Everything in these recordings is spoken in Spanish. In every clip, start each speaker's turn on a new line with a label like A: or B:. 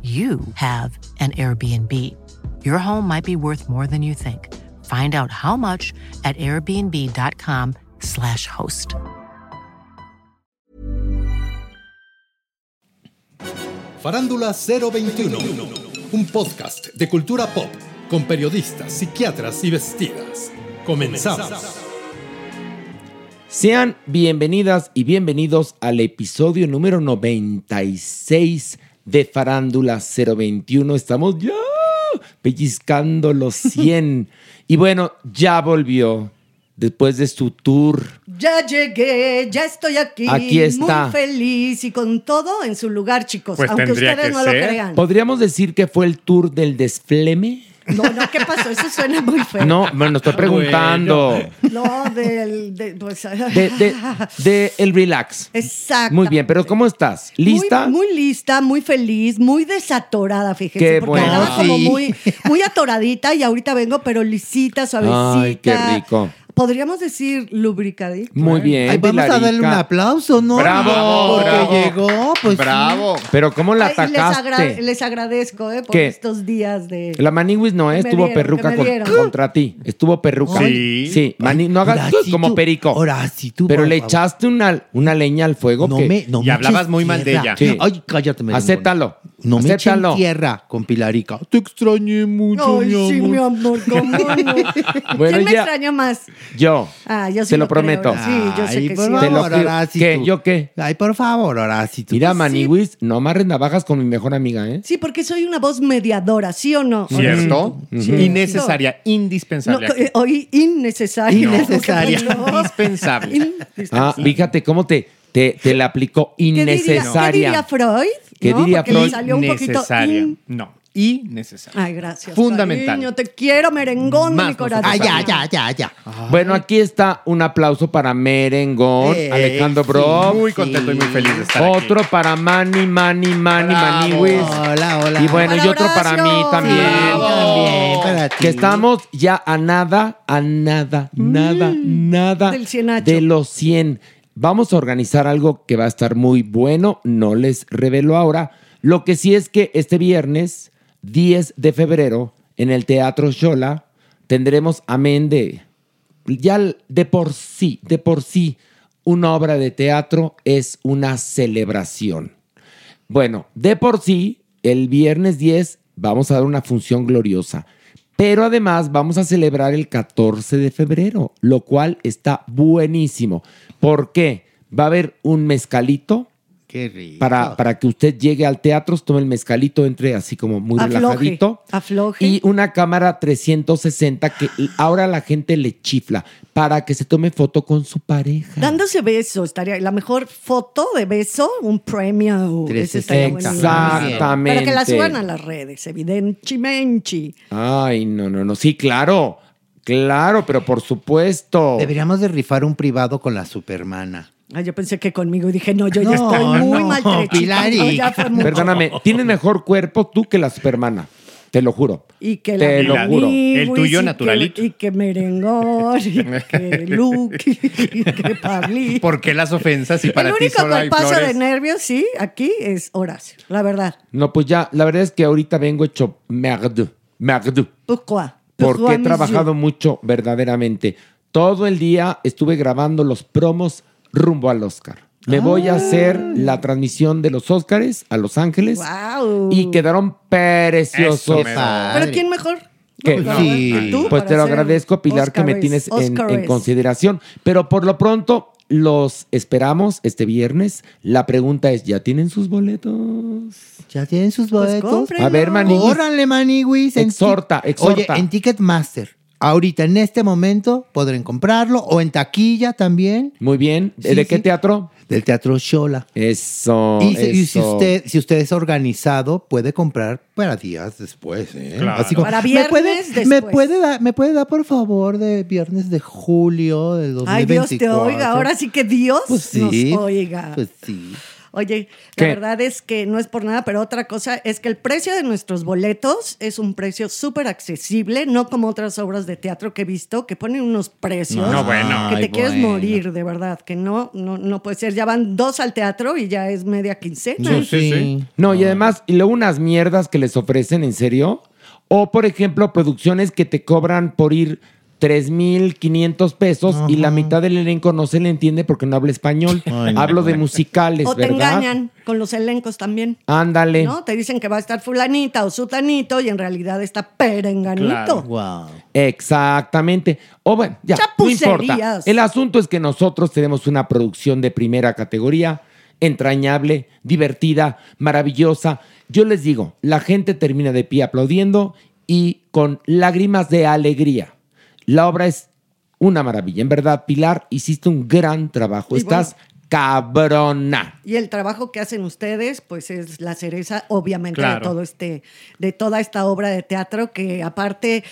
A: you have an Airbnb. Your home might be worth more than you think. Find out how much at airbnb.com/slash host.
B: Farándula 021, un podcast de cultura pop con periodistas, psiquiatras y vestidas. Comenzamos.
C: Sean bienvenidas y bienvenidos al episodio número 96 de Farándula 021. Estamos ya pellizcando los 100. y bueno, ya volvió después de su tour.
D: Ya llegué, ya estoy aquí.
C: Aquí está.
D: Muy feliz y con todo en su lugar, chicos.
E: Pues
D: aunque
E: tendría
D: ustedes
E: que
D: no lo
E: ser.
D: crean.
C: ¿Podríamos decir que fue el tour del desfleme?
D: No, no, ¿qué pasó? Eso suena muy feo.
C: Pues- No, bueno,
E: Ah,
C: estoy preguntando.
D: No, del. de- pues,
C: De, de- de el relax.
D: Exacto.
C: Muy bien, pero ¿cómo estás? ¿Lista?
D: Muy, muy lista, muy feliz, muy desatorada, fíjense.
C: Qué
D: porque
C: bueno,
D: andaba como
C: sí.
D: muy, muy atoradita y ahorita vengo, pero lisita, suavecita.
C: Ay, qué rico.
D: Podríamos decir lubricadita.
C: Muy bien.
F: Ay, vamos a darle un
C: Pilarica.
F: aplauso, ¿no?
C: Bravo,
F: Porque
C: bravo.
F: llegó, pues. sí.
E: Bravo.
C: Pero ¿cómo la
D: Ay, y les, agra-
C: atacaste?
D: les agradezco eh, por
C: ¿Qué?
D: estos días de.
C: La Maniwis no, eh,
D: Que me
C: estuvo
D: dieron,
C: perruca
D: que me
C: con-
D: dieron.
C: contra ti. Estuvo perruca.
E: Sí.
C: Sí, Mani- no hagas
F: Ahora sí
C: como
F: tú-
C: perico.
F: Ahora sí tú.
C: Pero
F: por
C: le
F: favor.
C: echaste una, una leña al fuego
F: No
C: que-
F: me, no
E: Y
F: me
E: hablabas
F: eches
E: muy mal de
F: tierra.
C: ella. Sí.
F: Ay, cállate, me
C: Acéptalo.
F: No me echen
C: Acéptalo.
F: tierra con Pilarica. Te extrañé mucho,
D: Ay,
F: mi
D: sí, mi
F: amor.
D: amor, cómo no.
C: Bueno,
D: ¿Quién me
C: ya.
D: extraña más?
C: Yo.
D: Ah, yo sí
C: Te lo
D: creo,
C: prometo.
D: Sí, yo sé
F: Ay,
D: que
F: por
D: sí.
C: Te lo
F: favor,
C: juro.
F: ahora sí
C: ¿Qué?
F: tú.
C: ¿Yo qué?
F: Ay, por favor, ahora sí tú.
C: Mira, Maniwis, no amarres navajas con mi mejor amiga, ¿eh?
D: Sí, porque soy una voz mediadora, ¿sí o no?
E: ¿Cierto? Innecesaria,
D: No,
E: indispensable. aquí.
D: eh, hoy innecesaria.
F: Innecesaria.
D: No.
E: Indispensable.
D: Innecesaria.
C: Ah, fíjate cómo te, te, te la aplicó
D: ¿Qué diría,
C: innecesaria.
D: ¿Qué diría Freud?
C: ¿Qué
D: ¿No?
C: diría
D: Porque le
C: Freud?
D: salió un poquito
E: Necesaria.
D: in-
E: No, innecesaria.
D: Ay, gracias.
E: Fundamental.
D: Cariño, te quiero, merengón,
E: Más
D: mi corazón. Ah,
F: Ay, ya, ya, ya, ya.
C: Bueno, aquí está un aplauso para Merengón,
F: Eh,
C: Alejandro
F: sí,
C: Bro.
E: Muy contento y muy feliz de estar aquí.
C: Otro para Manny, Manny, Manny,
E: Bravo.
C: Maniwis.
F: Hola, hola. Oh.
C: Y bueno,
D: Para
C: y otro para mí
D: Horacio.
C: también.
F: También para ti. Mm.
C: Que estamos ya a nada, a nada, nada, nada
D: Del cienacho.
C: de los 100. Vamos a organizar algo que va a estar muy bueno, no les revelo ahora. Lo que sí es que este viernes, 10 de febrero, en el Teatro Xola, tendremos amén de, ya l- de por sí, de por sí, una obra de teatro es una celebración. Bueno, de por sí, el viernes 10 vamos a dar una función gloriosa. Pero además vamos a celebrar el 14 de febrero, lo cual está buenísimo. ¿Por qué? Va a haber un mezcalito
F: Qué rico.
C: para, para que usted llegue al teatro, tome el mezcalito, entre así como muy
D: Afloje,
C: relajadito.
D: afloje.
C: Y una cámara 360 que ahora la gente le chifla para que se tome foto con su pareja.
D: Dándose beso, estaría la mejor foto de beso, un premio. Ese estaría buenísimo.
C: Exactamente.
D: Pero que la suban a las redes, evidentemente.
C: Ay, no, no, no. Sí, claro. Claro, pero por supuesto.
F: Deberíamos de rifar un privado con la supermana.
D: Ah, yo pensé que conmigo y dije, no, yo ya
F: No,
D: estoy muy
F: no,
D: maltrecho.
F: Pilari.
D: ya fue mucho.
C: Perdóname, tienes mejor cuerpo tú que la supermana. Te lo juro.
D: Y que
C: Te lo
D: la
C: juro.
D: Maniwis,
E: El tuyo
D: y que-
E: naturalito.
D: y que merengón, y que Luke, y que Pablito.
E: ¿Por qué las ofensas si para
D: el
E: ti
D: único
E: solo hay
D: golpazo de
E: flores?
D: nervios, sí, aquí es Horacio, la verdad.
C: No, pues ya, la verdad es que ahorita vengo hecho merde, merde,
D: Pucua.
C: porque
D: Pucua,
C: he
D: mis
C: trabajado mucho verdaderamente. Todo el día estuve grabando los promos rumbo al Oscar. Me voy a hacer la transmisión de los Óscares a Los Ángeles
D: Guau.
C: y quedaron
E: Eso,
C: preciosos.
E: me
F: padre.
D: Pero ¿quién mejor?
C: ¿Qué?
D: No,
F: Sí.
D: ¿verdad? Que tú
C: Pues
D: para
C: te lo
D: hacer
C: agradezco, Pilar, que me
D: Óscares,
C: tienes en- en,
D: Óscares.
C: consideración. Pero por lo pronto, los esperamos este viernes. La pregunta es, ¿ya tienen sus boletos?
F: Ya tienen sus
D: Pues
F: boletos.
D: cómprenlo.
C: A ver, Maniwis.
F: Órale, Maniwis. en ti-
C: Exhorta, exhorta.
F: Oye, en Ticketmaster. Ahorita, en este momento, podrán comprarlo. O en taquilla también.
C: Muy bien. ¿De,
F: Sí,
C: de qué
F: sí.
C: teatro?
F: Del Teatro Shola.
C: Eso.
F: Y, si- y si,
C: eso.
F: usted, si usted es organizado, puede comprar para días después. ¿eh?
E: Claro.
D: Para
F: ¿me puede,
D: viernes después.
F: ¿me puede, dar, ¿Me puede dar, por favor, de viernes de julio del 2024?
D: Ay, Dios te oiga. Ahora sí que Dios
F: Pues sí.
D: nos oiga.
F: Pues sí.
D: Oye,
C: ¿Qué?
D: la verdad es que no es por nada, pero otra cosa es que el precio de nuestros boletos es un precio súper accesible, no como otras obras de teatro que he visto que ponen unos precios
E: No, bueno.
D: que te
F: Ay,
D: quieres
F: bueno.
D: morir, de verdad, que no, no, no puede ser. Ya van dos al teatro y ya es media quincena.
E: Sí, sí, sí.
C: No, y además, y luego unas mierdas que les ofrecen, ¿en serio? O, por ejemplo, producciones que te cobran por ir 3.500 pesos y la mitad del elenco no se le entiende porque no habla español.
F: Ay, no,
C: Hablo de
F: bueno.
C: musicales,
D: O te
C: ¿verdad?
D: engañan con los elencos también.
C: Ándale.
D: ¿No? Te dicen que va a estar fulanita o sutanito y en realidad está perenganito.
E: Claro.
F: Wow.
C: Exactamente. O bueno, ya, no importa.
D: Chapucerías.
C: El asunto es que nosotros tenemos una producción de primera categoría, entrañable, divertida, maravillosa. Yo les digo, la gente termina de pie aplaudiendo y con lágrimas de alegría. La obra es una maravilla. En verdad, Pilar, hiciste un gran trabajo.
D: Y
C: Estás cabrona.
D: Y el trabajo que hacen ustedes, pues es la cereza, obviamente, de
E: Claro.
D: todo este, de toda esta obra de teatro que aparte.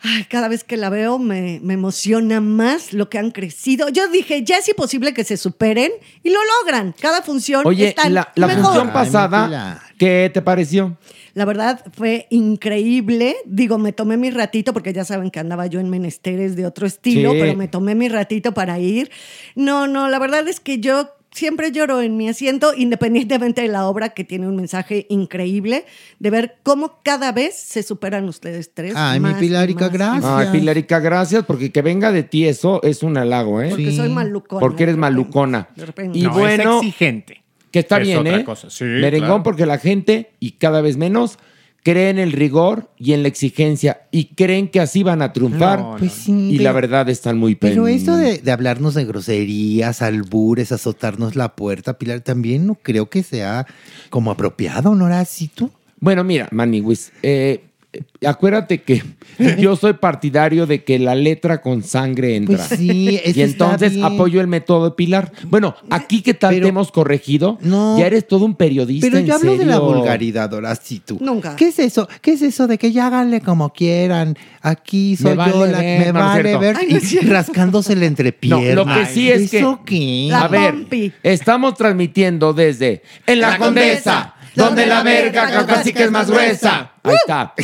D: ay, cada vez que la veo me, me emociona más lo que han crecido. Yo dije, ya es imposible que se superen y lo logran. Cada función
C: Oye,
D: están
C: la, la
D: mejor.
C: función
F: Ay, mi
C: pasada,
F: Pilar.
C: ¿qué te pareció?
D: La verdad fue increíble. Digo, me tomé mi ratito porque ya saben que andaba yo en menesteres de otro estilo,
C: Sí.
D: pero me tomé mi ratito para ir. No, no, la verdad es que yo siempre lloro en mi asiento, independientemente de la obra que tiene un mensaje increíble, de ver cómo cada vez se superan ustedes tres.
F: Ay, mi
D: más y
F: Pilarica,
D: más y más.
F: gracias.
C: Ay, Pilarica, gracias, porque que venga de ti eso es un halago, ¿eh?
D: Porque
F: Sí.
D: soy malucona.
C: Porque eres
D: de repente,
C: malucona.
D: de repente.
C: Y
E: No,
C: bueno,
E: es exigente.
C: Que está
E: Es
C: bien,
E: otra
C: ¿eh?
E: cosa. Sí,
C: Merengón,
E: claro.
C: porque la gente, y cada vez menos, cree en el rigor y en la exigencia y creen que así van a triunfar.
E: No, no,
F: Pues sí,
C: y
F: pero-
C: la verdad están muy
F: Pero
C: pen-
F: eso de, de hablarnos de groserías, albures, azotarnos la puerta, Pilar, también no creo que sea como apropiado, ¿no era así tú?
C: Bueno, mira, Maniwis, eh, eh, acuérdate que yo soy partidario de que la letra con sangre entra.
F: Pues sí, eso
C: Y
F: está
C: entonces
F: bien.
C: apoyo el método de Pilar. Bueno, aquí que tal
F: Pero-
C: te hemos corregido.
F: No.
C: ya eres todo un periodista.
F: Pero yo
C: en
F: hablo de la
C: serio.
F: vulgaridad, Horacio, tú.
D: Nunca.
F: ¿Qué es eso? ¿Qué es eso de que ya háganle como quieran? Aquí soy
C: Me vale
F: yo la
C: ver,
F: me
C: no es
F: vale
C: cierto.
F: ver
D: Ay,
F: y
D: no es cierto.
F: rascándose la entrepierna.
C: No, lo que sí es que-
F: ¿Eso qué?
D: La
C: a ver,
D: Pompi.
C: estamos transmitiendo desde En la,
D: La
C: Condesa,
D: Condesa,
C: donde la verga casi que es más gruesa. Ahí está.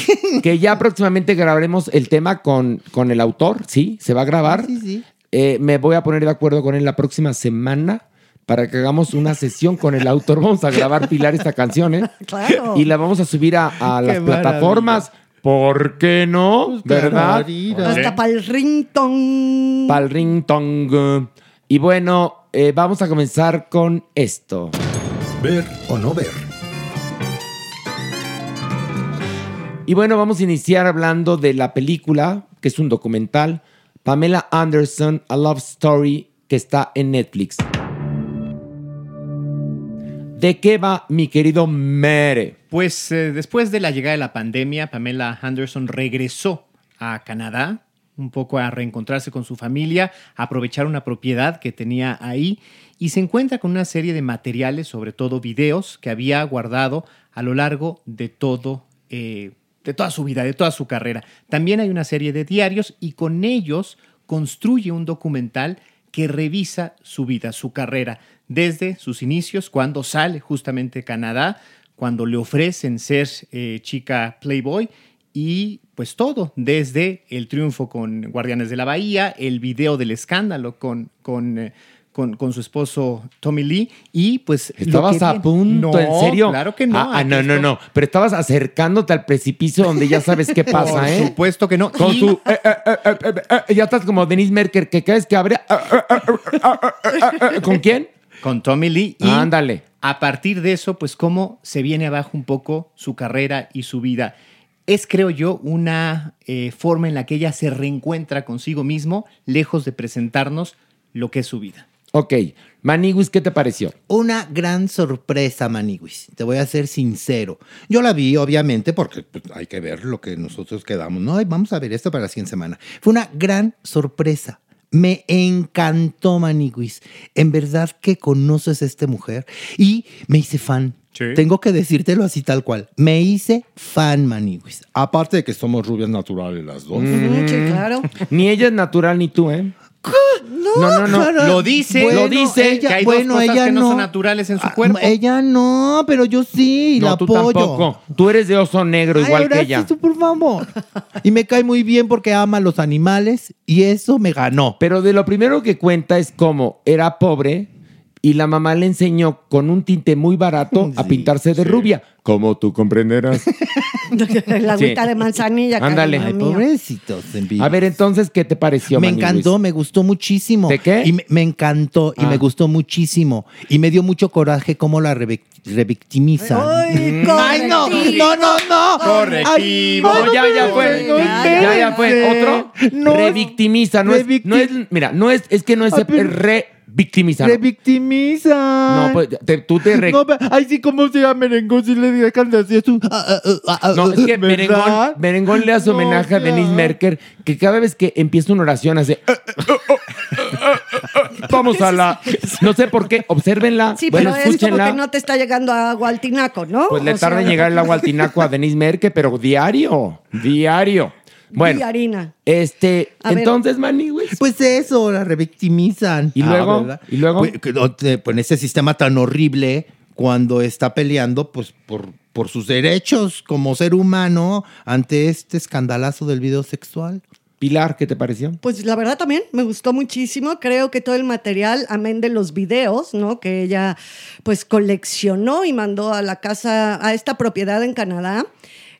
C: que ya próximamente grabaremos el tema con, con el autor, ¿sí? Se va a grabar.
F: Sí, sí.
C: Eh, me voy a poner de acuerdo con él la próxima semana para que hagamos una sesión con el autor. Vamos a grabar, Pilar, esta canción, ¿eh?
D: Claro.
C: Y la vamos a subir a, a las
F: Qué
C: plataformas. ¿Por qué
D: Pues
C: no? ¿Verdad? ¿eh?
F: Clarita.
D: Hasta para el rington.
C: Pal ring tong. Y bueno, eh, vamos a comenzar con esto.
B: Ver o no ver.
C: Y bueno, vamos a iniciar hablando de la película, que es un documental, Pamela Anderson, A Love Story, que está en Netflix. ¿De qué va mi querido Mere?
E: Pues eh, después de la llegada de la pandemia, Pamela Anderson regresó a Canadá un poco a reencontrarse con su familia, a aprovechar una propiedad que tenía ahí y se encuentra con una serie de materiales, sobre todo videos, que había guardado a lo largo de todo eh, de toda su vida, de toda su carrera. También hay una serie de diarios y con ellos construye un documental que revisa su vida, su carrera, desde sus inicios, cuando sale justamente de Canadá, cuando le ofrecen ser eh, chica Playboy y pues todo, desde el triunfo con Guardianes de la Bahía, el video del escándalo con, con, eh, con, con su esposo Tommy Lee y pues... lo
C: Estabas
E: que
C: a
E: viene.
C: punto,
E: No,
C: en serio.
E: Claro que no.
C: Ah, ah,
E: aquí
C: no, no,
E: estoy.
C: no. Pero estabas acercándote al precipicio donde ya sabes qué
E: Por
C: pasa, ¿eh?
E: supuesto que no.
C: Con
E: Y-
C: su. eh, eh, eh, eh, eh, eh, ya estás como Denise Merker, que cada vez que abre. ah, ah, ah, ah, ah, ah, ah, ¿Con quién?
E: Con Tommy Lee. Y
C: Ándale.
E: A partir de eso, pues cómo se viene abajo un poco su carrera y su vida. Es, creo yo, una eh, forma en la que ella se reencuentra consigo mismo, lejos de presentarnos lo que es su vida.
C: Ok. Maniguis, ¿qué te pareció?
F: Una gran sorpresa, Maniwis. Te voy a ser sincero. Yo la vi, obviamente, porque pues, hay que ver lo que nosotros quedamos. No, Ay, vamos a ver esto para la siguiente semana. Fue una gran sorpresa. Me encantó, Maniwis. En verdad que conoces a esta mujer y me hice fan.
E: Sí.
F: Tengo que decírtelo así tal cual. Me hice fan, Maniwis. Aparte de que somos rubias naturales las dos.
D: Mm, sí, claro.
C: Ni ella es natural ni tú, ¿eh? No, no, no.
F: Claro.
E: Lo dice,
F: Bueno,
C: lo dice,
F: ella-
E: que hay
F: bueno,
E: dos cosas
F: ella
E: que no,
F: no.
E: son naturales en su
F: Ah,
E: cuerpo.
F: Ella no, pero yo sí, y
C: No,
F: la
C: tú
F: apoyo.
C: tampoco. Tú eres de oso negro,
F: Ay,
C: igual que
F: Horacio,
C: ella.
F: tú, por favor. Y me cae muy bien porque ama a los animales y eso me ganó.
C: Pero de lo primero que cuenta es cómo era pobre y la mamá le enseñó con un tinte muy barato a
F: Sí,
C: pintarse de rubia. Como tú comprenderás.
D: La agüita
C: Sí.
D: de manzanilla.
C: Ándale.
D: cariño
F: Ay,
D: mío.
F: pobrecitos, envidios.
C: A ver, entonces, ¿qué te pareció?
F: me
C: Manny
F: encantó,
C: Luis?
F: me gustó muchísimo.
C: ¿De qué?
F: Y me, me encantó y
C: Ah.
F: me gustó muchísimo. Y me dio mucho coraje cómo la revic- Mm. revictimizan.
D: Ay,
F: Ay, no, no, no, no.
E: Correctivo.
F: Ay,
C: No, ya, ya
F: me
C: fue.
F: digas,
C: Ya, ya, ya fue.
F: espérense.
C: Otro.
F: No,
C: revictimiza. No es,
F: revicti-
C: no es- mira, no es, es que no es,
F: Ay, pero-
C: revictimizar.
F: Revictimizan.
C: no, pues te- tú te re-
F: No, pero- ay, sí, ¿cómo se llama merengón? Si le dejan de así, es un- ah, ah, ah, ah,
C: No, es que
F: ¿verdad?
C: Merengón, Merengón le hace
F: No,
C: homenaje a Denise
F: claro.
C: Merker, que cada vez que empieza una oración hace. "Eh, eh, oh, oh, eh, eh, eh". Vamos a la. No sé por qué, obsérvenla.
D: Sí,
C: bueno,
D: pero es como
C: escúchenla.
D: que no te está llegando agua al tinaco, ¿no?
C: Pues le
D: O sea,
C: tarda en llegar el agua al tinaco a Denise Merker, pero diario, diario. Bueno,
D: Y harina.
C: este,
D: A ver.
C: entonces, Manny, güey.
F: Pues eso, la revictimizan.
C: ¿Y luego?
F: Ah, ¿verdad?
C: ¿Y luego?
F: Pues, que no te- con ese sistema tan horrible, cuando está peleando, pues por, por sus derechos como ser humano ante este escandalazo del video sexual.
C: Pilar, ¿qué te pareció?
D: Pues la verdad también me gustó muchísimo. Creo que todo el material, amén de los videos, ¿no? Que ella pues coleccionó y mandó a la casa, a esta propiedad en Canadá.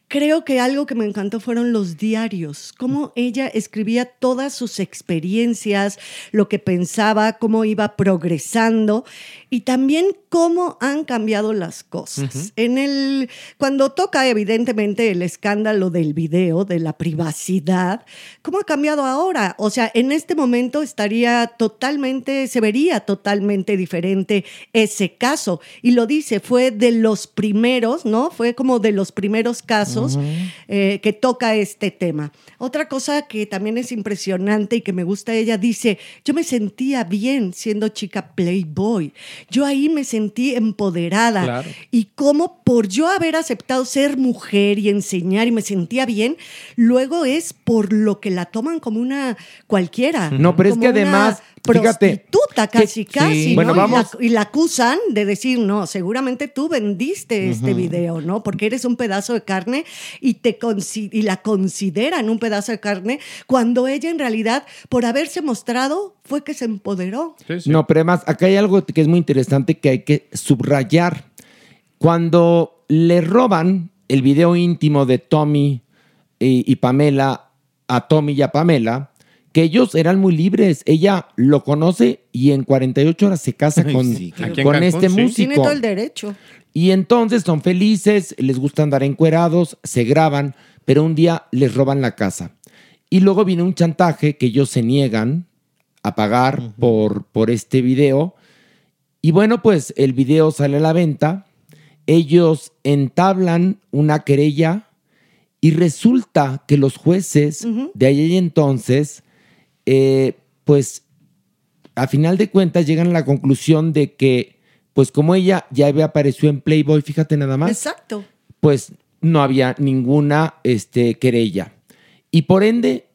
D: Creo que algo que me encantó fueron los diarios, cómo ella escribía todas sus experiencias, lo que pensaba, cómo iba progresando y también cómo han cambiado las cosas. En el cuando toca evidentemente el escándalo del video, de la privacidad, ¿cómo ha cambiado ahora? O sea, en este momento estaría totalmente, se vería totalmente diferente ese caso. Y lo dice, fue de los primeros, ¿no? Fue como de los primeros casos eh, que toca este tema. Otra cosa que también es impresionante y que me gusta, ella dice, yo me sentía bien siendo chica Playboy. Yo ahí me sentí empoderada.
C: Claro.
D: Y cómo por yo haber aceptado ser mujer y enseñar y me sentía bien, luego es por lo que la toman como una cualquiera.
C: No, pero es
D: como
C: que
D: una
C: además, fíjate,
D: prostituta
C: que-
D: casi,
C: sí.
D: casi. ¿no?
C: Bueno,
D: Y la-
C: vamos.
D: Y, la, acusan de decir, no, seguramente tú vendiste este video, ¿no? Porque eres un pedazo de carne y, te consi- y la consideran un pedazo de carne cuando ella en realidad, por haberse mostrado, fue que se empoderó.
C: No, pero además, acá hay algo que es muy interesante que hay que subrayar. Cuando le roban el video íntimo de Tommy y, y Pamela, a Tommy y a Pamela, que ellos eran muy libres. Ella lo conoce y en 48 horas se casa
F: Ay,
C: con,
F: sí,
E: claro. Aquí en
C: con
E: Cancún,
C: este
E: sí.
C: músico.
D: Tiene todo el derecho.
C: Y entonces son felices, les gusta andar encuerados, se graban, pero un día les roban la casa. Y luego viene un chantaje que ellos se niegan a pagar por, por este video. Y bueno, pues el video sale a la venta, ellos entablan una querella y resulta que los jueces de allí y entonces, eh, pues a final de cuentas llegan a la conclusión de que, pues como ella ya había aparecido en Playboy, fíjate nada más,
D: Exacto.
C: pues no había ninguna este, querella. Y por ende,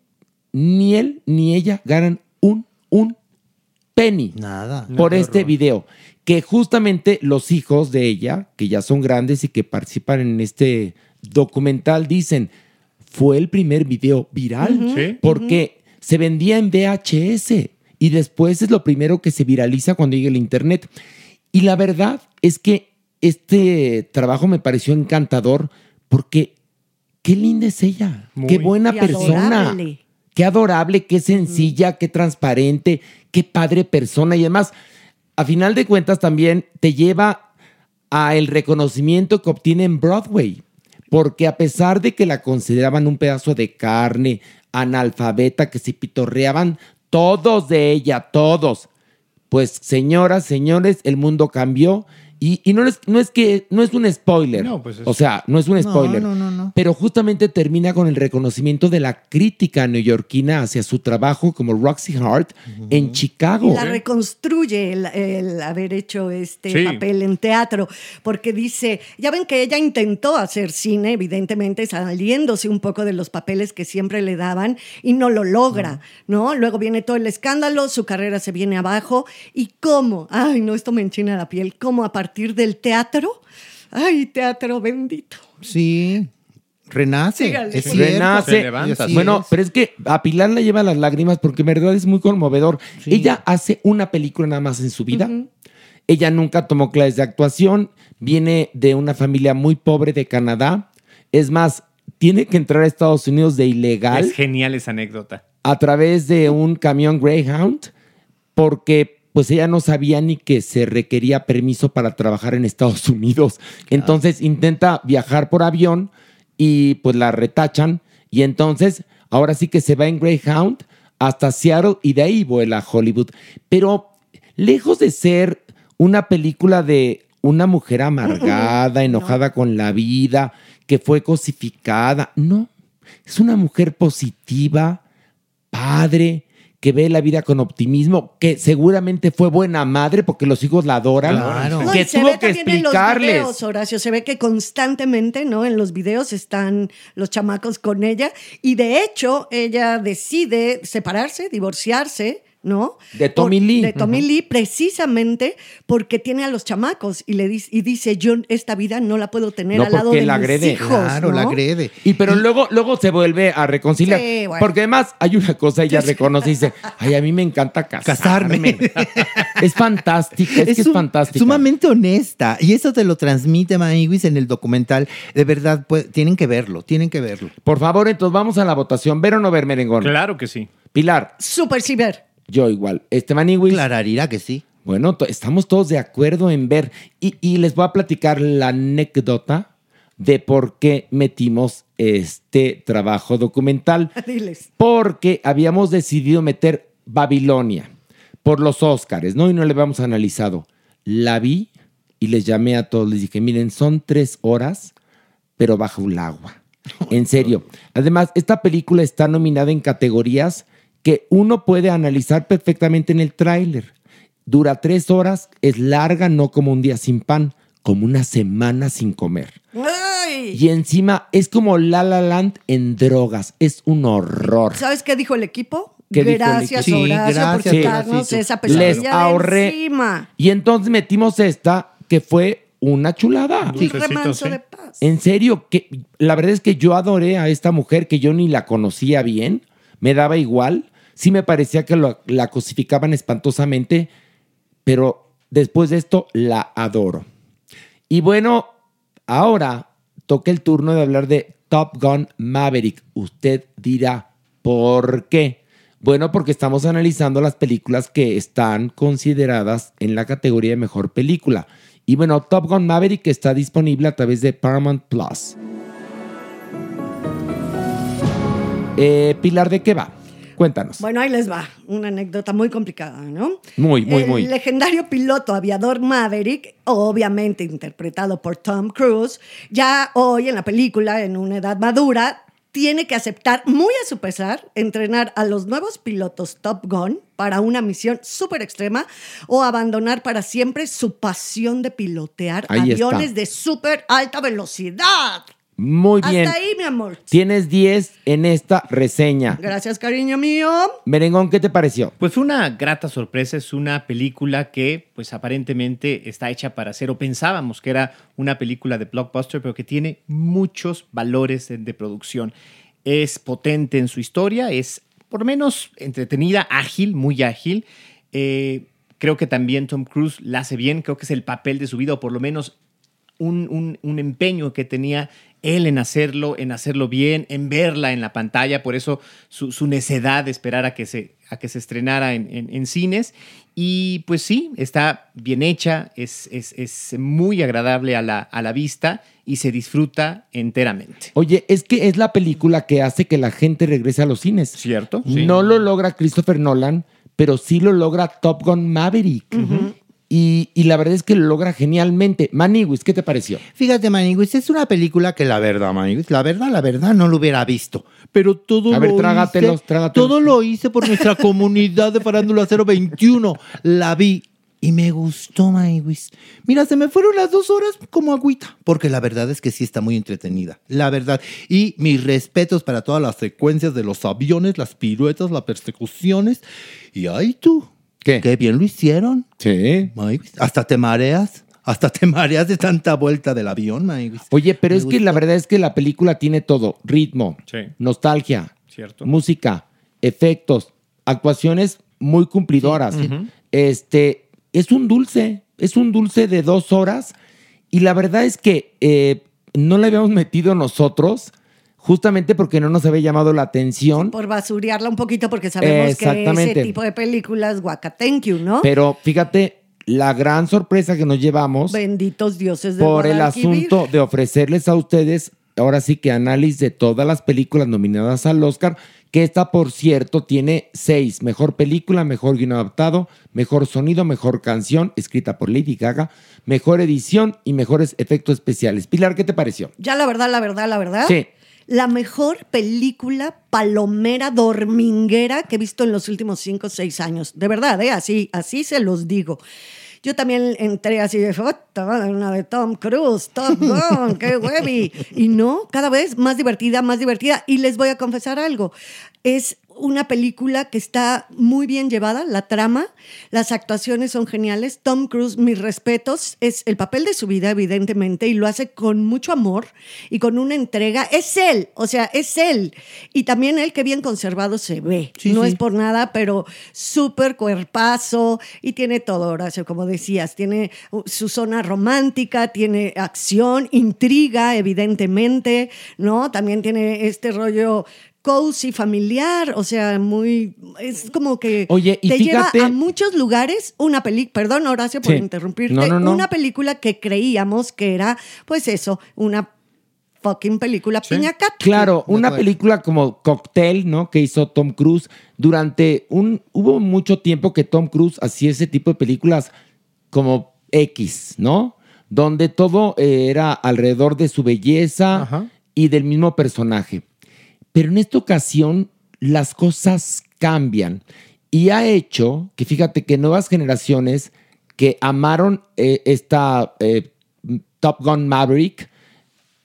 C: ni él ni ella ganan un, un penny
F: Nada.
C: por este video. Que justamente los hijos de ella, que ya son grandes y que participan en este documental, dicen, fue el primer video viral
E: Ujú. Sí.
C: porque se vendía en VHS y después es lo primero que se viraliza cuando llega el internet. Y la verdad es que este trabajo me pareció encantador porque qué linda es ella, qué buena
D: Y
C: persona.
D: adorable.
C: Qué adorable, qué sencilla, qué transparente, qué padre persona. Y además, a final de cuentas también te lleva a el reconocimiento que obtiene en Broadway. Porque a pesar de que la consideraban un pedazo de carne, analfabeta, que se pitorreaban todos de ella, todos. Pues señoras, señores, el mundo cambió. Y, y no, es, no es que no es un spoiler.
E: No, pues es-
C: O sea, no es un
F: No,
C: spoiler.
F: no, no, no.
C: Pero justamente termina con el reconocimiento de la crítica neoyorquina hacia su trabajo como Roxy Hart en Chicago.
D: Y la reconstruye el, el haber hecho este
E: Sí.
D: papel en teatro, porque dice, ya ven que ella intentó hacer cine, evidentemente saliéndose un poco de los papeles que siempre le daban y no lo logra, ¿no? Luego viene todo el escándalo, su carrera se viene abajo y cómo, ay, no, esto me enchina la piel, cómo a partir del teatro, ay, teatro bendito.
F: Sí. Renace.
D: Sígale.
F: es
D: Se
F: cierto.
C: renace.
E: Se levanta,
F: Así
C: bueno,
F: es.
C: pero es que a Pilar le lleva las lágrimas porque en verdad es muy conmovedor.
F: Sí.
C: Ella hace una película nada más en su vida. Ella nunca tomó clases de actuación, viene de una familia muy pobre de Canadá. Es más, tiene que entrar a Estados Unidos de ilegal
E: Es genial esa anécdota.
C: a través de un camión Greyhound porque pues ella no sabía ni que se requería permiso para trabajar en Estados Unidos. Entonces intenta viajar por avión y pues la retachan y entonces ahora sí que se va en Greyhound hasta Seattle y de ahí vuela a Hollywood. Pero lejos de ser una película de una mujer amargada, enojada con la vida, que fue cosificada, no. Es una mujer positiva, padre, que ve la vida con optimismo, que seguramente fue buena madre porque los hijos la adoran,
F: Claro.
D: No,
C: que
D: y se
C: tuvo
D: ve
C: que
D: también en los
C: explicarles.
D: videos, Horacio, se ve que constantemente, ¿no? En los videos están los chamacos con ella y de hecho ella decide separarse, divorciarse, ¿no?
C: De Tommy
D: Por-
C: Lee.
D: De Tommy
C: Ujú.
D: Lee precisamente porque tiene a los chamacos y le dice, y dice, yo esta vida no la puedo tener
C: No,
D: al lado
C: porque
D: de
C: la
D: mis
C: agrede.
D: hijos,
F: Claro, la
D: ¿no?
F: agrede.
C: Y pero luego, luego se vuelve a reconciliar.
D: Sí, bueno.
C: Porque además hay una cosa, ella reconoce y dice, ay, a mí me encanta casarme. es fantástica, es, que es
F: sum-
C: fantástica.
F: Sumamente honesta. Y eso te lo transmite Maniguis en el documental. De verdad, pues, tienen que verlo, tienen que verlo.
C: Por favor, entonces vamos a la votación. ¿Ver o no ver, Merengón?
E: Claro que sí.
C: Pilar,
D: Super ciber.
C: yo igual. Esteban Iwis.
F: Clararira que sí.
C: Bueno, to- estamos todos de acuerdo en ver. Y, y les voy a platicar la anécdota de por qué metimos este trabajo documental.
D: Diles.
C: Porque habíamos decidido meter Babilonia por los Óscares, ¿no? Y no le habíamos analizado. La vi y les llamé a todos. Les dije, miren, son tres horas, pero bajo el agua. En serio. Además, esta película está nominada en categorías que uno puede analizar perfectamente en el tráiler. Dura tres horas, es larga, no como un día sin pan, como una semana sin comer.
D: Ay.
C: Y encima es como La La Land en drogas. Es un horror.
D: ¿Sabes qué dijo el equipo?
C: ¿Qué dijo el
D: gracias,
F: equipo? Sí,
D: Horacio,
F: gracias,
D: por quitarnos
F: Horacito.
D: esa
F: Les
D: pesadilla
C: Les
D: de
C: ahorré.
D: encima.
C: Y entonces metimos esta, que fue una chulada.
D: Un
E: Dulcecito,
D: remanso
E: sí.
D: de paz.
C: En serio, que la verdad es que yo adoré a esta mujer que yo ni la conocía bien, me daba igual, sí me parecía que lo- la cosificaban espantosamente, pero después de esto la adoro. Y bueno, ahora toca el turno de hablar de Top Gun Maverick. Usted dirá, ¿por qué? Bueno, porque estamos analizando las películas que están consideradas en la categoría de mejor película. Y bueno, Top Gun Maverick está disponible a través de Paramount Plus. Eh, Pilar, ¿de qué va? Cuéntanos.
D: Bueno, ahí les va, una anécdota muy complicada, ¿no?
C: Muy, muy, muy.
D: El legendario piloto aviador Maverick, obviamente interpretado por Tom Cruise, ya hoy en la película, en una edad madura, tiene que aceptar, muy a su pesar, entrenar a los nuevos pilotos Top Gun para una misión súper extrema o abandonar para siempre su pasión de pilotear
C: Ahí está.
D: aviones de súper alta velocidad.
C: Muy bien.
D: Hasta ahí, mi amor.
C: Tienes 10 en esta reseña.
D: Gracias, cariño mío.
C: Merengón, ¿qué te pareció?
E: Pues fue una grata sorpresa, es una película que pues aparentemente está hecha para ser, o pensábamos que era una película de blockbuster, pero que tiene muchos valores de, de producción. es potente en su historia, es por lo menos entretenida, ágil, muy ágil. Eh, creo que también Tom Cruise la hace bien, creo que es el papel de su vida, o por lo menos un, un- un empeño que tenía él en hacerlo, en hacerlo bien, en verla en la pantalla, por eso su, su necedad de esperar a que se, a que se estrenara en, en- en cines. Y pues sí, está bien hecha, es, es- es muy agradable a la, a la vista y se disfruta enteramente.
C: Oye, es que es la película que hace que la gente regrese a los cines.
E: ¿Cierto?
C: No lo logra Christopher Nolan, pero sí lo logra Top Gun Maverick. y, y la verdad es que lo logra genialmente. Maniwis, ¿qué te pareció?
F: Fíjate, Maniguis, es una película que la verdad, Maniguis, la verdad, la verdad no lo hubiera visto. Pero todo
C: A ver,
F: lo
C: trágatelos,
F: hice,
C: trágatelos.
F: Todo lo hice por nuestra comunidad de Farándula 021. La vi y me gustó, Maniguis. Mira, se me fueron las dos horas como agüita. Porque la verdad es que sí está muy entretenida. La verdad. Y mis respetos para todas las secuencias de los aviones, las piruetas, las persecuciones. Y ay tú.
C: ¿Qué?
F: Qué bien lo hicieron.
C: Sí.
F: Maywis, hasta te mareas. Hasta te mareas de tanta vuelta del avión, Maywis.
C: Oye, pero
F: Me
C: es que la verdad es que la película tiene todo: ritmo,
E: Sí.
C: nostalgia,
E: Cierto.
C: música, efectos, actuaciones muy cumplidoras. Este es un dulce, es un dulce de dos horas. Y la verdad es que eh, no la habíamos metido nosotros, justamente porque no nos había llamado la atención.
D: Por basurearla un poquito porque sabemos que
C: Exactamente.
D: ese tipo de películas, guaca, thank you, ¿no?
C: Pero fíjate la gran sorpresa que nos llevamos
D: Benditos dioses de
C: por el
D: Guadalquivir.
C: asunto de ofrecerles a ustedes, ahora sí que análisis de todas las películas nominadas al Oscar, que esta, por cierto, tiene seis. Mejor película, mejor guion adaptado, mejor sonido, mejor canción, escrita por Lady Gaga, mejor edición y mejores efectos especiales. Pilar, ¿qué te pareció?
D: Ya la verdad, la verdad, la verdad.
C: Sí.
D: La mejor película palomera dorminguera que he visto en los últimos cinco o seis años. De verdad, ¿eh? así, así se los digo. Yo también entré así de, "Puta madre, una de Tom Cruise, Top Gun, qué huevi. Y no, cada vez más divertida, más divertida. Y les voy a confesar algo. Es una película que está muy bien llevada, la trama, las actuaciones son geniales. Tom Cruise, mis respetos, es el papel de su vida, evidentemente, y lo hace con mucho amor y con una entrega. Es él, o sea, es él. Y también él que bien conservado se ve.
F: Sí,
D: no
F: sí.
D: es por nada, pero súper cuerpazo y tiene todo, Horacio, como decías. Tiene uh, su zona romántica, tiene acción, intriga, evidentemente, ¿no? También tiene este rollo cozy, familiar, o sea, muy... Es como que
C: Oye, y
D: te
C: fíjate-
D: lleva a muchos lugares una película... Perdón, Horacio, por
C: Sí.
D: interrumpirte.
C: No, no, no.
D: Una película que creíamos que era, pues eso, una fucking película piñacata.
C: Claro,
F: de
C: una
F: acuerdo.
C: película como Cocktail, ¿no? Que hizo Tom Cruise durante un hubo mucho tiempo que Tom Cruise hacía ese tipo de películas como X, ¿no? Donde todo eh, era alrededor de su belleza
F: Ajá.
C: y del mismo personaje. Pero en esta ocasión las cosas cambian y ha hecho que fíjate que nuevas generaciones que amaron eh, esta eh, Top Gun Maverick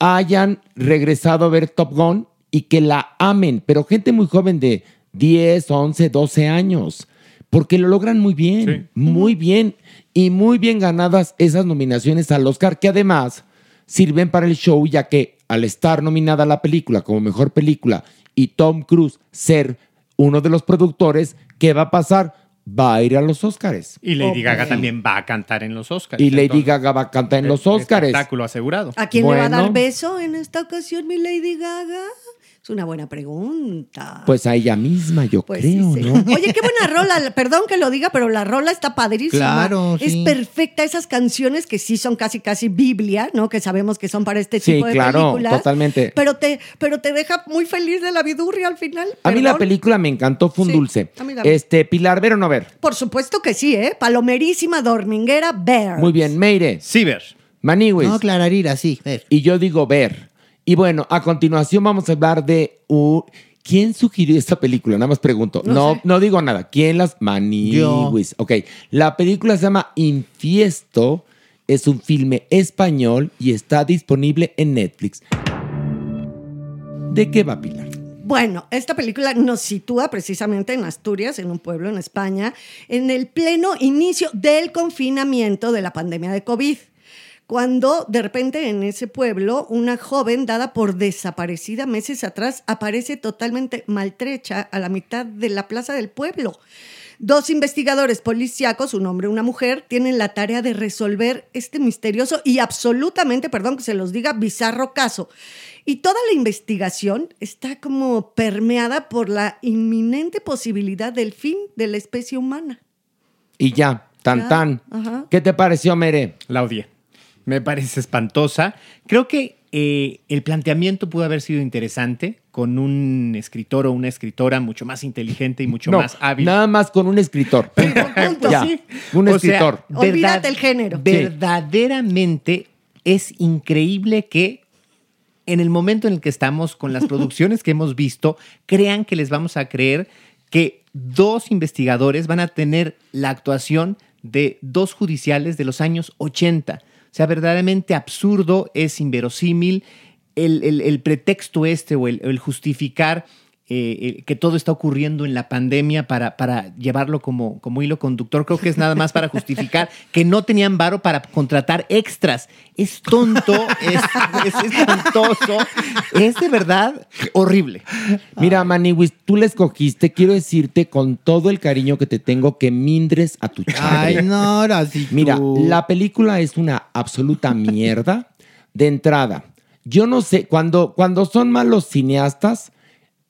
C: hayan regresado a ver Top Gun y que la amen, pero gente muy joven de 10, 11, 12 años, porque lo logran muy bien, muy bien y muy bien ganadas esas nominaciones al Oscar que además sirven para el show ya que al estar nominada la película como mejor película y Tom Cruise ser uno de los productores, ¿qué va a pasar? Va a ir a los Oscars.
E: Y Lady Gaga también va a cantar en los Oscars.
C: Y Lady
E: Entonces,
C: Gaga va a cantar en los
E: es-
C: Oscars.
E: Espectáculo asegurado.
D: ¿A quién le va a
C: Bueno.
D: dar beso en esta ocasión, mi Lady Gaga? Es una buena pregunta.
C: Pues a ella misma, yo
D: Pues sí,
C: creo,
D: sí.
C: ¿no?
D: Oye, qué buena rola. Perdón que lo diga, pero la rola está padrísima.
F: Claro,
D: Es
F: sí.
D: perfecta. Esas canciones que sí son casi, casi Biblia, ¿no? Que sabemos que son para este
C: Sí,
D: tipo de
C: claro,
D: películas.
C: totalmente.
D: Pero te, pero te deja muy feliz de la vidurria al final.
C: A mí la
D: Perdón.
C: película me encantó, fue un
D: Sí,
C: dulce.
D: a mí también.
C: Este, Pilar, ¿ver o no ver?
D: Por supuesto que sí, ¿eh? Palomerísima, dorminguera, bear.
C: Muy bien, Meire,
E: Ciber.
C: Maniwis.
F: No, Clararira, sí. ver.
C: Y yo digo ver. Y bueno, a continuación vamos a hablar de un- ¿Quién sugirió esta película? Nada más pregunto. No, no, digo nada. ¿Quién las maniwis? Ok. La película se llama Infiesto. Es un filme español y está disponible en Netflix. ¿De qué va Pilar?
D: Bueno, esta película nos sitúa precisamente en Asturias, en un pueblo en España, en el pleno inicio del confinamiento de la pandemia de COVID. cuando de repente en ese pueblo una joven dada por desaparecida meses atrás aparece totalmente maltrecha a la mitad de la plaza del pueblo. Dos investigadores policíacos, un hombre y una mujer, tienen la tarea de resolver este misterioso y absolutamente, perdón que se los diga, bizarro caso. Y toda la investigación está como permeada por la inminente posibilidad del fin de la especie humana.
C: Y ya, tan
D: Ya,
C: tan.
D: ajá.
C: ¿Qué te pareció, Mere?
E: La odié. Me parece espantosa. Creo que eh, el planteamiento pudo haber sido interesante con un escritor o una escritora mucho más inteligente y mucho
C: No,
E: más hábil.
C: nada más con un escritor.
D: Punto.
C: Ya,
D: Sí.
C: un
E: O sea,
C: escritor.
D: Olvídate el género.
E: Verdaderamente es increíble que en el momento en el que estamos con las producciones que hemos visto, crean que les vamos a creer que dos investigadores van a tener la actuación de dos judiciales de los años 80. O sea, verdaderamente absurdo, es inverosímil. El, el- el pretexto este o el, el justificar eh, eh, que todo está ocurriendo en la pandemia para, para llevarlo como, como hilo conductor, creo que es nada más para justificar que no tenían varo para contratar extras. Es tonto, es, es espantoso, es de verdad horrible.
C: Mira, Maniwis, tú la escogiste. Quiero decirte con todo el cariño que te tengo que mindres a tu
F: Ay,
C: chave.
F: no, ahora sí.
C: Mira,
F: tú.
C: la película es una absoluta mierda de entrada. Yo no sé, cuando, cuando son malos cineastas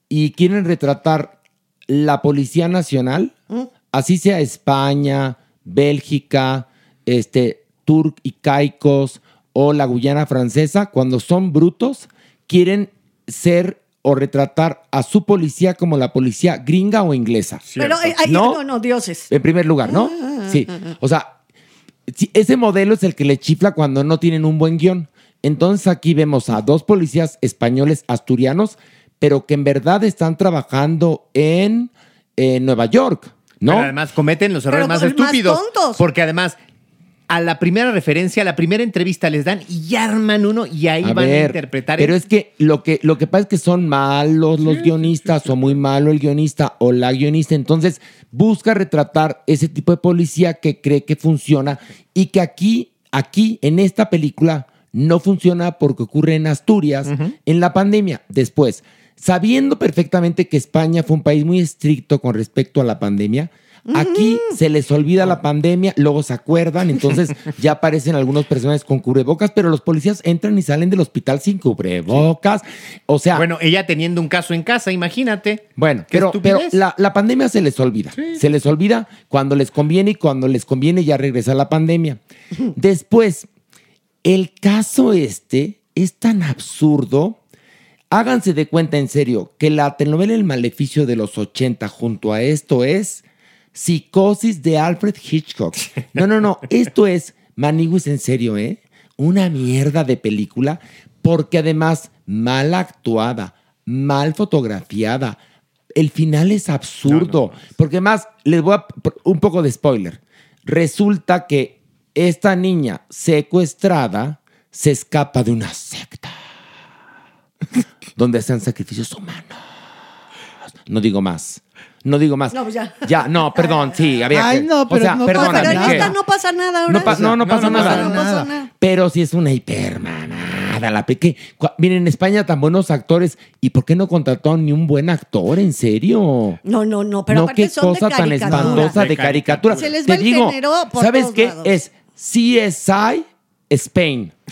C: y quieren retratar la Policía Nacional,
E: ah.
C: así sea España, Bélgica, este, Turk y Caicos o la Guyana Francesa, cuando son brutos, quieren ser o retratar a su policía como la policía gringa o inglesa.
D: Pero eh, ay,
C: ¿No?
D: no, no, Ah, dioses.
C: En primer lugar, ¿no? Sí. O sea, sí, ese modelo es el que le chifla cuando no tienen un buen guión. Entonces aquí vemos a dos policías españoles asturianos, pero que en verdad están trabajando en eh, Nueva York, ¿no?
E: Pero además cometen los errores
D: Pero
E: más
D: más
E: estúpidos.
D: tontos.
E: Porque además, a la primera referencia, a la primera entrevista les dan y ya arman uno y ahí
C: A
E: van
C: ver,
E: a interpretar.
C: Pero es que lo, que lo que pasa es que son malos los guionistas, o muy malo el guionista o la guionista. Entonces busca retratar ese tipo de policía que cree que funciona y que aquí, aquí, en esta película, no funciona porque ocurre en Asturias, en la pandemia. Después, sabiendo perfectamente que España fue un país muy estricto con respecto a la pandemia. Aquí se les olvida
E: Ah.
C: la pandemia, luego se acuerdan, entonces ya aparecen algunos personajes con cubrebocas, pero los policías entran y salen del hospital sin cubrebocas. O sea, bueno,
E: Bueno, ella teniendo un caso en casa, imagínate. Qué
C: pero, pero
E: estupidez.
C: la, la pandemia se les olvida. Se les olvida cuando les conviene y cuando les conviene ya regresa la pandemia. Después, el caso este es tan absurdo. Háganse de cuenta en serio que la telenovela El Maleficio de los 80 junto a esto es Psicosis de Alfred Hitchcock. No, no, no, esto es Maniguis en serio, ¿eh? Una mierda de película porque además mal actuada, mal fotografiada. El final es absurdo, porque más les voy a un poco de spoiler. Resulta que esta niña secuestrada se escapa de una secta donde hacen sacrificios humanos. No digo más. No digo más.
D: No, pues ya.
C: Ya, no, perdón, sí, había
F: Ay,
C: que-
F: no, pero
C: o sea,
F: no
D: No,
F: perdóname,
D: pero
C: perdóname.
D: en
F: ¿qué?
D: esta no pasa nada, ahora.
C: No, pa- no, no pasa
F: no
C: nada.
F: pasa
D: No pasa
F: nada.
D: nada.
C: Pero sí es una hipermanada. La peque. Cu- Miren, en España tan buenos actores. ¿Y por qué no contrataron ni un buen actor? ¿En serio?
D: No, no, no, pero
C: no,
D: aparte
C: qué
D: son
C: cosa
D: de
C: tan
D: caricatura.
C: espantosa de
E: De
C: caricatura.
E: caricatura.
D: Se les
C: Te
D: va el
C: digo,
D: género por
C: ¿sabes
D: todos
C: qué?
D: lados.
C: Es CSI Spain.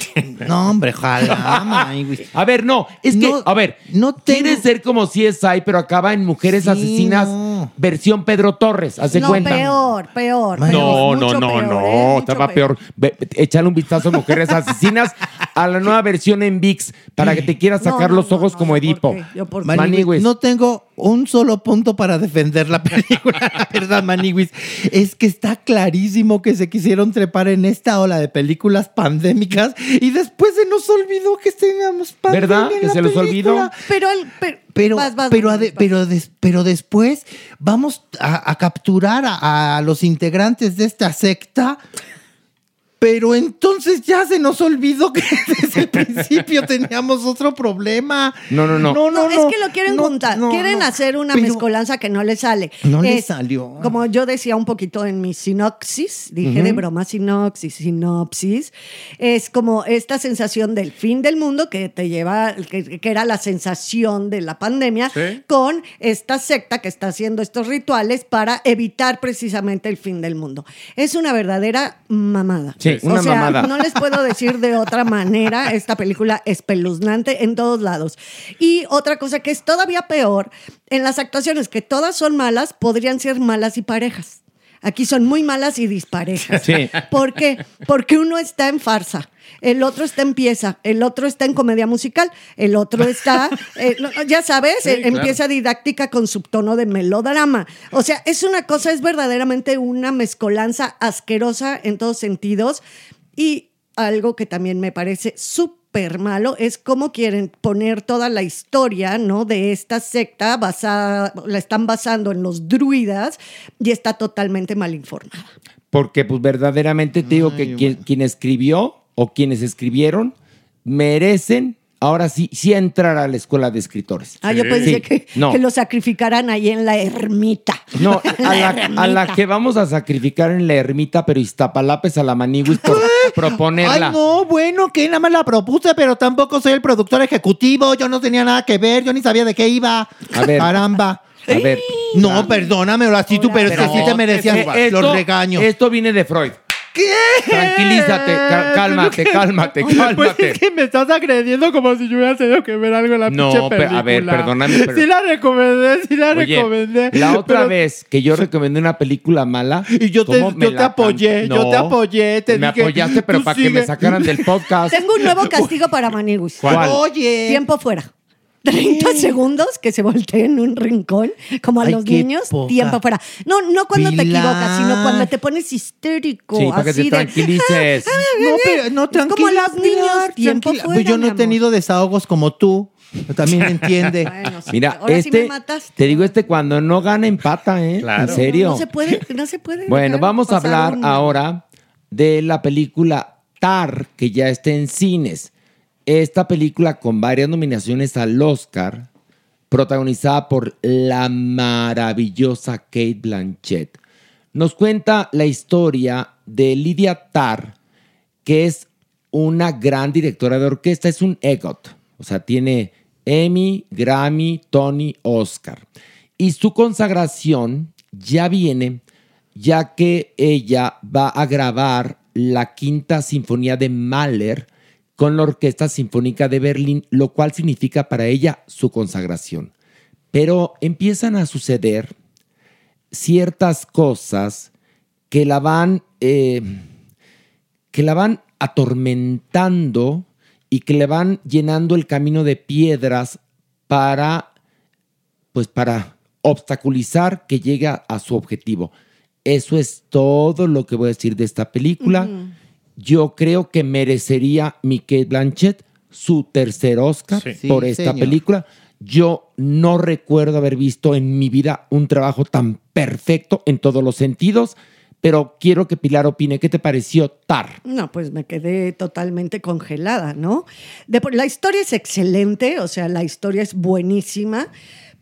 F: No, hombre, ojalá, manigüis.
C: A ver, no, es
F: No,
C: que, a ver, no
F: no tengo-
C: quiere ser como CSI, pero acaba en Mujeres
F: Sí,
C: Asesinas,
F: no.
C: versión Pedro Torres, hace
D: no,
C: cuenta.
D: peor, peor.
F: No,
D: peor, mucho peor, ¿eh? Mucho
C: estaba peor. Ve- ve- Échale un vistazo a Mujeres Asesinas a la nueva versión en VIX para que te quieras
D: No,
C: sacar
D: no,
C: los
D: no,
C: ojos
D: no,
C: como
D: yo por
C: Edipo.
D: qué, yo por qué.
C: Manigüis.
F: Maniguis, no tengo un solo punto para defender la película, la verdad, Maniguis. Es que está clarísimo que se quisieron trepar en esta ola de películas pandémicas y después se nos olvidó que teníamos pandemia.
C: ¿Verdad?
F: en
C: ¿Que
F: la
C: se los olvidó?
F: película.
D: Pero, el, pero,
F: Pero,
D: vas, vas,
F: pero,
D: vas,
F: ade-
D: vas.
F: pero, des- pero después vamos a, a capturar a, a los integrantes de esta secta Pero entonces ya se nos olvidó que desde el principio teníamos otro problema.
C: No, no, no.
F: No, no, no.
D: No, es que lo quieren
F: No,
D: juntar.
F: no,
D: quieren
F: no.
D: hacer una
F: Pero-
D: mezcolanza que no les sale.
F: No les
D: Es,
F: salió.
D: Como yo decía un poquito en mi sinopsis, dije de broma sinopsis, sinopsis, es como esta sensación del fin del mundo que te lleva, que, que era la sensación de la pandemia,
E: Sí.
D: con esta secta que está haciendo estos rituales para evitar precisamente el fin del mundo. Es una verdadera mamada.
C: Sí, una
D: o sea,
C: mamada.
D: No les puedo decir de otra manera. Esta película espeluznante en todos lados. Y otra cosa que es todavía peor, en las actuaciones que todas son malas, podrían ser malas y parejas. Aquí son muy malas y disparejas.
C: Sí.
D: ¿Por qué? Porque uno está en farsa, el otro está en pieza, el otro está en comedia musical, el otro está, eh, no, no, ya sabes, eh,
E: claro.
D: empieza didáctica con subtono de melodrama. O sea, es una cosa, es verdaderamente una mezcolanza asquerosa en todos sentidos. Y algo que también me parece súper malo es cómo quieren poner toda la historia, ¿no? De esta secta basada, la están basando en los druidas y está totalmente mal informada.
C: Porque pues verdaderamente te digo que quien, quien escribió o quienes escribieron merecen ahora sí, sí entrar a la escuela de escritores.
D: Ah, yo pensé
C: Sí,
D: que,
C: no.
D: que lo sacrificaran ahí en la ermita.
C: No, a la, a la
D: ermita.
C: que vamos a sacrificar en la ermita, pero Iztapalapa es a la Maniguis por proponerla.
F: Ay, no, bueno, que nada más la propuse, pero tampoco soy el productor ejecutivo. Yo no tenía nada que ver, yo ni sabía de qué iba.
C: A ver.
F: Caramba. ¿Eh?
C: A ver.
F: No, perdóname, así tú, pero es que
C: Pero
F: sí te merecías
C: eh, esto-
F: los regaños.
C: Esto viene de Freud.
F: ¿Qué?
C: Tranquilízate, ca- cálmate, cálmate, cálmate.
E: Pues es que me estás agrediendo como si yo hubiera tenido que ver algo en la
C: No,
E: pinche
C: pero,
E: película.
C: a ver, perdóname, pero-
E: Sí la recomendé, sí la
C: Oye,
E: recomendé.
C: la otra
E: pero-
C: vez que yo recomendé una película mala.
F: Y yo te-
C: ¿cómo
F: yo
C: me
F: te
C: la can-
F: apoyé, yo te apoyé, te
C: me
F: dije,
C: apoyaste, pero
F: tú
C: para que me
F: sigue.
C: sacaran del podcast.
D: Tengo un nuevo castigo para Maniguis.
C: ¿Cuál?
F: Oye.
D: Tiempo fuera. 30 segundos que se voltee en un rincón, como a
F: Ay,
D: los
F: qué
D: niños,
F: poca.
D: tiempo fuera. No, no cuando te
F: Pilar.
D: equivocas, sino cuando te pones histérico,
C: Sí, para que
D: Oh, así
C: te
D: de...
C: tranquilices.
F: No, pero no,
D: Es como
F: tranquila,
D: los niños,
F: Pilar,
D: tiempo
F: tranquila.
D: fuera,
F: Pues yo no
D: mi
F: he
D: amor.
F: tenido desahogos como tú. Yo También entiende.
D: Bueno, sí,
C: Mira,
D: ahora sí
C: este,
D: me mataste.
C: te digo, este cuando no gana empata, ¿eh?
E: Claro.
C: En
E: No,
C: serio.
D: No, no se puede, no se puede.
C: Bueno,
D: dejar
C: vamos a
D: pasar
C: hablar
D: una.
C: ahora de la película Tar, que ya está en cines. Esta película con varias nominaciones al Oscar, protagonizada por la maravillosa Kate Blanchett, nos cuenta la historia de Lydia Tar, que es una gran directora de orquesta, es un EGOT, o sea, tiene Emmy, Grammy, Tony, Oscar. Y su consagración ya viene, ya que ella va a grabar la quinta sinfonía de Mahler con la Orquesta Sinfónica de Berlín, lo cual significa para ella su consagración. Pero empiezan a suceder ciertas cosas que la van... eh, que la van atormentando y que le van llenando el camino de piedras para, pues para obstaculizar que llegue a, a su objetivo. Eso es todo lo que voy a decir de esta película. Yo creo que merecería mi Kate Blanchett su tercer Oscar
F: Sí.
C: por
F: Sí,
C: esta
F: señor.
C: película. Yo no recuerdo haber visto en mi vida un trabajo tan perfecto en todos los sentidos, pero quiero que Pilar opine. ¿Qué te pareció Tar?
D: No, pues me quedé totalmente congelada, ¿no? De por- la historia es excelente, o sea, la historia es buenísima,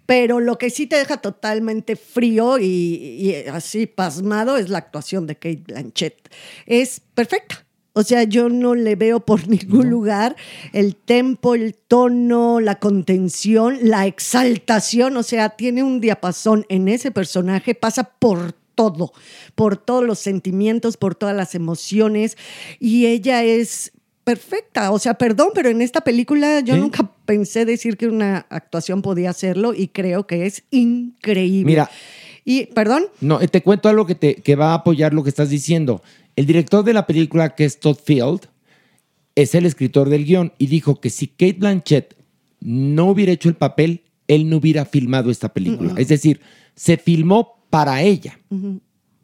D: pero lo que sí te deja totalmente frío y, y así pasmado es la actuación de Kate Blanchett. Es perfecta. O sea, yo no le veo por ningún lugar el tempo, el tono, la contención, la exaltación. O sea, tiene un diapasón en ese personaje, pasa por todo, por todos los sentimientos, por todas las emociones. Y ella es perfecta. O sea, perdón, pero en esta película yo
C: Sí.
D: nunca pensé decir que una actuación podía hacerlo y creo que es increíble.
C: Mira.
D: Y, perdón,
C: No, eh, te cuento algo que, te, que va a apoyar lo que estás diciendo. El director de la película, que es Todd Field, es el escritor del guión y dijo que si Kate Blanchett no hubiera hecho el papel, él no hubiera filmado esta película. Es decir, se filmó para ella.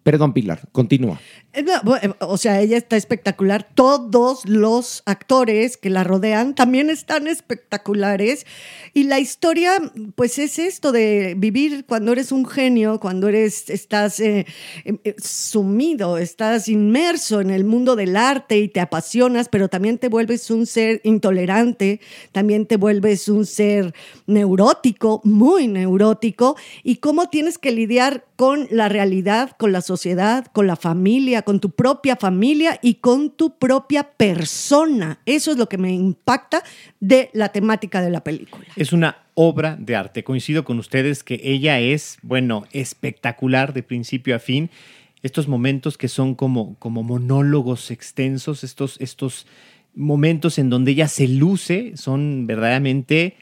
C: Perdón, Pilar, continúa.
D: Eh, no, bu- eh, O sea, ella está espectacular. Todos los actores que la rodean también están espectaculares. Y la historia, pues es esto de vivir cuando eres un genio, cuando eres, estás eh, eh, eh, sumido, estás inmerso en el mundo del arte y te apasionas, pero también te vuelves un ser intolerante, también te vuelves un ser neurótico, muy neurótico, y cómo tienes que lidiar con la realidad, con la sociedad, con la familia, con tu propia familia y con tu propia persona. Eso es lo que me impacta de la temática de la película.
E: Es una obra de arte. Coincido con ustedes que ella es, bueno, espectacular de principio a fin. Estos momentos que son como, como monólogos extensos, estos, estos momentos en donde ella se luce, son verdaderamente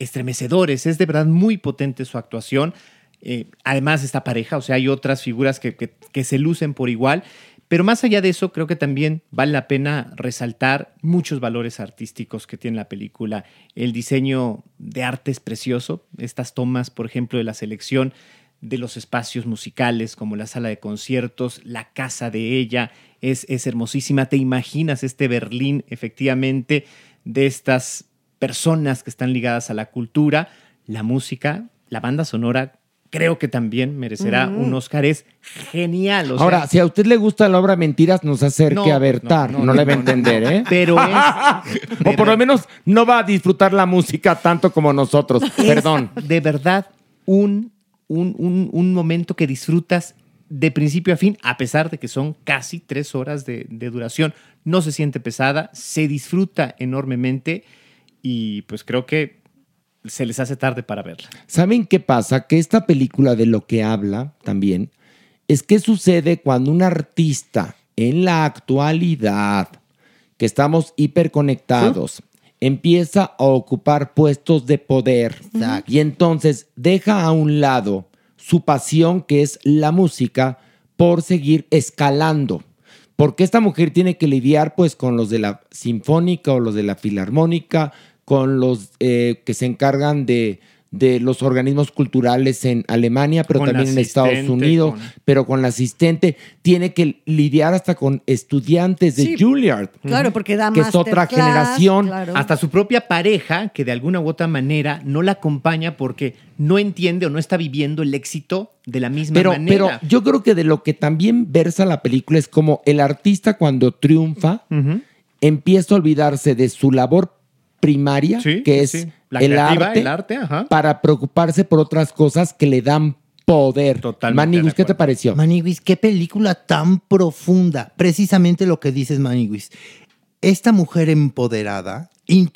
E: estremecedores. Es de verdad muy potente su actuación. Eh, además esta pareja, o sea, hay otras figuras que, que- que se lucen por igual. Pero más allá de eso, creo que también vale la pena resaltar muchos valores artísticos que tiene la película. El diseño de arte es precioso. Estas tomas, por ejemplo, de la selección de los espacios musicales, como la sala de conciertos, la casa de ella, es, es hermosísima. Te imaginas este Berlín, efectivamente, de estas personas que están ligadas a la cultura, la música, la banda sonora, creo que también merecerá
C: Ujú.
E: un Oscar. Es genial. o sea,
C: Ahora, si a usted le gusta la obra Mentiras, nos acerque
E: No,
C: a Bertar. No,
E: no, no,
C: le va a
E: no, no,
C: entender, ¿eh?
E: Pero
C: o por lo menos no va a disfrutar la música tanto como nosotros. Perdón.
E: de verdad un, un, un- un momento que disfrutas de principio a fin, a pesar de que son casi tres horas de, de duración. No se siente pesada, se disfruta enormemente y pues creo que se les hace tarde para verla.
C: ¿Saben qué pasa? Que esta película de lo que habla también es qué sucede cuando un artista en la actualidad, que estamos hiperconectados, empieza a ocupar puestos de poder
F: Exacto.
C: y entonces deja a un lado su pasión que es la música por seguir escalando. Porque esta mujer tiene que lidiar pues con los de la sinfónica o los de la filarmónica, con los eh, que se encargan de, de los organismos culturales en Alemania, pero
E: Con la
C: también en Estados
E: asistente,
C: Unidos,
E: con-
C: pero con la asistente. Tiene que lidiar hasta con estudiantes de
E: Sí,
C: Juilliard.
D: Claro, porque da
C: Que es otra
D: masterclass,
C: generación.
D: claro.
E: Hasta su propia pareja, que de alguna u otra manera no la acompaña porque no entiende o no está viviendo el éxito de la misma
C: Pero, pero
E: manera.
C: yo creo que de lo que también versa la película es como el artista cuando triunfa
E: Ujú.
C: empieza a olvidarse de su labor primaria,
E: Sí,
C: que es
E: sí, sí. La
C: el,
E: creativa,
C: arte,
E: el arte, ajá.
C: para preocuparse por otras cosas que le dan poder. Manigus, ¿qué te pareció?
F: Maniguis, qué película tan profunda. Precisamente lo que dices, Maniguis. Esta mujer empoderada,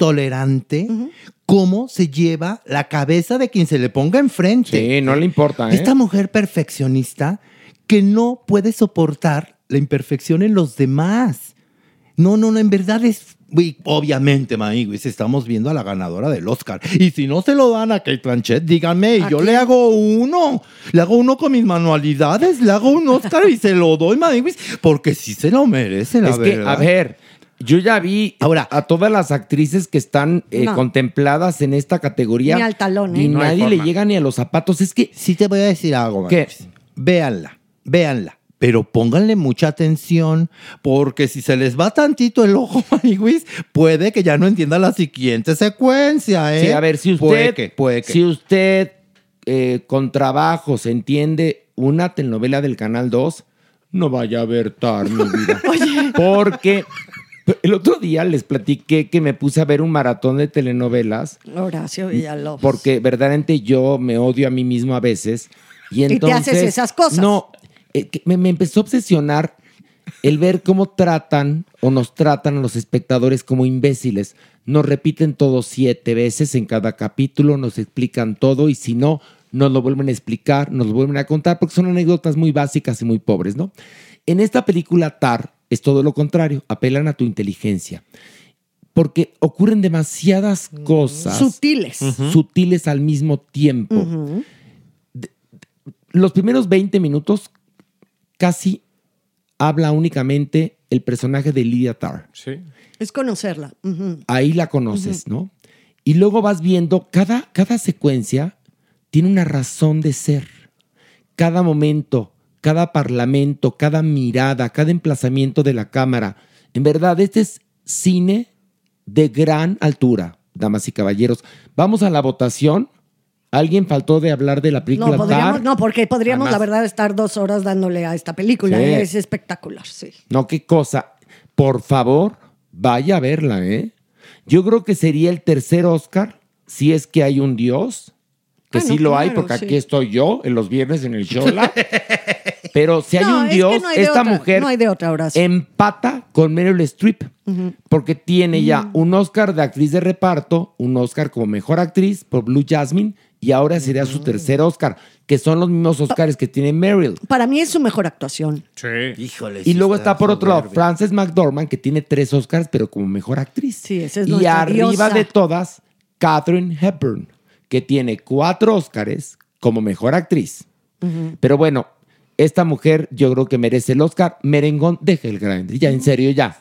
F: intolerante, cómo se lleva la cabeza de quien se le ponga enfrente.
C: Sí, no le importa. ¿eh?
F: Esta mujer perfeccionista que no puede soportar la imperfección en los demás. No, no, no, en verdad es. y obviamente, Maniguis, estamos viendo a la ganadora del Oscar. Y si no se lo dan a Kate Blanchett, díganme, y yo le hago uno. Le hago uno con mis manualidades, le hago un Oscar y se lo doy, Maniguis, porque sí se lo merece, la
C: es que,
F: verdad.
C: a ver, yo ya vi Ahora, a todas las actrices que están eh,
F: No.
C: contempladas en esta categoría.
F: Ni al talón, ¿eh?
C: Y
F: No hay
C: nadie le
F: forma.
C: llega ni a los zapatos. Es que.
F: Sí, te voy a decir algo,
C: ¿Qué?
F: véanla, véanla. Pero pónganle mucha atención, porque si se les va tantito el ojo, Maniwis, puede que ya no entienda la siguiente secuencia, ¿eh?
C: Sí, a ver, si usted,
F: Puede que, puede que.
C: si usted eh, con trabajos entiende una telenovela del Canal 2, no vaya a ver Tar, mi vida. Porque el otro día les platiqué que me puse a ver un maratón de telenovelas
D: Horacio Villalobos.
C: porque verdaderamente yo me odio a mí mismo a veces. Y,
D: Y te
C: entonces,
D: haces esas cosas.
C: No, eh, que me, me empezó a obsesionar el ver cómo tratan o nos tratan a los espectadores como imbéciles. Nos repiten todo siete veces en cada capítulo, nos explican todo y si no, nos lo vuelven a explicar, nos lo vuelven a contar porque son anécdotas muy básicas y muy pobres, ¿no? En esta película TAR es todo lo contrario, apelan a tu inteligencia porque ocurren demasiadas cosas
D: Mm. Sutiles. Ujú.
C: sutiles al mismo tiempo.
D: Ujú.
C: Los primeros 20 minutos casi habla únicamente el personaje de Lydia Tarr.
D: Es conocerla. Ujú.
C: Ahí la conoces, ¿no? Y luego vas viendo cada, cada secuencia tiene una razón de ser. Cada momento, cada parlamento, cada mirada, cada emplazamiento de la cámara. En verdad, este es cine de gran altura, damas y caballeros. Vamos a la votación. ¿Alguien faltó de hablar de la película
D: No, podríamos,
C: Tar?
D: no, porque podríamos,
C: Además-
D: la verdad, estar dos horas dándole a esta película.
C: Sí.
D: Es espectacular, sí.
C: No, qué cosa. Por favor, vaya a verla, ¿eh? Yo creo que sería el tercer Oscar si es que hay un Dios, que
D: Ah,
C: sí
D: no,
C: lo hay,
D: claro,
C: porque
D: sí.
C: aquí estoy yo en los viernes en el Shola. Pero si hay
D: No,
C: un
D: es que
C: Dios,
D: no hay de
C: esta
D: otra,
C: mujer
D: no hay de otra, Horacio.
C: empata con Meryl Streep, porque tiene
D: Mm.
C: ya un Oscar de actriz de reparto, un Oscar como mejor actriz por Blue Jasmine, y ahora sería
D: Mm.
C: su tercer Oscar, que son los mismos Oscars que tiene Meryl.
D: Para mí es su mejor actuación.
E: Sí.
F: Híjole.
C: Y
F: sí
C: luego está, por otro lado
F: soberbia.
C: Frances McDormand, que tiene tres Oscars, pero como mejor actriz.
D: Sí, esa es
C: y
D: nuestra
C: arriba
D: diosa.
C: de todas, Catherine Hepburn, que tiene cuatro Oscars como mejor actriz. Pero bueno, esta mujer yo creo que merece el Oscar. Merengón de Hellgrande. Ya, en serio, ya.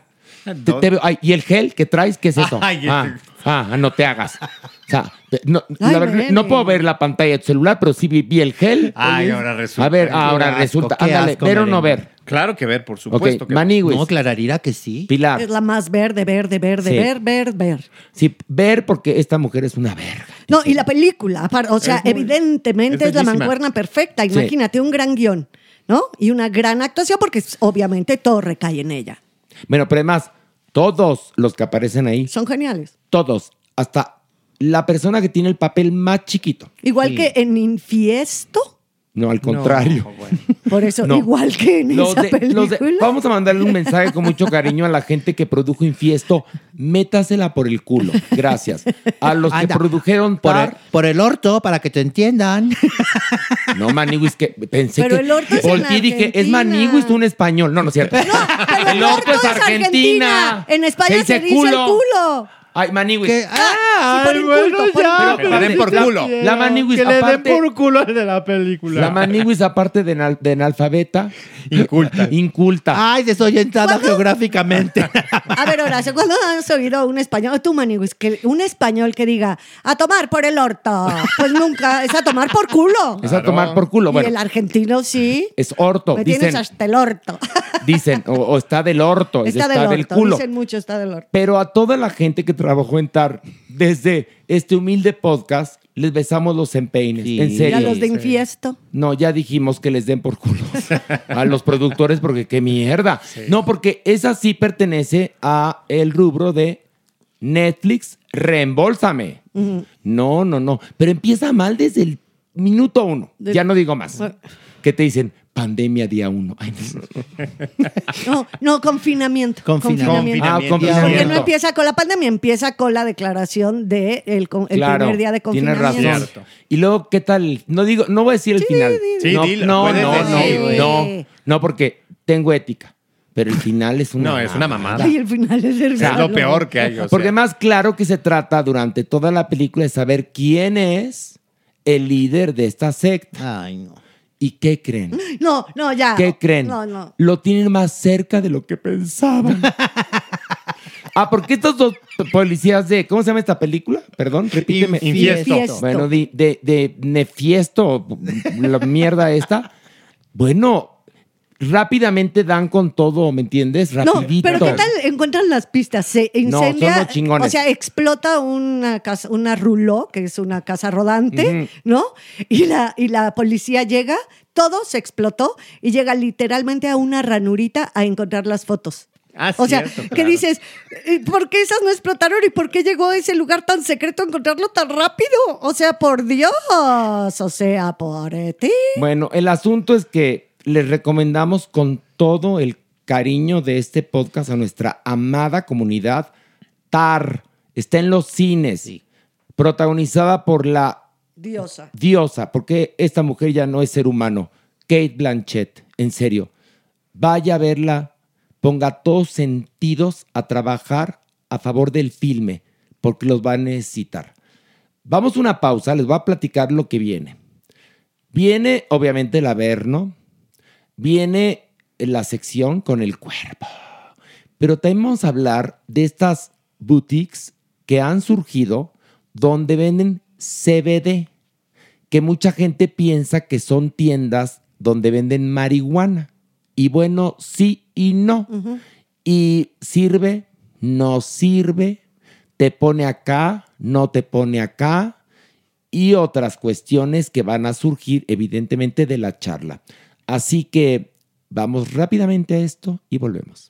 C: Te- te veo- ay, y el gel que traes, ¿qué es eso?
E: Ay,
C: ah,
E: el-
C: ah, no te hagas. O sea, no, la
D: Ay,
C: verdad,
D: Mere.
C: no puedo ver la pantalla de tu celular, pero sí vi, vi el gel.
E: Ay, ahora resulta.
C: A ver,
E: Qué
C: ahora
F: asco,
C: resulta.
F: qué
C: Ándale,
F: asco,
C: ver o no
F: Merengón.
C: ver.
E: Claro que ver, por
C: Ok,
E: supuesto. que ver.
C: Maniwis,
F: No, Clararira que sí.
C: Pilar.
D: Es la más verde, verde, verde,
C: Sí.
D: verde, verde, verde.
C: Sí, ver porque esta mujer es una verga.
D: No, y la película, apar- o sea,
E: Es muy-
D: evidentemente
E: es
D: es, la
E: bellísima.
D: mancuerna perfecta. Imagínate un gran guión, ¿no? Y una gran actuación, porque s- obviamente todo recae en ella.
C: Bueno, pero además, todos los que aparecen ahí,
D: Son geniales.
C: todos, hasta la persona que tiene el papel más chiquito.
D: Igual que en Infiesto,
C: No, al contrario.
E: No, bueno.
D: por eso,
C: No.
D: igual que en
C: Los
D: esa
C: de-
D: película.
C: los de- vamos a mandarle un mensaje con mucho cariño a la gente que produjo Infiesto. Métasela por el culo. Gracias. A los que
F: Anda,
C: produjeron
F: Por el,
C: Tar.
F: por el orto, para que te entiendan.
C: No, Maniwis, que pensé
D: Pero
C: que.
D: el orto es en
C: volteé y dije, es
D: Argentina.
C: Maniwis, un español. No, no es cierto.
D: pero el orto es Argentina. En España
C: Se
D: se
C: dice
D: dice el culo.
C: Ay, Maniwis.
F: Que-
D: Ah, sí, por el culto, por el culto.
E: Que le den por
C: la-
E: culo.
C: La Maniwis,
E: Que le den
C: aparte.
E: por culo al de la película.
C: La Maniwis, aparte de, anal- de analfabeta,
E: Inculta.
C: inculta.
F: Ay, desorientada geográficamente.
D: A ver, Horacio, ¿cuándo has oído a un español, tú, Maniguis, que un español que diga a tomar por el orto? Pues nunca, es a tomar por culo.
C: Es a tomar por culo.
D: Y el
C: Bueno,
D: argentino sí.
C: es orto.
D: Me tienes
C: Dicen,
D: hasta el orto.
C: dicen o, o está del orto, es-
D: está,
C: está,
D: del,
C: del,
D: orto.
C: culo.
D: Dicen mucho, está del orto.
C: Pero a toda la gente que trabajó en TAR, desde este humilde podcast, les besamos los empeines.
F: Sí.
C: En
D: Y a
C: serio.
D: los de infiesto.
C: No, ya dijimos que les den por culo a los productores porque qué mierda. No, porque esa sí pertenece a el rubro de Netflix, reembolsame. No, no, no. Pero empieza mal desde el minuto uno.
D: Del-
C: Ya no digo más.
D: Bueno.
C: Que te dicen pandemia día uno. Ay, no, no, no.
D: No, no, confinamiento.
F: Confinamiento.
D: Confinamiento.
C: Ah,
D: Porque no
C: confinamiento.
D: empieza con la pandemia, empieza con la declaración del de el, con- el
C: Claro,
D: primer día de
C: tienes
D: confinamiento.
C: razón.
E: Cierto.
C: Y luego, ¿qué tal? No digo, no voy a decir el final. no,
E: di, di. Sí,
C: no,
E: dilo,
C: no,
E: puedes
C: no,
D: decir.
C: no, no, porque tengo ética. Pero el final es una
E: No, es una mamada.
D: Ay, el final es el
E: Es lo peor que hay. o sea.
C: Porque más claro que se trata durante toda la película de saber quién es el líder de esta secta.
F: Ay, no.
C: ¿Y qué creen?
D: No, no, ya.
C: ¿Qué creen?
D: No, no.
C: Lo tienen más cerca de lo que pensaban. ah, porque estos dos policías de... ¿Cómo se llama esta película? Perdón, repíteme.
E: Infiesto.
D: Infiesto.
C: Bueno, de, de, de Nefiesto, la mierda esta. Bueno, rápidamente dan con todo, ¿me entiendes?
D: No,
C: Rapidito.
D: pero ¿qué tal encuentran las pistas? Se
C: No, son
D: incendia,
C: los chingones.
D: o sea, explota una casa, una ruló, que es una casa rodante, ¿no? Y la, y la policía llega, todo se explotó y llega literalmente a una ranurita a encontrar las fotos.
E: Ah,
D: o sea,
E: cierto,
D: que
E: claro.
D: dices, "Eh, ¿por qué esas no explotaron y por qué llegó a ese lugar tan secreto a encontrarlo tan rápido? O sea, por Dios, o sea, por eh, ti.
C: Bueno, el asunto es que les recomendamos con todo el cariño de este podcast a nuestra amada comunidad TAR. Está en los cines, protagonizada por la
D: Diosa.
C: diosa, porque esta mujer ya no es ser humano, Kate Blanchett, en serio. Vaya a verla, ponga todos sentidos a trabajar a favor del filme, porque los va a necesitar. Vamos a una pausa, les voy a platicar lo que viene. Viene, obviamente, el averno. Viene la sección con el cuerpo. Pero también vamos a hablar de estas boutiques que han surgido donde venden CBD, que mucha gente piensa que son tiendas donde venden marihuana. Y bueno, sí y no. Y sirve, no sirve, te pone acá, no te pone acá, y otras cuestiones que van a surgir evidentemente de la charla. Así que vamos rápidamente a esto y volvemos.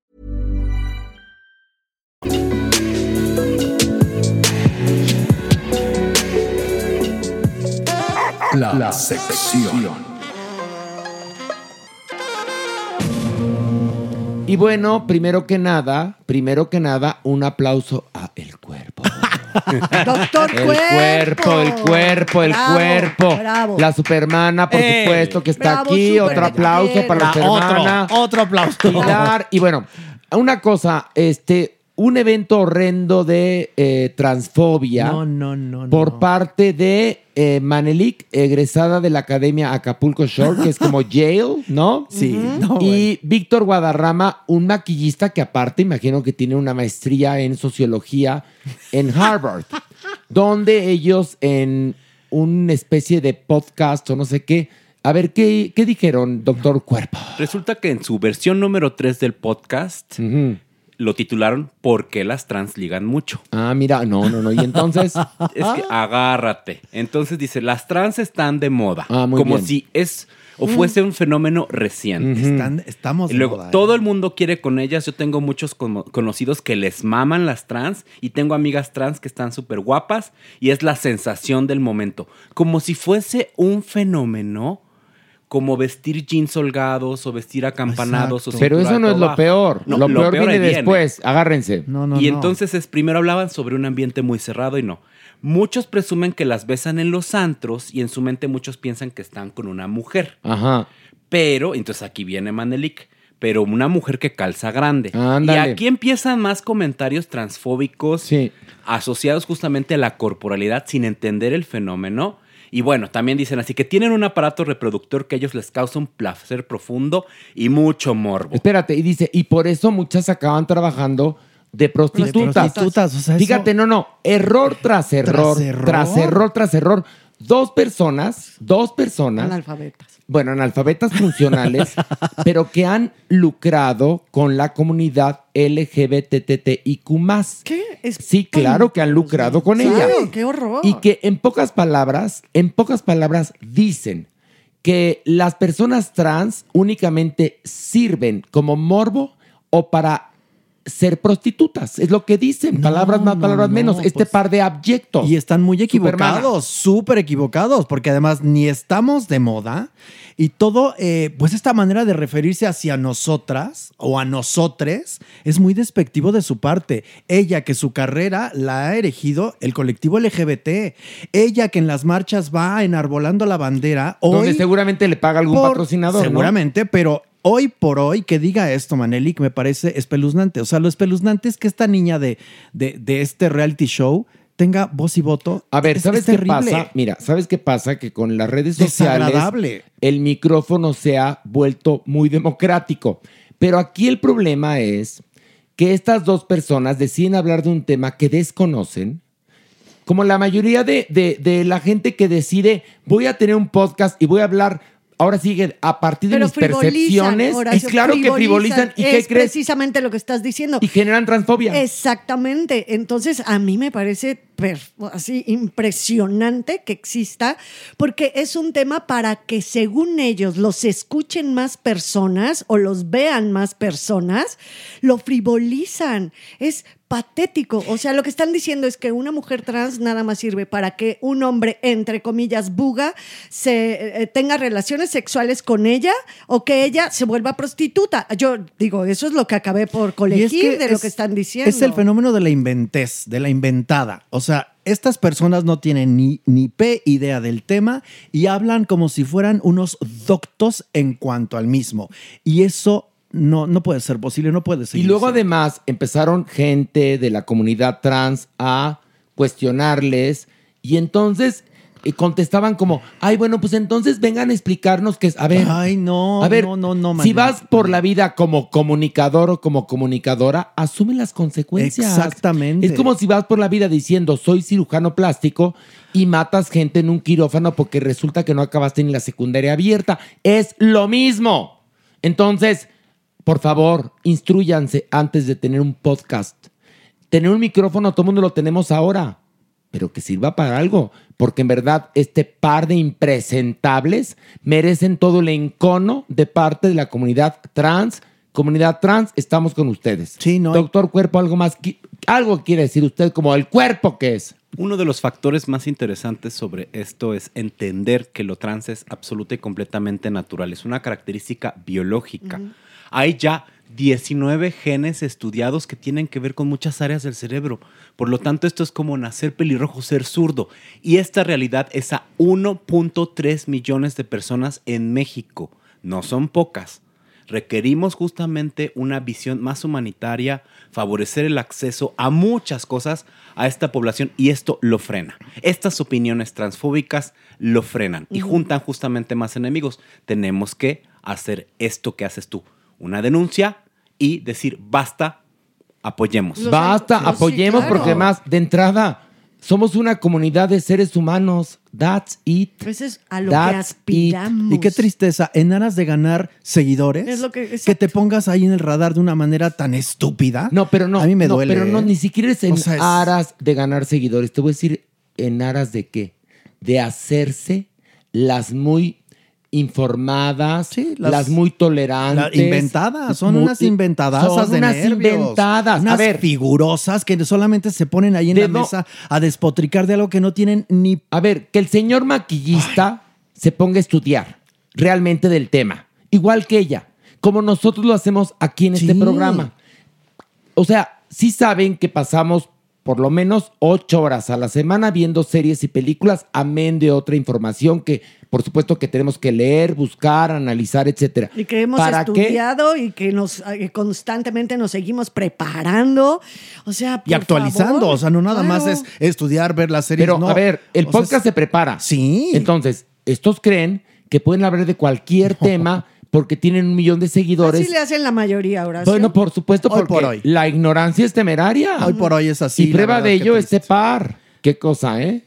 B: La, sección.
C: Y bueno, primero que nada, primero que nada, un aplauso a el cuerpo.
D: Doctor
C: El
D: Cuerpo.
C: cuerpo, el cuerpo, el
D: Bravo,
C: cuerpo.
D: bravo.
C: La supermana, por
F: ¡Ey!
C: supuesto, que está
D: Bravo,
C: aquí. Otro
D: supermujer.
C: aplauso para la
F: Ah,
C: supermana.
F: otro, otro aplauso.
C: Pilar. Y bueno, una cosa, este, un evento horrendo de eh, transfobia
F: No, no, no.
C: por
F: no.
C: parte de eh, Manelik, egresada de la Academia Acapulco Shore, que es como jail, ¿no?
F: Sí, no,
C: Y Víctor Guadarrama, un maquillista que aparte imagino que tiene una maestría en sociología en Harvard, donde ellos en una especie de podcast o no sé qué, a ver, ¿qué, qué dijeron, doctor Cuerpo?
G: Resulta que en su versión número 3 del podcast
C: Ujú.
G: lo titularon ¿Por qué las trans ligan mucho?
C: Ah, mira, no, no, no. Y entonces,
G: Es que
D: Ah.
G: agárrate. Entonces dice, las trans están de moda.
C: Ah, muy
G: como
C: bien.
G: si es o
D: Mm.
G: fuese un fenómeno reciente.
F: Están- estamos
G: Y
F: de
G: luego,
F: moda, ¿eh?
G: todo el mundo quiere con ellas. Yo tengo muchos como- conocidos que les maman las trans y tengo amigas trans que están súper guapas y es la sensación del momento. Como si fuese un fenómeno como vestir jeans holgados o vestir acampanados o
F: Exacto.
C: pero
G: cintura
C: eso no es lo
G: abajo.
C: peor.
G: No,
C: lo, peor,
G: ahí
C: viene después. Agárrense.
F: No, no,
G: y
F: no.
G: entonces es, primero hablaban sobre un ambiente muy cerrado y no. Muchos presumen que las besan en los antros y en su mente muchos piensan que están con una mujer.
C: Ajá.
G: Pero, entonces aquí viene Manelik, pero una mujer que calza grande.
C: Ándale.
G: Y aquí empiezan más comentarios transfóbicos
C: Sí.
G: asociados justamente a la corporalidad sin entender el fenómeno. Y bueno, también dicen así que tienen un aparato reproductor que a ellos les causa un placer profundo y mucho morbo.
C: Espérate, y dice, y por eso muchas acaban trabajando de prostitutas.
F: prostitutas, o sea, eso-
C: Fíjate, no, no, error tras error, tras error,
F: error.
C: tras error, Dos personas, dos personas,
D: Analfabetas.
C: bueno, analfabetas funcionales, pero que han lucrado con la comunidad LGBTTIQ+.
D: ¿Qué?
C: Sí, claro que han lucrado con
D: Claro,
C: ella.
D: qué horror.
C: Y que en pocas palabras, en pocas palabras dicen que las personas trans únicamente sirven como morbo o para ser prostitutas. Es lo que dicen. Palabras más, palabras menos. Este par de abyectos.
H: pues. Y están muy
C: Supermana.
H: equivocados, ¿eh? súper equivocados, porque además ni estamos de moda y todo, eh, pues esta manera de referirse hacia nosotras o a nosotres es muy despectivo de su parte. Ella que su carrera la ha erigido el colectivo LGBT, ella que en las marchas va enarbolando la bandera.
C: Donde
H: Hoy,
C: seguramente le paga algún
H: por-
C: patrocinador. ¿no?
H: Seguramente, pero hoy por hoy que diga esto, Manelik, me parece espeluznante. O sea, lo espeluznante es que esta niña de, de, de este reality show tenga voz y voto.
C: A ver,
H: Es-
C: ¿sabes
H: es
C: qué
H: terrible.
C: pasa? Mira, ¿sabes qué pasa? Que con las redes sociales
H: Desagradable.
C: el micrófono se ha vuelto muy democrático. Pero aquí el problema es que estas dos personas deciden hablar de un tema que desconocen, como la mayoría de, de- de la gente que decide, voy a tener un podcast y voy a hablar, ahora sigue, a partir de
D: Pero
C: mis
D: frivolizan,
C: percepciones,
D: Horacio,
C: es claro que frivolizan, ¿y qué
D: es
C: crees?
D: precisamente lo que estás diciendo.
C: Y generan transfobia.
D: Exactamente. Entonces, a mí me parece per- así impresionante que exista, porque es un tema para que según ellos los escuchen más personas o los vean más personas, lo frivolizan. Es patético. O sea, lo que están diciendo es que una mujer trans nada más sirve para que un hombre, entre comillas, buga, se eh, tenga relaciones sexuales con ella o que ella se vuelva prostituta. Yo digo, eso es lo que acabé por
H: Y
D: colegir
H: es que
D: de lo
H: es-
D: que están diciendo.
H: Es el fenómeno de la inventez, de la inventada. O sea, estas personas no tienen ni, ni P idea del tema y hablan como si fueran unos doctos en cuanto al mismo. Y eso no, no puede ser posible, no puede
C: Y
H: seguir.
C: luego además empezaron gente de la comunidad trans a cuestionarles y entonces eh, contestaban como, ay, bueno, pues entonces vengan a explicarnos que es, a ver,
H: Ay, no,
C: a ver,
H: no, no, no,
C: si
H: Manuel.
C: vas por la vida como comunicador o como comunicadora, asume las consecuencias.
H: Exactamente.
C: Es como si vas por la vida diciendo, soy cirujano plástico y matas gente en un quirófano porque resulta que no acabaste ni la secundaria abierta. Es lo mismo. Entonces, por favor, instruyanse antes de tener un podcast. Tener un micrófono, todo el mundo lo tenemos ahora, pero que sirva para algo, porque en verdad este par de impresentables merecen todo el encono de parte de la comunidad trans. Comunidad trans, estamos con ustedes. Sí, no. Doctor Cuerpo, algo más, qui- algo quiere decir usted como el cuerpo que es.
G: Uno de los factores más interesantes sobre esto es entender que lo trans es absoluta y completamente natural. Es una característica biológica. Hay ya 19 genes estudiados que tienen que ver con muchas áreas del cerebro. Por lo tanto, esto es como nacer pelirrojo, ser zurdo. Y esta realidad es a 1.3 millones de personas en México. No son pocas. Requerimos justamente una visión más humanitaria, favorecer el acceso a muchas cosas a esta población y esto lo frena. Estas opiniones transfóbicas lo frenan y
I: Ujú.
G: juntan justamente más enemigos. Tenemos que hacer esto que haces tú, una denuncia y decir basta, apoyemos.
C: Basta, apoyemos porque además, de entrada, somos una comunidad de seres humanos. That's it.
D: Eso es a lo que
H: That's it.
D: aspiramos.
H: Y qué tristeza, en aras de ganar seguidores,
D: Es lo que-
H: que te pongas ahí en el radar de una manera tan estúpida. No,
C: pero no.
H: A mí me
C: no,
H: duele.
C: Pero no,
H: ¿eh?
C: ni siquiera es en
H: O sea, es-
C: aras de ganar seguidores. Te voy a decir en aras de qué. De hacerse las muy informadas, las,
H: las-
C: muy tolerantes.
H: La- inventadas, son
C: muy-
H: unas inventadas
C: Son
H: de
C: unas
H: nervios.
C: inventadas.
H: Unas
C: a ver,
H: figurosas que solamente se ponen ahí en la
C: Dedo-
H: mesa a despotricar de algo que no tienen ni...
C: A ver, que el señor maquillista se ponga a estudiar realmente del tema, igual que ella, como nosotros lo hacemos aquí en este programa. O sea, sí saben que pasamos por lo menos ocho horas a la semana viendo series y películas, amén de otra información que, por supuesto, que tenemos que leer, buscar, analizar, etcétera.
D: Y que hemos
C: ¿Para qué?
D: estudiado y que nos eh, constantemente nos seguimos preparando. O sea,
H: Y actualizando, o sea, no nada más es estudiar, ver las series.
C: Pero
H: no.
C: a ver, el
H: O sea,
C: podcast se prepara.
H: Sí.
C: Entonces, estos creen que pueden hablar de cualquier tema porque tienen un millón de seguidores.
D: Así le hacen la mayoría ahora.
C: Bueno, por supuesto,
D: Hoy
C: porque
D: por hoy.
C: la ignorancia es temeraria.
H: Hoy por hoy es así,
C: Y
H: la
C: prueba
H: verdad,
C: de
H: qué
C: ello este par. Qué cosa, ¿eh?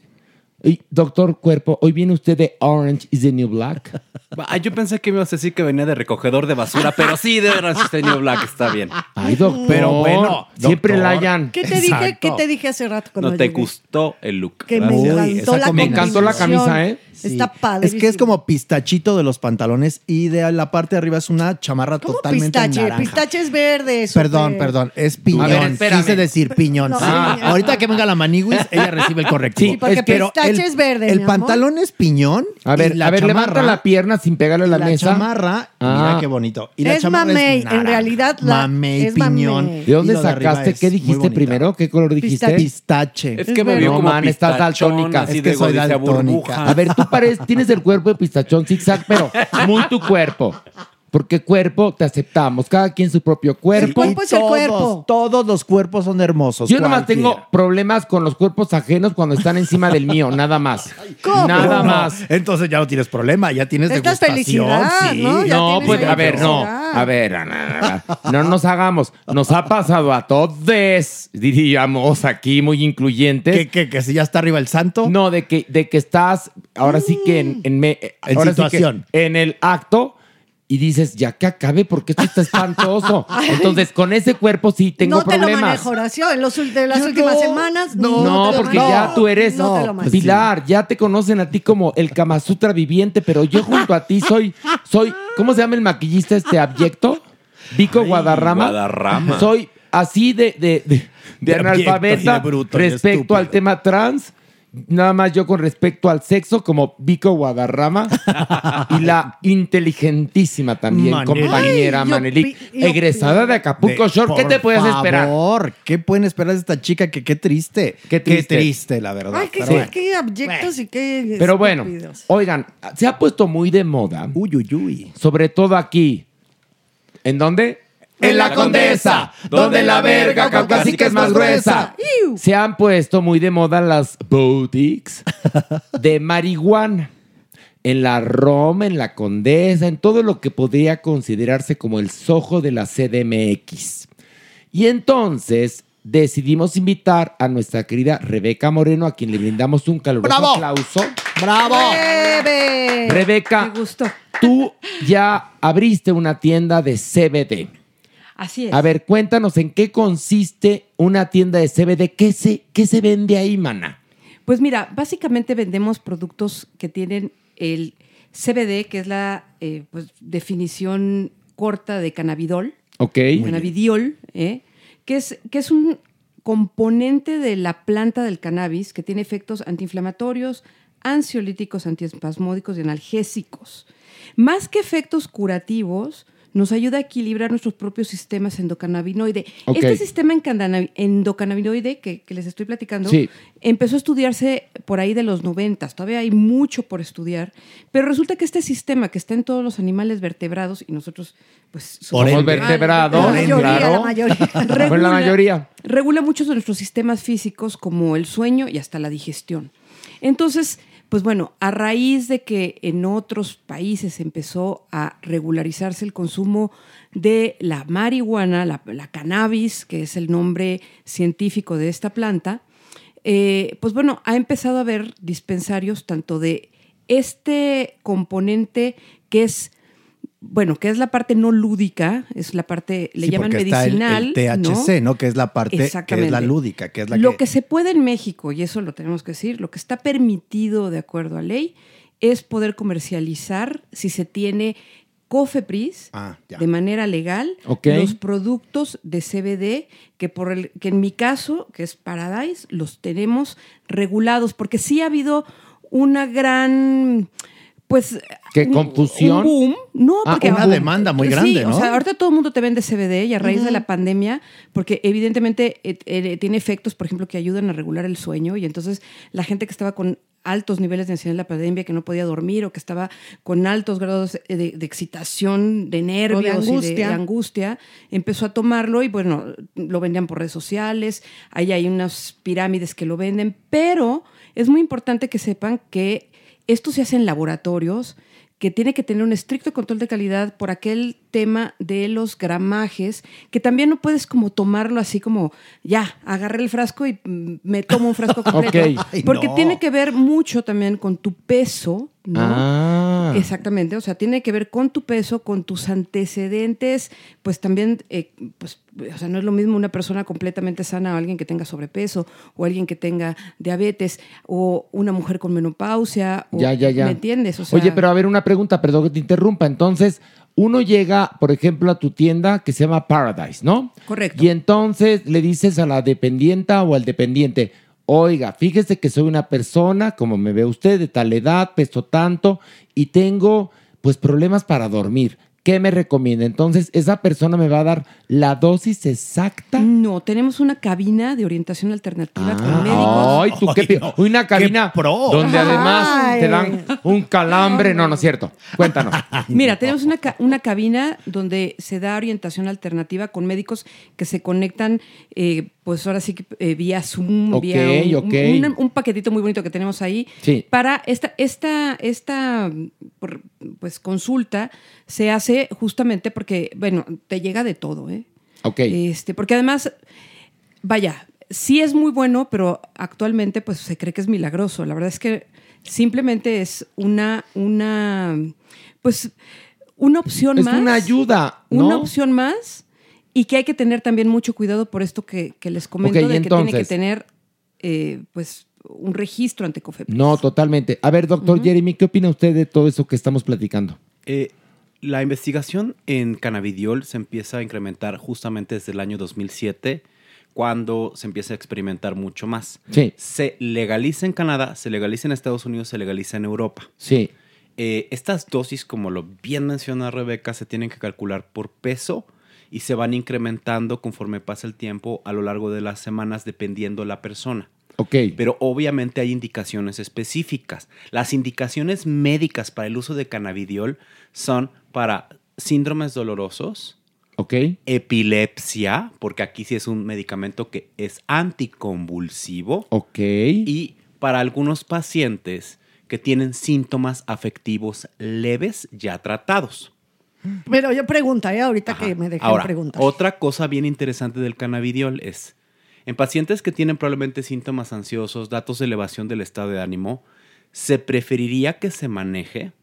C: Y, doctor Cuerpo, hoy viene usted de Orange is the New Black.
G: Ah, Yo pensé que me ibas a decir que venía de recogedor de basura, pero sí de Rastreño Black, está bien.
C: Ay, doctor.
G: Pero bueno,
C: siempre
G: doctor.
C: la hayan.
D: ¿Qué te, dije, ¿Qué te dije hace rato cuando
G: No te
D: llegué?
G: gustó el look.
D: Que me
G: Gracias.
D: encantó
G: Esa
D: la
G: combinación.
C: ¿eh?
D: combinación.
H: Sí.
D: Está padre.
H: Es que es como pistachito de los pantalones y de la parte de arriba es una chamarra totalmente
D: pistache.
H: naranja.
D: Pistache es verde.
H: Perdón,
D: súper-
H: perdón, es piñón.
D: A ver, espérame.
H: Quise decir piñón.
D: No,
H: sí.
D: sí.
H: Ahorita que venga la maniguis, ella recibe el correctivo.
D: Sí, porque
H: Es que-
D: pistache
H: el-
D: es verde,
H: El
D: mi amor.
H: pantalón es piñón.
C: A ver,
H: y la
C: a ver,
H: chamarra-
C: levanta la pierna sin pegarle a la,
H: la
C: mesa.
H: chamarra,
C: Ah.
H: mira qué bonito. Y la
D: Es
H: chamarra
D: mamey, en
H: es naranja.
D: realidad la-
H: mamey,
D: es
H: piñón.
D: mamey.
C: ¿De dónde
H: Y lo arriba
C: sacaste?
H: es
C: ¿Qué
H: muy
C: dijiste
H: bonita.
C: primero? ¿Qué color dijiste?
H: Pistache.
C: Es que me vio como pistachón, así
H: Es que
C: de
H: soy
C: gordita
H: daltónica.
C: burbuja. A ver, tú pareces, tienes el cuerpo de pistachón zigzag, pero muy tu cuerpo. Porque cuerpo te aceptamos, cada quien su propio cuerpo.
H: Y todos, Todos los cuerpos son hermosos.
C: Yo nomás
H: cualquiera.
C: tengo problemas con los cuerpos ajenos cuando están encima del mío, nada más.
H: ¿Cómo?
C: Nada
H: No,
C: más.
H: Entonces ya no tienes problema, ya tienes
C: Estás
H: degustación.
C: felicidad,
H: sí.
C: ¿no? Ya No, tienes pues, ahí a ver, no. felicidad. A ver, No nos hagamos, nos ha pasado a todos, diríamos aquí muy incluyentes. ¿Que,
H: si ya está arriba el santo?
C: No, de que, de que estás ahora sí que en, en, me- eh,
H: En
C: ahora sí que
H: situación.
C: en el acto y dices, ya que acabe, porque esto está espantoso. Entonces, con ese cuerpo sí tengo
D: no te lo
C: problemas.
D: manejo, Horacio. En los, ul- de las últimas semanas.
C: No,
D: te lo
C: porque
D: manejo.
C: ya tú eres pues
D: No te lo manejo.
C: Pilar, ya te conocen a ti como el Kama Sutra viviente, pero yo junto a ti soy, soy, ¿cómo se llama el maquillista este abyecto? Vico Guadarrama.
G: Guadarrama.
C: Soy así de, de, de- de
G: De abyecto y
C: analfabeta
G: de bruto y de
C: respecto al tema trans. Nada más yo con respecto al sexo, como Vico Guadarrama y la inteligentísima también
H: Maneli.
C: compañera
H: Ay, yo
C: Manelik,
H: pi- yo
C: egresada de Acapulco
H: De-
C: Shore. ¿Qué te
H: por
C: puedes esperar?
H: favor, ¿qué pueden esperar de esta chica? Que qué triste. Qué
C: triste.
H: la verdad.
D: Ay, qué,
H: Pero bueno.
D: qué abyectos y qué.
C: Pero bueno,
D: estúpidos.
C: oigan, se ha puesto muy de moda.
H: Uy, uy, uy.
C: Sobre todo aquí. ¿En dónde?
H: En la Condesa,
C: donde la verga caucásica es más gruesa. Se han puesto muy de moda las boutiques de marihuana. En la Roma, en la Condesa, en todo lo que podría considerarse como el sojo de la CDMX. Y entonces decidimos invitar a nuestra querida Rebeca Moreno, a quien le brindamos un caluroso
H: ¡Bravo!
C: aplauso.
H: ¡Bravo!
D: Bebe.
C: Rebeca, tú ya abriste una tienda de CBD.
I: Así es.
C: A ver, cuéntanos en qué consiste una tienda de CBD. ¿Qué se, qué se vende ahí, mana?
I: Pues mira, básicamente vendemos productos que tienen el CBD, que es la eh, pues, definición corta de cannabidol,
C: Ok.
I: cannabidiol, ¿eh? que, es, que es un componente de la planta del cannabis que tiene efectos antiinflamatorios, ansiolíticos, antiespasmódicos y analgésicos. Más que efectos curativos, nos ayuda a equilibrar nuestros propios sistemas endocannabinoide.
J: Ok.
I: Este sistema encandana- endocannabinoide que, que les estoy platicando
J: Sí.
I: empezó a estudiarse por ahí de los 90, todavía hay mucho por estudiar, pero resulta que este sistema que está en todos los animales vertebrados y nosotros pues
C: Por
I: somos
C: ende. vertebrados,
I: Ah,
C: La mayoría, claro. la mayoría. Pues la mayoría.
I: regula muchos de nuestros sistemas físicos como el sueño y hasta la digestión. Entonces, pues bueno, a raíz de que en otros países empezó a regularizarse el consumo de la marihuana, la, la cannabis, que es el nombre científico de esta planta, eh, pues bueno, ha empezado a haber dispensarios tanto de este componente que es, bueno, que es la parte no lúdica, es la parte, le
H: Sí,
I: llaman
H: porque está el-
I: medicinal.
H: el, THC, ¿no? Que es la parte que es la
I: Exactamente.
H: lúdica, que es la
I: lo
H: que,
I: que... se puede en México, y eso lo tenemos que decir, lo que está permitido de acuerdo a ley es poder comercializar si se tiene COFEPRIS
H: Ah, ya.
I: de manera legal
H: Ok.
I: los productos de CBD que por el que en mi caso, que es Paradise, los tenemos regulados porque sí ha habido una gran pues
C: ¿Qué
I: un-
C: confusión?
I: un boom, no,
H: Ah,
I: porque
H: una
I: ahora-
H: demanda muy
I: Sí,
H: grande, ¿no?
I: o sea, ahorita todo el mundo te vende CBD y a raíz de la
H: Ujú.
I: pandemia, porque evidentemente eh, eh, tiene efectos, por ejemplo, que ayudan a regular el sueño y entonces la gente que estaba con altos niveles de ansiedad en la pandemia, que no podía dormir o que estaba con altos grados eh, de, de excitación, de nervios, y de,
D: angustia.
I: de angustia, empezó a tomarlo y bueno, lo vendían por redes sociales, ahí hay unas pirámides que lo venden, pero es muy importante que sepan que esto se hace en laboratorios, que tiene que tener un estricto control de calidad por aquel tema de los gramajes, que también no puedes como tomarlo así como, ya, agarré el frasco y mm, me tomo un frasco completo.
C: Ok. Ay,
I: Porque
C: no.
I: tiene que ver mucho también con tu peso, ¿no?
C: Ah, Ah.
I: Exactamente, o sea, tiene que ver con tu peso, con tus antecedentes, pues también, eh, pues, o sea, no es lo mismo una persona completamente sana a alguien que tenga sobrepeso, o alguien que tenga diabetes, o una mujer con menopausia, o,
C: Ya, ya, ya.
I: ¿me entiendes? O sea,
C: Oye, pero a ver, una pregunta, perdón que te interrumpa. Entonces, uno llega, por ejemplo, a tu tienda que se llama Paradise, ¿no?
I: Correcto.
C: Y entonces le dices a la dependienta o al dependiente, oiga, fíjese que soy una persona, como me ve usted, de tal edad, peso tanto, y tengo, pues, problemas para dormir. ¿Qué me recomienda? Entonces, esa persona me va a dar la dosis exacta.
I: No, tenemos una cabina de orientación alternativa con médicos.
C: Ah, Ay, tú qué pi- Una cabina donde
I: Ay.
C: además te dan un calambre. No, no es cierto. Cuéntanos.
I: Mira, tenemos una, ca- una cabina donde se da orientación alternativa con médicos que se conectan, eh, pues ahora sí que eh, vía Zoom,
C: Ok,
I: vía un,
C: ok.
I: un- un- un paquetito muy bonito que tenemos ahí.
C: Sí.
I: Para esta, esta, esta por- pues, consulta se hace justamente porque, bueno, te llega de todo, ¿eh?
C: Ok.
I: Este, porque además, vaya, sí es muy bueno, pero actualmente pues se cree que es milagroso. La verdad es que simplemente es una, una, pues, una opción
C: Es
I: más.
C: una ayuda,
I: Una
C: ¿no?
I: opción más y que hay que tener también mucho cuidado por esto que, que les comento
C: Ok, y
I: de que tiene que
C: entonces.
I: tener, eh, pues, un registro ante COFEP.
C: No, totalmente. A ver, doctor Jeremy, ¿qué opina usted de todo eso que estamos platicando?
G: Eh, la investigación en cannabidiol se empieza a incrementar justamente desde el año 2007, cuando se empieza a experimentar mucho más.
C: Sí.
G: Se legaliza en Canadá, se legaliza en Estados Unidos, se legaliza en Europa.
C: Sí.
G: Eh, estas dosis, como lo bien menciona Rebeca, se tienen que calcular por peso y se van incrementando conforme pasa el tiempo a lo largo de las semanas dependiendo la persona.
C: Ok.
G: Pero obviamente hay indicaciones específicas. Las indicaciones médicas para el uso de cannabidiol son para síndromes dolorosos,
C: Ok.
G: epilepsia, porque aquí sí es un medicamento que es anticonvulsivo.
C: Ok.
G: Y para algunos pacientes que tienen síntomas afectivos leves ya tratados.
D: Pero yo pregunta, ¿eh? ahorita que me dejan
G: Ahora,
D: preguntar.
G: otra cosa bien interesante del cannabidiol es, en pacientes que tienen probablemente síntomas ansiosos, datos de elevación del estado de ánimo, se preferiría que se maneje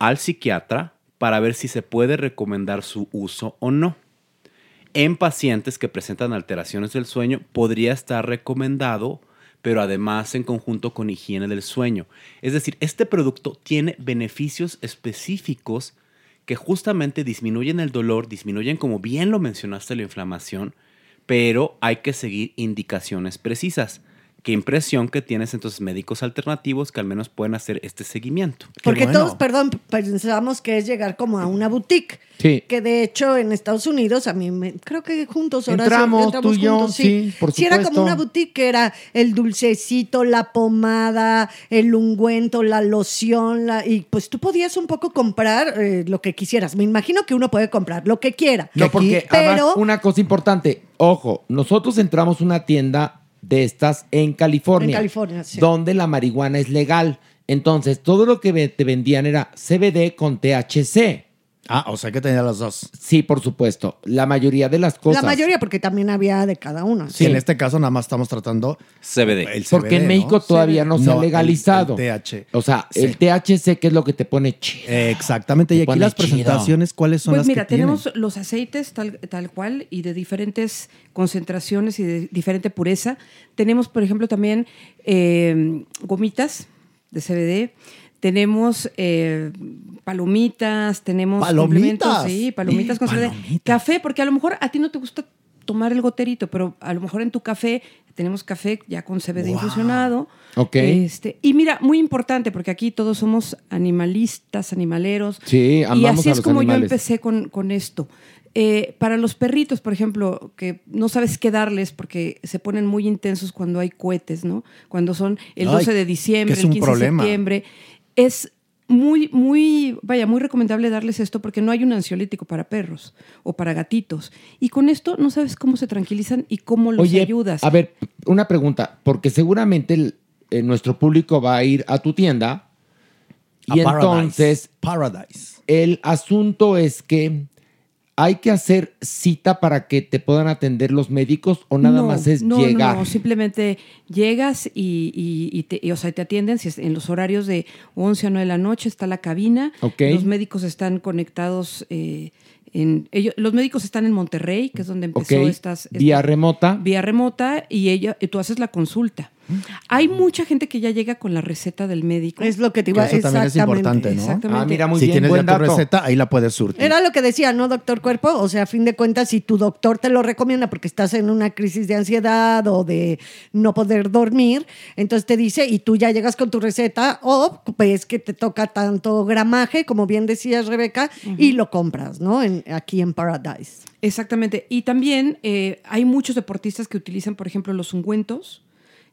G: al psiquiatra para ver si se puede recomendar su uso o no. En pacientes que presentan alteraciones del sueño podría estar recomendado, pero además en conjunto con higiene del sueño. Es decir, este producto tiene beneficios específicos que justamente disminuyen el dolor, disminuyen, como bien lo mencionaste, la inflamación, pero hay que seguir indicaciones precisas. ¿Qué impresión que tienes entonces médicos alternativos que al menos pueden hacer este seguimiento?
D: Porque todos, perdón, pensamos que es llegar como a una boutique.
G: Sí.
D: Que de hecho en Estados Unidos, a mí me- creo que juntos Horacio,
C: Entramos, tú y yo, sí, por
D: Sí, era como
C: supuesto.
D: una boutique que era el dulcecito, la pomada, el ungüento, la loción, la, y pues tú podías un poco comprar eh, lo que quisieras. Me imagino que uno puede comprar lo que quiera.
C: No, porque además,
D: pero
C: una cosa importante, ojo, nosotros entramos a una tienda de estas en California.
D: En California, sí.
C: Donde la marihuana es legal. Entonces, todo lo que ve- te vendían era CBD con THC.
H: Ah, o sea que tenía las dos.
C: Sí, por supuesto. La mayoría de las cosas.
D: la mayoría, porque también había de cada uno.
H: Sí, en este caso nada más estamos tratando
G: CBD.
H: el
C: Porque en
H: CBD,
C: México todavía no se ha
H: el-
C: legalizado.
H: el TH.
C: O sea,
H: Sí.
C: el THC, que es lo que te pone chido.
H: Exactamente. Y
C: Te
H: aquí
C: pone
H: las
C: chido.
H: presentaciones, ¿cuáles son
I: pues
H: las
I: mira,
H: que tienen?
I: tenemos los aceites tal, tal cual y de diferentes concentraciones y de diferente pureza. Tenemos, por ejemplo, también eh, gomitas de CBD. Tenemos eh, palomitas, tenemos
H: ¿Palomitas? Eh,
I: complementos, sí, palomitas con CBD.
H: Palomitas.
I: Café, porque a lo mejor a ti no te gusta tomar el goterito, pero a lo mejor en tu café tenemos café ya con CBD infusionado.
C: Ok.
I: Este, y mira, muy importante, porque aquí todos somos animalistas, animaleros.
C: Sí,
I: Y
C: amamos
I: así
C: a
I: es
C: los
I: como yo
C: animales.
I: empecé con, con esto. Eh, para los perritos, por ejemplo, que no sabes qué darles porque se ponen muy intensos cuando hay cohetes, ¿no? Cuando son el
H: Ay,
I: 12 de
H: que
I: diciembre,
H: es
I: el
H: un
I: 15
H: problema.
I: de septiembre. Es muy, muy, vaya, muy recomendable darles esto porque no hay un ansiolítico para perros o para gatitos. Y con esto no sabes cómo se tranquilizan y cómo los
C: Oye,
I: ayudas.
C: A ver, una pregunta, porque seguramente el- eh, nuestro público va a ir a tu tienda y
H: A Paradise.
C: entonces
H: Paradise.
C: el asunto es que ¿hay que hacer cita para que te puedan atender los médicos o nada
I: No,
C: más es
I: no,
C: llegar?
I: No, simplemente llegas y, y- y te, y, o sea, te atienden. Si es en los horarios de 11 a 9 de la noche está la cabina.
C: Ok.
I: Los médicos están conectados. eh, en, ellos, los médicos están en Monterrey, que es donde
C: ok,
I: empezó estas, esta-
C: vía remota.
I: vía remota y ella, y tú haces la consulta.
C: Mm.
I: Hay mucha gente que ya llega con la receta del médico. Es
D: lo que
H: Que eso también es importante, ¿no?
I: Exactamente.
H: si tienes ya tu receta, ahí la puedes surtir.
D: Era lo que decía, ¿no, doctor cuerpo? O sea, a fin de cuentas, si tu doctor te lo recomienda porque estás en una crisis de ansiedad o de no poder dormir, entonces te dice, y tú ya llegas con tu receta, o pues que te toca tanto gramaje, como bien decías, Rebeca, y lo compras, ¿no? En- aquí en Paradise.
I: Exactamente. Y también eh, hay muchos deportistas que utilizan, por ejemplo, los ungüentos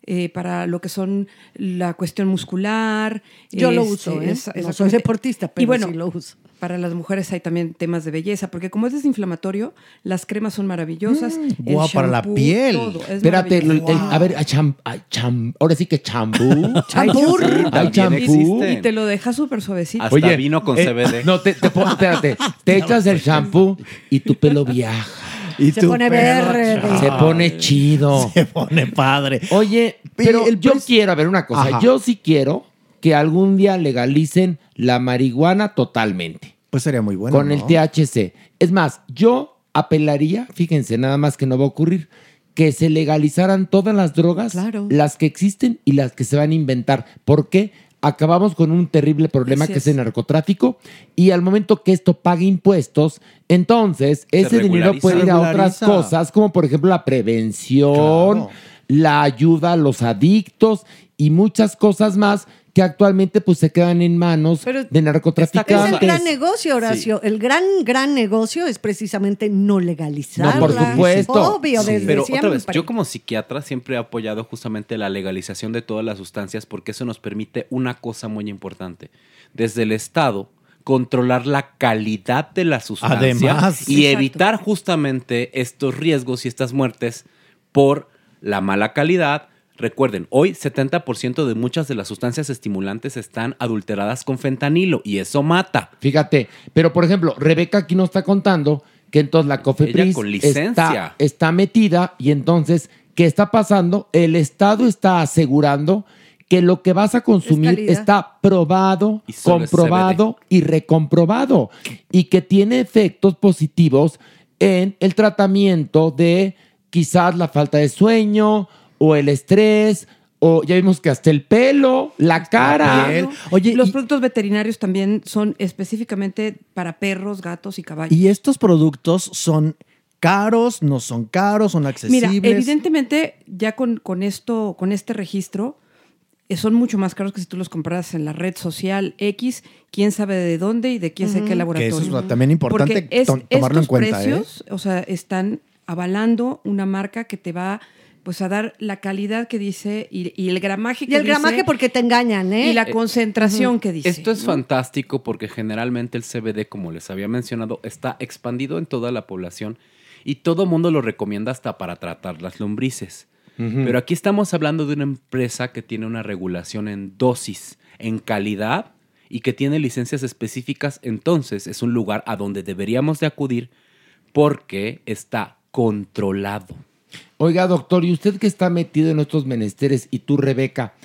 I: eh, para lo que son la cuestión muscular. este,
D: Yo lo uso, ¿eh? No
I: exactamente.
D: soy deportista, pero sí lo uso.
I: Para las mujeres hay también temas de belleza, porque como es desinflamatorio, las cremas son maravillosas.
D: Mm,
I: el
C: Guau,
I: shampoo, todo, es
C: Espérate, lo- el-
I: maravilloso.
C: a ver, a cham- a cham- ahora sí que chambú.
G: Ah,
I: Champú.
C: Ay, champú.
I: Y te lo deja súper suavecito.
C: Oye,
G: vino con
C: eh,
G: CBD.
C: No, te, te pon- espérate, te echas el shampoo y tu pelo viaja.
H: Y
D: Se tu pone pelo verde. chao.
C: Se pone chido.
H: Se pone padre.
C: Oye, pero yo quiero, a ver, una cosa.
H: Ajá.
C: Yo sí quiero que algún día legalicen la marihuana totalmente.
H: Pues sería muy bueno.
C: con el
H: ¿no?
C: THC. Es más, yo apelaría, fíjense, nada más que no va a ocurrir, que se legalizaran todas las drogas, las que existen y las que se van a inventar. ¿Por qué? Acabamos con un terrible problema
H: Así
C: que es.
H: es.
C: el narcotráfico y al momento que esto pague impuestos, entonces ese dinero
H: regulariza.
C: puede ir a otras
H: Regulariza.
C: cosas, como por ejemplo la prevención, la ayuda a los adictos y muchas cosas más que actualmente pues se quedan en manos de
D: Es
C: narcotraficantes.
D: el gran negocio, Horacio. El gran, gran negocio es precisamente no legalizarla.
C: No, por supuesto.
D: Obvio,
G: Sí.
D: desde
G: Pero
D: siempre.
G: otra vez, yo como psiquiatra siempre he apoyado justamente la legalización de todas las sustancias porque eso nos permite una cosa muy importante. Desde el Estado, controlar la calidad de la sustancia
H: Además.
G: y
H: Exacto.
G: evitar justamente estos riesgos y estas muertes por la mala calidad. Recuerden, hoy 70% de muchas de las sustancias estimulantes están adulteradas con fentanilo y eso mata.
C: Fíjate, pero por ejemplo, Rebeca aquí nos está contando que entonces la
G: Ella
C: COFEPRIS
G: con licencia.
C: está, está metida y entonces, ¿qué está pasando? El Estado está asegurando que lo que vas a consumir
H: calidad.
C: está probado,
H: Y solo es
C: comprobado y recomprobado y que tiene efectos positivos en el tratamiento de quizás la falta de sueño o el estrés o ya vimos que hasta el pelo, la cara.
I: Oye, los productos veterinarios también son específicamente para perros, gatos y caballos.
H: Y estos productos son caros, no son caros, son accesibles.
I: Mira, evidentemente ya con, con esto, con este registro, eh, son mucho más caros que si tú los compras en la red social X, quién sabe de dónde y de quién sé qué
H: Ujú.
I: laboratorio.
H: Que eso es también importante
I: Porque es-
H: to- tomarlo en
I: estos
H: cuenta, ¿eh?
I: precios, o sea, están avalando una marca que te va pues a dar la calidad que dice y, y el gramaje que
D: Y el
I: dice.
D: gramaje porque te engañan, ¿eh?
I: Y la
G: Eh,
I: concentración que dice.
G: Esto es
I: ¿no?
G: fantástico porque generalmente el CBD, como les había mencionado, está expandido en toda la población y todo mundo lo recomienda hasta para tratar las lombrices. Pero aquí estamos hablando de una empresa que tiene una regulación en dosis, en calidad y que tiene licencias específicas. Entonces es un lugar a donde deberíamos de acudir porque está controlado.
C: Oiga, doctor, y usted que está metido en estos menesteres, y tú, Rebeca,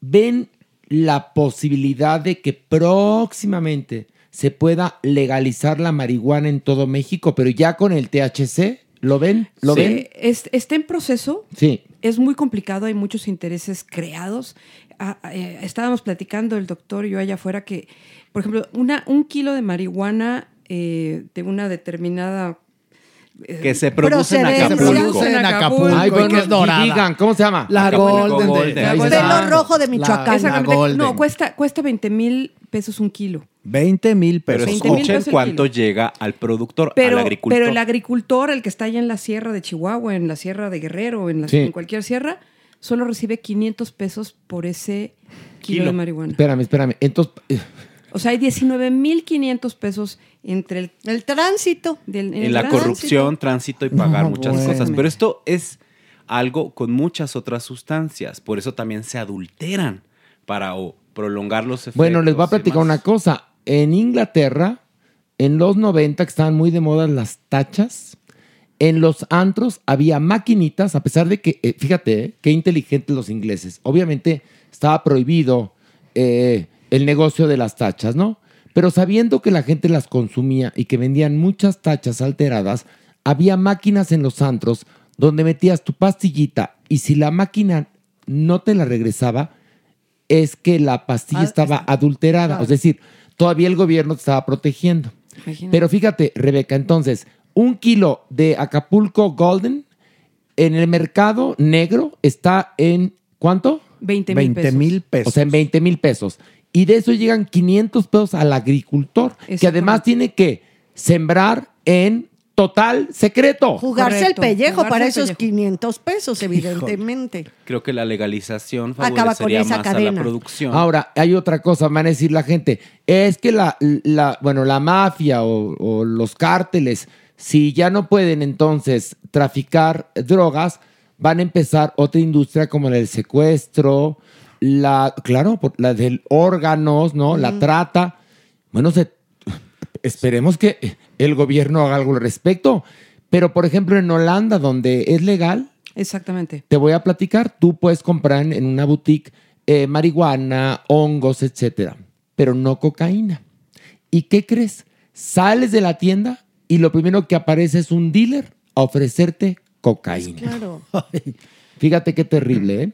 C: ¿ven la posibilidad de que próximamente se pueda legalizar la marihuana en todo México, pero ya con el THC? ¿Lo ven? ¿Lo
I: Sí,
C: ven?
I: es- está en proceso,
C: Sí.
I: es muy complicado, hay muchos intereses creados. Ah, ah, eh, estábamos platicando el doctor y yo allá afuera que, por ejemplo, una, un kilo de marihuana eh, de una determinada... eh,
G: Que se produce en
I: procedencia,
G: Acapulco.
I: se produce en
C: Ay,
I: Acapulco y
C: bueno,
I: que es dorada.
C: y digan, ¿cómo se llama?
I: La Acapulco
H: Golden de- Golden. Pelo
I: Exacto.
H: rojo de Michoacán. La- la
I: Exactamente.
H: Golden.
I: No, cuesta, cuesta 20 mil pesos un kilo.
H: 20 mil
G: Pero
H: pesos.
I: 20 mil
G: escuchen
I: pesos el
G: cuánto llega al productor,
I: Pero,
G: al agricultor.
I: pero el agricultor, el que está allá en la sierra de Chihuahua, en la sierra de Guerrero, en, la-
C: Sí.
I: en cualquier sierra, solo recibe 500 pesos por ese kilo, de marihuana.
C: Espérame, espérame. Entonces, eh,
I: O sea, hay 19.500 pesos entre el,
D: tránsito.
I: Del,
G: en la corrupción, tránsito y pagar
H: No,
G: muchas
H: bueno.
G: cosas. Pero esto es algo con muchas otras sustancias. Por eso también se adulteran para o, prolongar los efectos.
C: bueno, les voy a
G: y
C: platicar
G: más.
C: una cosa. En Inglaterra en los 90 que estaban muy de moda las tachas. En los antros había maquinitas, a pesar de que, eh, fíjate, eh, qué inteligentes los ingleses. Obviamente estaba prohibido eh, el negocio de las tachas, ¿no? Pero sabiendo que la gente las consumía y que vendían muchas tachas alteradas, había máquinas en los antros donde metías tu pastillita y si la máquina no te la regresaba, es que la pastilla
J: Ah,
C: estaba adulterada.
J: claro.
C: Es decir, todavía el gobierno te estaba protegiendo.
J: Imagínate.
C: Pero fíjate, Rebeca, entonces, un kilo de Acapulco Golden en el mercado negro está en ¿cuánto?
I: 20 mil 20 pesos. mil
C: O sea, en 20 mil pesos. Y de eso llegan 500 pesos al agricultor, que además tiene que sembrar en total secreto.
D: Jugarse
C: Correcto.
D: el pellejo
C: Jugarse
D: para
C: el
D: esos
C: pellejo.
D: 500 pesos, evidentemente.
G: Creo que la legalización
D: Acaba con
G: favorecería
D: esa
G: más a
D: cadena.
G: la producción.
C: Ahora, hay otra cosa, van a decir la gente, es que la, la- bueno, la mafia o, o los cárteles, si ya no pueden entonces traficar drogas, van a empezar otra industria como la del secuestro, la, claro, por- la del órganos, ¿no? La
J: Ujú.
C: trata. Bueno, se, esperemos que el gobierno haga algo al respecto. Pero, por ejemplo, en Holanda, donde es legal,
I: Exactamente.
C: te voy a platicar. Tú puedes comprar en- en una boutique eh, marihuana, hongos, etcétera, pero no cocaína. ¿Y qué crees? Sales de la tienda y lo primero que aparece es un dealer a ofrecerte cocaína.
D: Claro.
C: Fíjate qué terrible, ¿eh?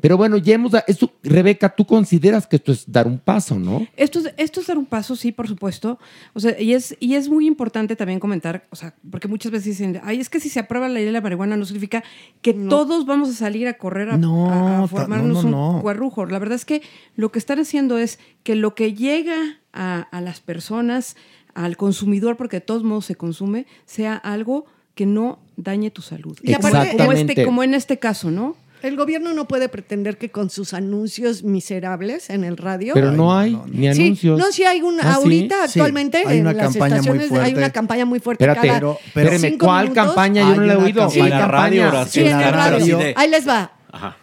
C: Pero bueno, ya hemos... da- Esto, Rebeca, tú consideras que esto es dar un paso, ¿no?
I: Esto es, esto es dar un paso, sí, por supuesto. O sea, y es, y es muy importante también comentar, o sea, porque muchas veces dicen, ay, es que si se aprueba la ley de la marihuana no significa que todos vamos a salir a correr a,
H: No,
I: a- a
H: ta-
I: formarnos
H: no, no,
I: un
H: no.
I: cuarrujo. La verdad es que lo que están haciendo es que lo que llega a, a las personas, al consumidor, porque de todos modos se consume, sea algo que no dañe tu salud.
D: Y
I: Como-
D: aparte-
I: como, este,
D: Exactamente.
I: como en este caso, ¿no?
D: El gobierno no puede pretender que con sus anuncios miserables en el radio.
C: Pero no hay ni
D: Sí,
C: anuncios.
D: no, sí hay una.
C: Ah, ¿sí?
D: ahorita,
C: Sí,
D: actualmente,
C: hay una
D: en las
C: campaña muy
D: estaciones hay
C: fuerte.
D: una campaña muy fuerte.
C: Espérate,
D: cada
C: pero- espérame,
D: cinco
C: ¿cuál
D: minutos.
C: campaña? Yo no Hay la he una oído. campaña.
D: Sí,
C: En la
D: campaña.
C: radio, Horacio,
D: Sí, en
C: en
D: la
C: la radio.
D: radio.
C: Sí, de-
D: Ahí les va.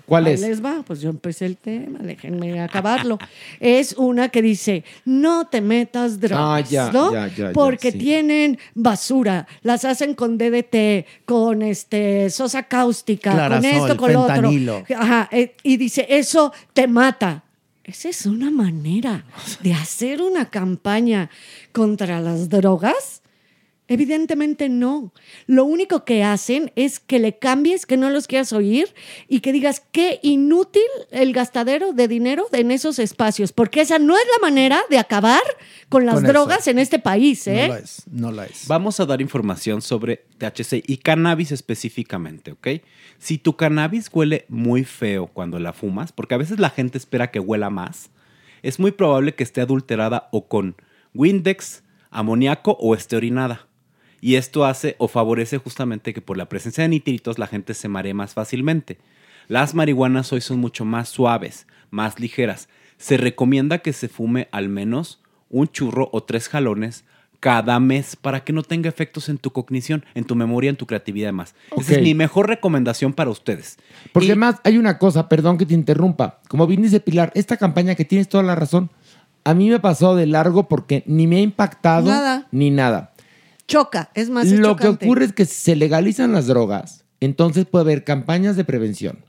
C: ¿Cuál
D: Ahí
C: es?
D: les va, pues yo empecé el tema, déjenme acabarlo. es una que dice, no te metas drogas,
C: Ah, ya,
D: ¿no?
C: ya, ya, ya,
D: Porque
C: sí.
D: tienen basura, las hacen con DDT, con este sosa cáustica, con
H: Clarasol,
D: esto, con lo
H: fentanilo.
D: otro. Ajá, eh, y dice, eso te mata. Esa es una manera de hacer una campaña contra las drogas. Evidentemente no. Lo único que hacen es que le cambies, que no los quieras oír y que digas qué inútil el gastadero de dinero en esos espacios, porque esa no es la manera de acabar con las
G: Con eso.
D: drogas en este país, ¿eh?
G: no la es. Vamos a dar información sobre THC y cannabis específicamente, ¿ok? Si tu cannabis huele muy feo cuando la fumas, porque a veces la gente espera que huela más, es muy probable que esté adulterada o con Windex, amoníaco o esté orinada. Y esto hace o favorece justamente que por la presencia de nitritos la gente se maree más fácilmente. Las marihuanas hoy son mucho más suaves, más ligeras. Se recomienda que se fume al menos un churro o tres jalones cada mes para que no tenga efectos en tu cognición, en tu memoria, en tu creatividad y demás. Esa es
C: Ok.
G: mi mejor recomendación para ustedes.
C: Porque además hay una cosa, perdón que te interrumpa. Como bien dice Pilar, esta campaña que tienes toda la razón, a mí me pasó de largo porque ni me ha impactado
D: Nada.
C: ni nada.
D: Choca, es más es
C: Lo que
D: chocante.
C: ocurre es que si se legalizan las drogas, entonces puede haber campañas de prevención.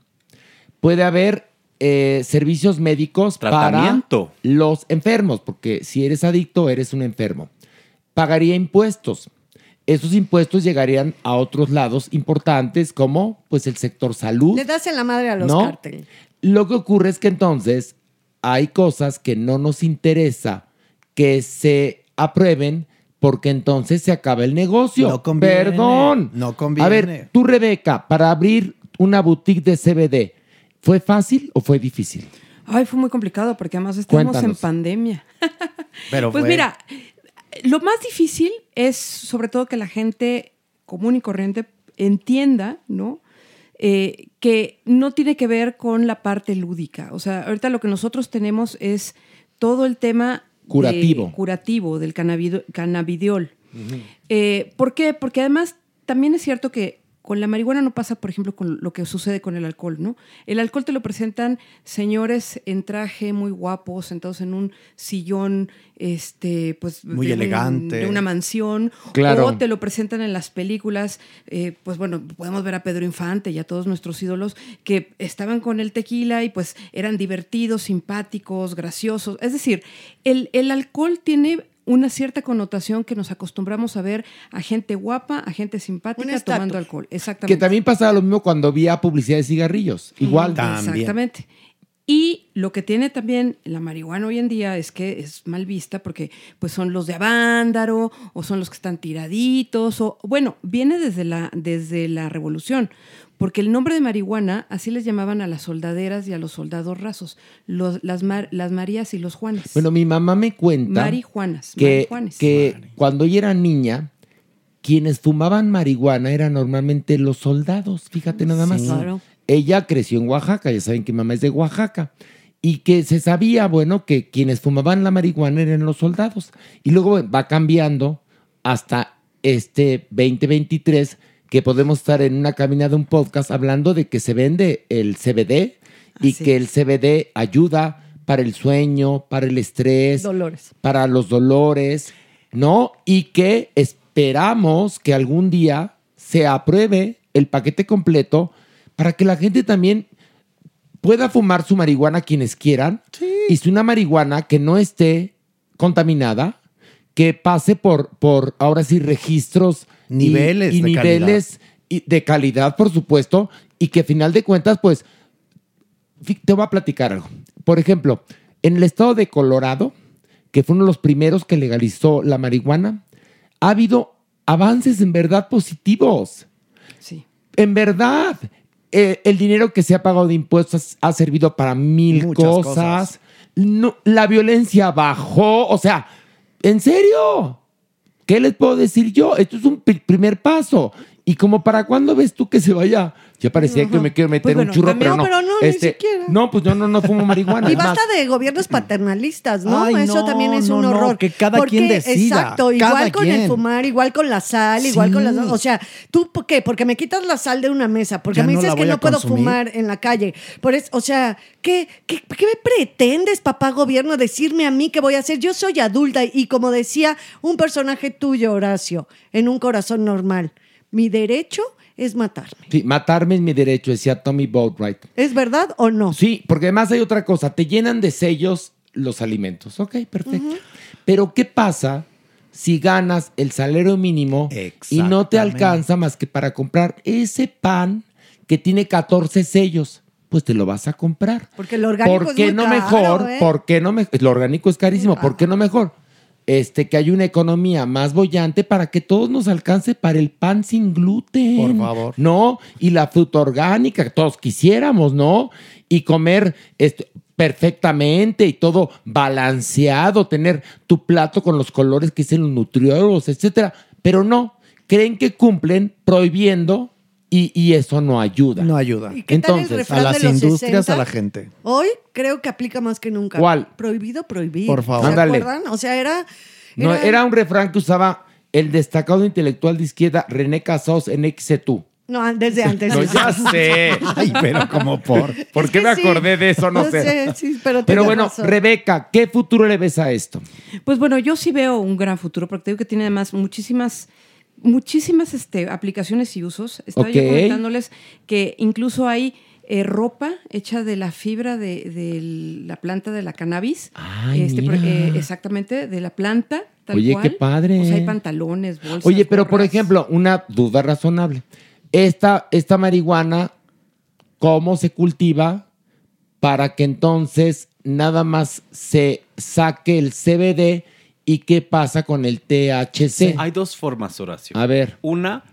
C: Puede haber eh, servicios médicos
G: Tratamiento.
C: para los enfermos, porque si eres adicto, eres un enfermo. Pagaría impuestos. Esos impuestos llegarían a otros lados importantes como pues el sector salud.
D: Le das en la madre a los
C: ¿No?
D: cárteles.
C: Lo que ocurre es que entonces hay cosas que no nos interesa que se aprueben porque entonces se acaba el negocio.
H: No conviene,
C: Perdón.
H: no conviene.
C: A ver, tú Rebeca, para abrir una boutique de CBD, ¿fue fácil o fue difícil?
I: Ay, fue muy complicado porque además estamos en
C: Cuéntanos.
I: pandemia.
C: Pero
I: Pues mira, lo más difícil es sobre todo que la gente común y corriente entienda, ¿no? Eh, que no tiene que ver con la parte lúdica. O sea, ahorita lo que nosotros tenemos es todo el tema de-
C: Curativo.
I: curativo del cannabido- cannabidiol. Eh, ¿Por qué? Porque además también es cierto que Con la marihuana no pasa, por ejemplo, con lo que sucede con el alcohol, ¿no? El alcohol te lo presentan señores en traje muy guapos, sentados en un sillón, este, pues.
H: Muy
I: de un-
H: elegante.
I: de una mansión.
H: Claro.
I: O te lo presentan en las películas. eh, pues bueno, podemos ver a Pedro Infante y a todos nuestros ídolos que estaban con el tequila y pues eran divertidos, simpáticos, graciosos. Es decir, el, el alcohol tiene una cierta connotación que nos acostumbramos a ver a gente guapa, a gente simpática tomando alcohol. Exactamente.
C: Que también pasaba lo mismo cuando había publicidad de cigarrillos. Igual.
I: Exactamente. Y lo que tiene también la marihuana hoy en día es que es mal vista porque pues son los de Avándaro o son los que están tiraditos o bueno, viene desde la desde la revolución, porque el nombre de marihuana así les llamaban a las soldaderas y a los soldados rasos, los- las mar- las Marías y los Juanes.
C: Bueno, mi mamá me cuenta
I: marijuanas,
C: que,
I: marijuanes.
C: que cuando ella era niña, quienes fumaban marihuana eran normalmente los soldados, fíjate nada más.
I: Sí. Claro.
C: Ella creció en Oaxaca, ya saben que mi mamá es de Oaxaca. Y que se sabía, bueno, que quienes fumaban la marihuana eran los soldados. Y luego va cambiando hasta este 2023, que podemos estar en una caminada, un podcast, hablando de que se vende el CBD y que el CBD ayuda para el sueño, para el estrés,
D: Dolores.
C: para los dolores, ¿no? Y que esperamos que algún día se apruebe el paquete completo para que la gente también pueda fumar su marihuana quienes quieran. Y si una marihuana que no esté contaminada, que pase por, por ahora sí, registros y-
H: Niveles
C: y,
H: de
C: niveles y- de calidad, por supuesto, y que a final de cuentas, pues, fi- te voy a platicar algo. Por ejemplo, en el estado de Colorado, que fue uno de los primeros que legalizó la marihuana, ha habido avances en verdad positivos.
I: Sí.
C: En verdad, eh, el dinero que se ha pagado de impuestos ha servido para mil
H: Muchas
C: cosas.
H: cosas.
C: No, la violencia bajó. O sea, ¿en serio? ¿Qué les puedo decir yo? Esto es un pri- primer paso. ¿Y como para cuándo ves tú que se vaya? Ya parecía que
D: Ajá.
C: me quiero meter
D: Pues bueno,
C: un churro,
D: también-
C: pero no.
D: no, pero no, ni siquiera.
C: No, pues yo no, no fumo marihuana.
D: Y
C: es más.
D: basta de gobiernos paternalistas, ¿no?
C: Ay,
D: Eso
C: no,
D: también es
C: no,
D: un
C: no,
D: horror.
C: que cada quien decida,
D: Exacto,
C: cada
D: igual con el
C: quien.
D: fumar, igual con la sal, igual
C: Sí.
D: con las. O sea, ¿tú por qué? Porque me quitas la sal de una mesa, porque
H: Ya
D: me
H: no
D: dices
H: la
D: que
H: voy a
D: no puedo
H: consumir.
D: fumar en la calle. Por eso, o sea, ¿qué, qué, qué me pretendes, papá gobierno, decirme a mí qué voy a hacer? Yo soy adulta y como decía un personaje tuyo, Horacio, en un corazón normal, mi derecho es matarme.
C: Sí, matarme es mi derecho, decía Tommy Boatwright.
D: ¿Es verdad o no?
C: Sí, porque además hay otra cosa, te llenan de sellos los alimentos. Ok, perfecto. Pero ¿qué pasa si ganas el salario mínimo y no te alcanza más que para comprar ese pan que tiene 14 sellos? Pues te lo vas a comprar.
D: Porque el orgánico
C: ¿Por
D: es
C: qué
D: muy
C: no
D: caro,
C: mejor?
D: ¿eh?
C: ¿Por qué no mejor? Lo orgánico es carísimo. ¿Por qué no mejor? Este, que hay una economía más bollante para que todos nos alcance para el pan sin gluten. Por favor. ¿No? Y la fruta orgánica que todos quisiéramos, ¿no? Y comer este, perfectamente y todo balanceado, tener tu plato con los colores que dicen los nutriólogos, etcétera. Pero no, creen que cumplen prohibiendo y, y eso no ayuda. No
H: ayuda.
D: ¿Y qué tal el refrán de los 60?
C: gente.
D: Hoy creo que aplica más que nunca.
C: ¿Cuál?
D: Prohibido prohibir.
C: Por favor.
D: ¿Se
C: Ándale.
D: acuerdan? O sea, era.
C: No, era un refrán que usaba el destacado intelectual de izquierda René Casals en XETU.
D: No, desde antes.
C: No, ya sé. Ay, pero como por. ¿Por qué
D: que
C: me
D: sí.
C: acordé de eso? No,
D: No
C: sé.
D: sé, sí, pero
C: pero
D: tienes
C: bueno,
D: razón.
C: Rebeca, ¿qué futuro le ves a esto?
I: Pues bueno, yo sí veo un gran futuro, porque te digo que tiene además muchísimas, muchísimas este, aplicaciones y usos. Estaba
C: Ok.
I: yo comentándoles que incluso hay eh, ropa hecha de la fibra de, de la planta de la cannabis.
C: Ay,
I: Este, por-
C: mira.
I: eh, exactamente, de la planta. Tal
C: Oye,
I: cual.
C: qué padre.
I: O sea, hay pantalones, bolsas.
C: Oye, pero por ejemplo, una duda razonable. Esta, esta marihuana, ¿cómo se cultiva para que entonces nada más se saque el CBD y qué pasa con el THC?
G: Hay dos formas, Horacio.
C: A ver.
G: Una,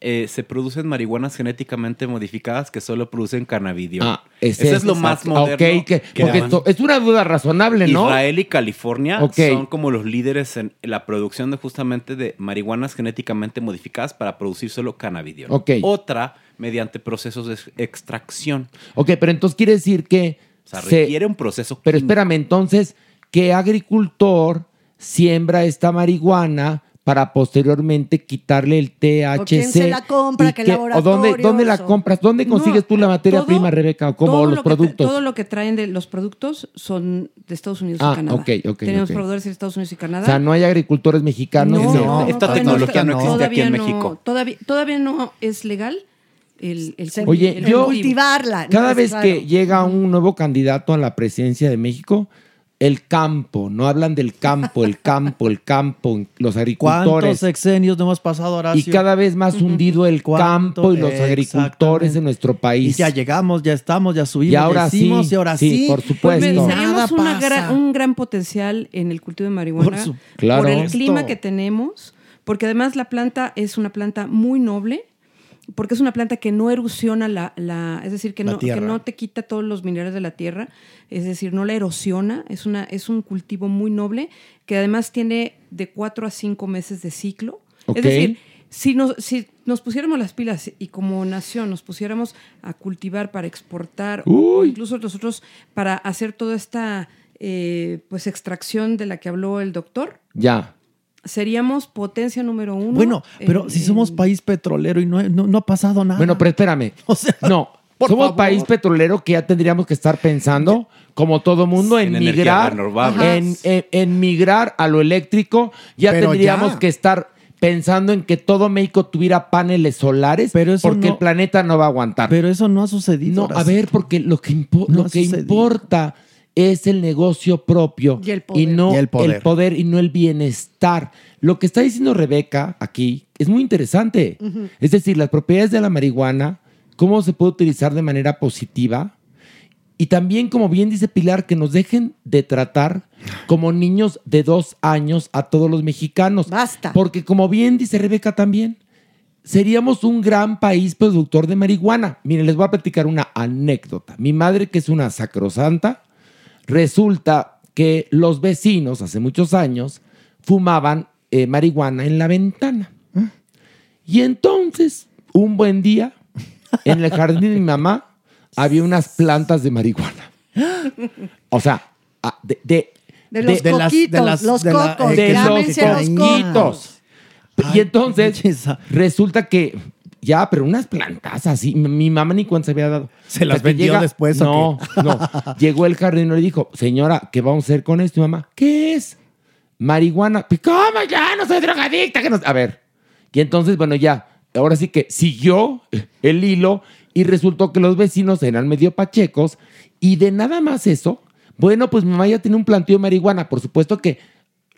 G: eh, se producen marihuanas genéticamente modificadas que solo producen cannabidiol.
C: Ah,
G: Ese,
C: ese
G: es lo más
C: exacto.
G: moderno.
C: Ok, que-
G: llaman.
C: porque esto- es una duda razonable, ¿no?
G: Israel y California
C: Ok.
G: son como los líderes en la producción de justamente de marihuanas genéticamente modificadas para producir solo cannabidiol.
C: Ok.
G: Otra, mediante procesos de extracción.
C: Ok, pero entonces quiere decir que...
G: O sea,
C: se-
G: requiere un proceso
C: Pero espérame, entonces, ¿qué agricultor siembra esta marihuana para posteriormente quitarle el THC.
D: ¿O quién se la compra?
C: y
D: ¿Qué
C: ¿O dónde, dónde la
D: laboratorios?
C: compras? ¿Dónde consigues tú la materia
I: todo-
C: prima, Rebeca? ¿O cómo
I: todo
C: o los
I: lo que tra-
C: productos?
I: todo lo que traen de los productos son de Estados Unidos
C: Ah,
I: y Canadá.
C: ok, ok,
I: Tenemos
C: ok.
I: proveedores de Estados Unidos y Canadá.
C: o sea, no hay agricultores mexicanos.
I: No, no, no,
G: Este, esta
I: todavía
G: tecnología no existe aquí en
I: todavía no-
G: México.
I: Todavía, todavía no es legal el, el culti-
C: Oye,
I: el
C: yo-
I: cultivo.
C: Cada
I: ¿no?
C: vez
I: Claro.
C: que llega un nuevo candidato a la presidencia de México, el campo, no hablan del campo, el campo, el campo, los
H: ¿Cuántos e-,
C: agricultores.
H: sexenios no hemos pasado,
C: Y
H: Horacio?
C: cada vez más hundido el campo y los
H: Exactamente.
C: agricultores de nuestro
H: Y
C: país.
H: ya llegamos, ya estamos, ya subimos,
C: Y ahora
H: ya hicimos,
C: sí,
H: y ahora
C: sí,
H: sí.
C: por supuesto.
I: Pues
C: Nada
I: tenemos una
H: pasa.
I: gran- un gran potencial en el cultivo de marihuana
C: Por
I: por,
C: su- Claro.
I: el clima
C: Esto.
I: que tenemos, porque además la planta es una planta muy noble, porque es una planta que no erosiona la, la- es decir, que
H: La
I: no, que
H: tierra.
I: no te quita todos los minerales de la tierra, es decir, no la erosiona, es, una, es un cultivo muy noble que además tiene de 4 a 5 meses de ciclo.
C: Ok.
I: Es decir, si nos, si nos pusiéramos las pilas y como nación nos pusiéramos a cultivar para exportar, o- o
C: Uy.
I: incluso nosotros para hacer toda esta eh, pues extracción de la que habló el doctor,
C: Ya.
I: seríamos potencia número uno.
H: Bueno, pero
I: en-
H: si somos país petrolero y no, no, no ha pasado nada.
C: Bueno, pero espérame. no, somos país petrolero que ya tendríamos que estar pensando, como todo mundo, en,
G: En energías
C: migrar.
G: renovables.
C: En, en- en migrar a lo eléctrico. Ya
H: Pero
C: tendríamos
H: ya.
C: que estar pensando en que todo México tuviera paneles solares porque
H: no-
C: el planeta no va a aguantar.
H: Pero eso no ha sucedido.
C: No, a ver, porque lo que, impo-
H: No
C: lo
H: ha
C: que
H: sucedido.
C: importa es el negocio propio
H: Y el poder.
C: no
H: Y el
C: el poder.
H: poder.
C: y no el bienestar. Lo que está diciendo Rebeca aquí es muy interesante.
H: Ujú.
C: Es decir, las propiedades de la marihuana, cómo se puede utilizar de manera positiva y también, como bien dice Pilar, que nos dejen de tratar como niños de dos años a todos los mexicanos. Basta. Porque, como bien dice Rebeca también, seríamos un gran país productor de marihuana. Miren, les voy a platicar una anécdota. Mi madre, que es una sacrosanta, resulta que los vecinos hace muchos años fumaban eh, marihuana en la ventana. Y entonces, un buen día, en el jardín de mi mamá, había unas plantas de marihuana. O sea, a- de, de,
D: De los coquitos, los cocos,
C: de
D: llámense
C: los
D: los cocos.
C: coquitos. y entonces, resulta que, ya, pero unas plantas así, mi- mi mamá ni cuánto se había dado.
H: ¿Se las
C: Hasta que
H: vendió después o
C: No,
H: qué?
C: no. Llegó el jardinero y le dijo, señora, ¿qué vamos a hacer con esto? Y mamá, ¿qué es? Marihuana. "Pues, ¿Cómo ya? No soy drogadicta. Que no... A ver. Y entonces, bueno, ya, ahora sí que siguió el hilo y resultó que los vecinos eran medio pachecos y de nada más eso, bueno, pues mi mamá ya tiene un plantío de marihuana, por supuesto que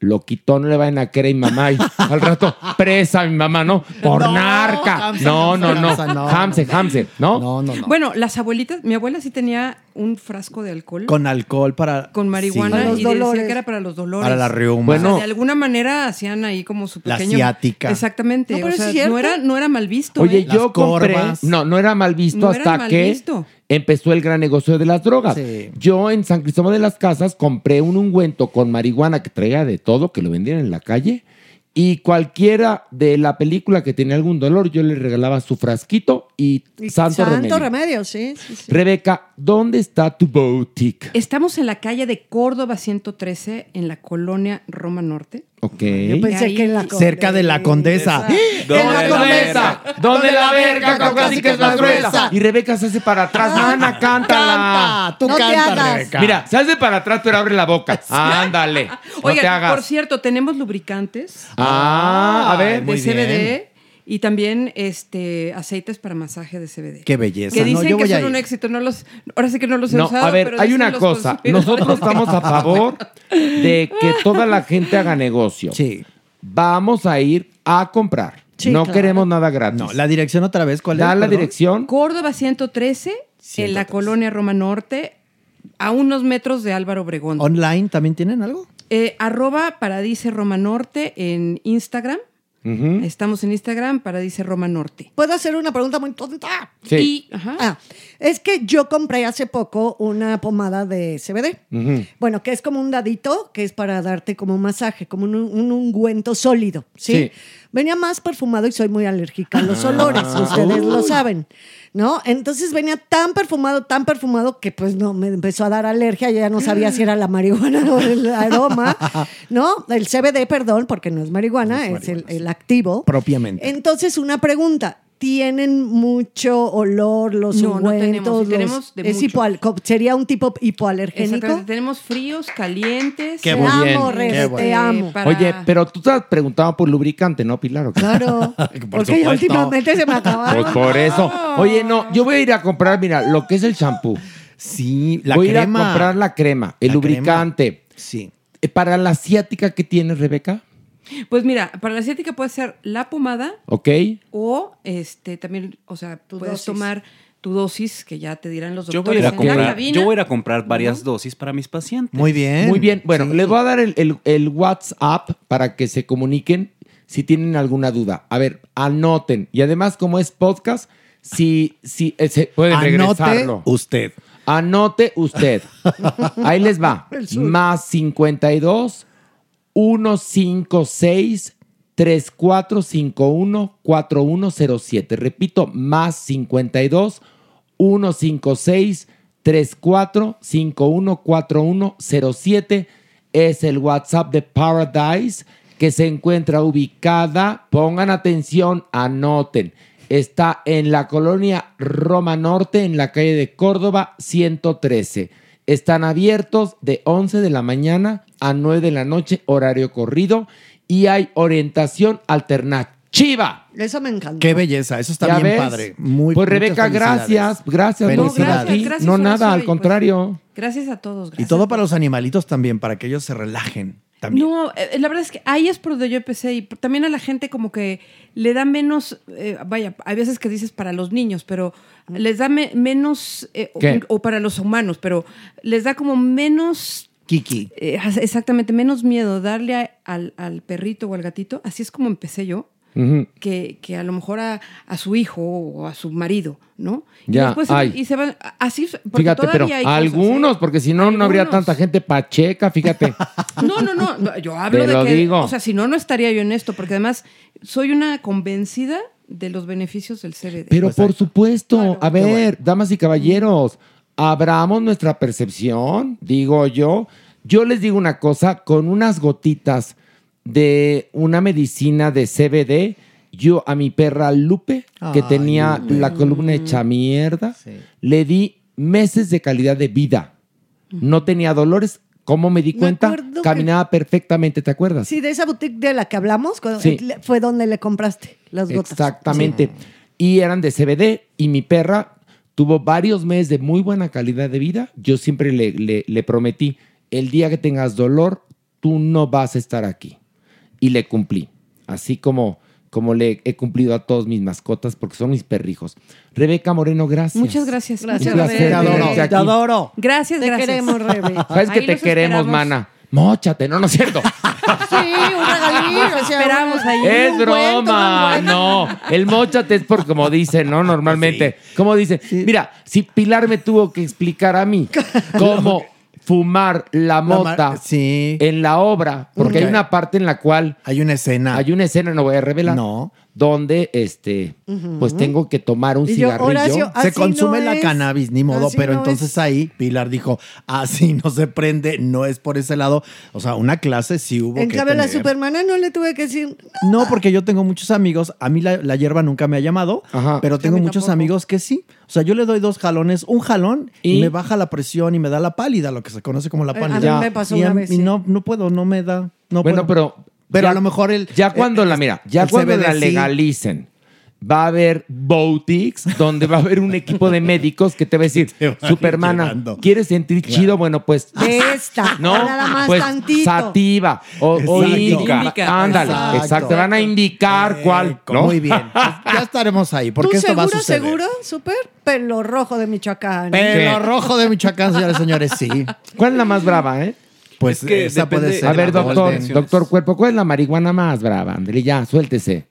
C: lo quitó, no le vayan a creer a mi mamá y al rato presa a mi mamá, ¿no? Por
I: No,
C: narca.
I: Hamza,
C: no,
I: Hamza,
C: no, no,
I: Hamza, no.
C: Hamse, Hamse, ¿no?
H: No, no, no.
I: Bueno, las abuelitas, mi abuela sí tenía un frasco de alcohol con,
H: Con alcohol para...
I: marihuana
H: Sí.
I: y decía que era para los dolores.
H: Para la reuma.
I: O sea,
H: Bueno.
I: de alguna manera hacían ahí como su
H: La
I: pequeño.
H: ciática.
I: Exactamente.
H: No,
I: No,
H: pero es
I: o sea,
H: cierto.
I: no era, no era mal visto.
C: Oye,
I: ¿eh?
C: yo compré. No, no era mal visto
I: No era
C: hasta
I: mal
C: que
I: visto.
C: empezó el gran negocio de las drogas. Yo en San Cristóbal de las Casas compré un ungüento con marihuana que traía de todo, que lo vendían en la calle. Y cualquiera de la película que tenía algún dolor, yo le regalaba su frasquito y,
D: Y
C: santo, remedio.
D: remedio, sí, sí, sí.
C: Rebeca, ¿dónde está tu boutique?
I: Estamos en la calle de Córdoba 113, en la colonia Roma Norte.
C: Ok.
I: Yo pensé Ahí- que en la Condesa.
H: Cerca de la condesa.
C: ¿Dónde la condesa? ¿Dónde la verga? Caucásica es más gruesa. Y Rebeca se hace para atrás. Mana, cántala.
I: Canta, tú No te canta, hagas. Rebeca.
C: Mira, se hace para atrás, pero abre la boca. Ándale. No
I: Oigan,
C: te hagas.
I: por cierto, tenemos lubricantes.
C: Ah, a ver.
I: De
C: Muy
I: CBD
C: bien.
I: y también este aceites para masaje de CBD.
C: Qué belleza.
I: Que
C: Ah, No,
I: dicen
C: yo voy
I: que
C: a
I: son
C: ir.
I: un éxito. No los, ahora sí que no los he
C: No,
I: usado.
C: a ver,
I: pero
C: hay
I: dicen
C: una
I: los
C: cosa.
I: consumidores.
C: Nosotros estamos a favor de que toda la gente haga negocio. Sí. Vamos a ir a comprar.
I: Sí,
C: no
I: claro.
C: queremos nada gratis. No,
H: la dirección otra vez, ¿cuál
C: da
H: es?
C: Da la
H: Perdón.
C: dirección.
I: Córdoba 113, en la colonia Roma Norte, a unos metros de Álvaro Obregón.
H: ¿Online también tienen algo?
I: Eh, arroba Paradice Roma Norte en Instagram. Estamos en Instagram, Paradice Roma Norte.
D: ¿Puedo hacer una pregunta muy tonta?
I: Sí. Y- ajá.
D: Ah, es que yo compré hace poco una pomada de CBD. Bueno, que es como un dadito, que es para darte como un masaje, como un, un ungüento sólido, ¿sí?
C: Sí.
D: Venía más perfumado y soy muy alérgica a los olores,
J: Ah.
D: ustedes lo
J: Uy.
D: saben, ¿no? Entonces venía tan perfumado, tan perfumado que pues no, me empezó a dar alergia, yo ya no sabía si era la marihuana o el aroma, ¿no? El CBD, perdón, porque no es marihuana, es, el- el activo.
H: Propiamente.
D: Entonces, una pregunta. ¿Tienen mucho olor los
I: No, no
D: ungüentos?
I: tenemos, y
D: los-
I: tenemos de
D: es
I: mucho.
D: hipoal- co- ¿Sería un tipo hipoalergénico?
I: Exactamente. Tenemos fríos, calientes. Este,
C: Qué
D: Te
C: muy bien,
D: amo,
C: qué
D: Rebe,
C: bueno.
D: te amo.
C: Oye, pero tú te has preguntado por lubricante, ¿no, Pilar? ¿O qué?
D: Claro. porque ya
C: supuesto.
D: últimamente se me acabaron.
C: Pues por eso. Oye, no, yo voy a ir a comprar, mira, lo que es el champú.
H: Sí,
C: la Voy a ir a
H: crema.
C: comprar la crema, el
H: La
C: lubricante. Eh,
H: Sí.
C: Para la asiática que tiene Rebeca,
I: Pues mira, para la asiática puede ser la pomada
C: ¿ok?
I: o este también, o sea, puedes
D: dosis.
I: tomar tu dosis que ya te dirán los
G: Yo voy, a
I: doctores
G: ir a
I: en la
G: comprar,
I: cabina.
G: yo voy a ir a comprar varias dosis para mis pacientes.
C: Muy bien. Bueno, les voy a dar el, el- el WhatsApp para que se comuniquen si tienen alguna duda. A ver, anoten. Y además, como es podcast, si, si eh, se puede
H: Anote
C: regresarlo.
H: usted.
C: Anote usted. Ahí les va.
H: El sur.
C: Más 52 156 3451 4107. Repito, más 52 156 3451 4107 es el WhatsApp de Paradise que se encuentra ubicada, pongan atención, anoten, está en la colonia Roma Norte, en la calle de Córdoba 113. Están abiertos de 11 de la mañana a 9 de la noche, horario corrido, y hay orientación alternativa.
D: Eso me encanta.
H: Qué belleza, eso está
C: ¿Ya
H: bien
C: ves?
H: padre. Muy,
C: pues
H: muchas
C: Rebeca,
H: felicidades.
C: gracias, gracias. no,
H: Felicidades.
C: gracias, gracias No, por nada, eso, al y pues- contrario.
I: Gracias a todos. Gracias.
H: Y todo para los animalitos también, para que ellos se relajen también.
I: No, eh, la verdad es que ahí es por donde yo empecé y también a la gente como que le da menos, eh, vaya, hay veces que dices para los niños, pero les da me- menos, eh,
H: ¿Qué?
I: o, o para los humanos, pero les da como menos,
H: Kiki.
I: eh, exactamente, menos miedo darle a- al, al perrito o al gatito, así es como empecé yo,
C: Ujú.
I: que, que a lo mejor a, a su hijo o a su marido, ¿no?
C: Ya,
I: y después se-
C: ay.
I: y se van, así, porque
C: Fíjate, pero
I: todavía hay cosas, ¿eh?
C: algunos, porque si no, no habría
I: Algunos.
C: tanta gente pacheca, fíjate.
I: No, no, no, no, Yo hablo
C: Te
I: de
C: lo
I: que.
C: digo.
I: O sea, si no, no estaría yo en esto, porque además soy una convencida de los beneficios del CBD.
C: Pero por supuesto, a ver, damas y caballeros, abramos nuestra percepción, digo yo. Yo les digo una cosa, con unas gotitas de una medicina de CBD, yo a mi perra Lupe, que
H: Ay,
C: tenía la columna
D: Mm.
C: hecha mierda, le di meses de calidad de vida. No tenía dolores. ¿Cómo me di cuenta?
D: Mm. acuerdo que-
C: Caminaba perfectamente, ¿te acuerdas?
D: Sí, de esa boutique de la que hablamos, cuando-
C: Sí.
D: le- fue donde le compraste las gotas.
C: Exactamente. Y eran de CBD y mi perra tuvo varios meses de muy buena calidad de vida. Yo siempre le, le- le prometí, el día que tengas dolor, tú no vas a estar aquí. Y le cumplí, así como, como le he cumplido a todos mis mascotas porque son mis perrijos. Rebeca Moreno, gracias.
I: Muchas gracias.
C: Gracias,
I: Muchas
C: Rebe. Te adoro,
I: Rebe.
C: te adoro.
I: Gracias, gracias.
D: queremos, Rebe.
C: Sabes que
I: Ahí
C: te
I: los
C: queremos,
I: esperamos.
C: mana. Móchate, no, no es cierto.
D: Sí, un regalito.
I: Los esperamos ahí.
C: Es
I: Un cuento,
C: broma,
I: un cuento.
C: no. El mochate es por como dicen, ¿no? Normalmente. Como dicen, mira, si Pilar me tuvo que explicar a mí cómo fumar la mota en la obra, porque hay
H: Ok.
C: una parte en la cual...
H: Hay una escena.
C: Hay una escena, no voy a revelar. No. Donde, este,
H: Ujú.
C: Mm-hmm. pues tengo que tomar un
H: Y yo,
C: cigarrillo.
H: Horacio, se consume la cannabis, ni modo, pero entonces ahí Pilar dijo, así no se prende, no es por ese lado. O sea, una clase sí hubo
D: En
H: que
D: cambio, a la
H: tener.
D: supermana no le tuve que decir.
H: No, porque yo tengo muchos amigos, a mí la, la hierba nunca me ha llamado, pero tengo muchos amigos que sí. O sea, yo le doy dos jalones, un jalón y,
C: ¿Y?
H: me baja la presión y me da la pálida, lo que se conoce como la
C: Eh, a
H: pálida.
C: mí Ya. me pasó
H: y
C: una
H: a mí-
C: vez,
H: y
C: sí.
H: no, no puedo, no me da. No
C: bueno,
H: puedo.
C: pero.
H: Pero
C: ya-
H: a lo mejor el.
C: Ya cuando la, mira, ya
H: el
C: cuando
H: CBD
C: la
H: sí.
C: legalicen, va a haber boutiques donde va a haber un equipo de médicos que te va a decir,
H: a ir
C: Supermana,
H: llevando".
C: ¿quieres sentir chido? Bueno, pues.
D: De esta.
C: No,
D: Ah, Nada más
C: pues
D: tantito.
C: sativa o, o
H: Exacto.
C: indica.
H: Indica.
C: Ándale, exacto.
H: Exacto. Eh,
C: Te van a indicar cuál. ¿no?
H: Muy bien. Pues ya estaremos ahí, porque
D: ¿Tú
H: esto va a
D: seguro,
H: suceder.
D: seguro? Súper pelo rojo de Michoacán.
H: Pelo rojo de Michoacán, señores, señores, sí.
C: ¿Cuál es la más brava, eh?
H: Pues esa puede ser.
C: A ver,
H: la
C: doctor,
H: Golden.
C: doctor Cuerpo, ¿cuál es la marihuana más brava? André, ya, suéltese.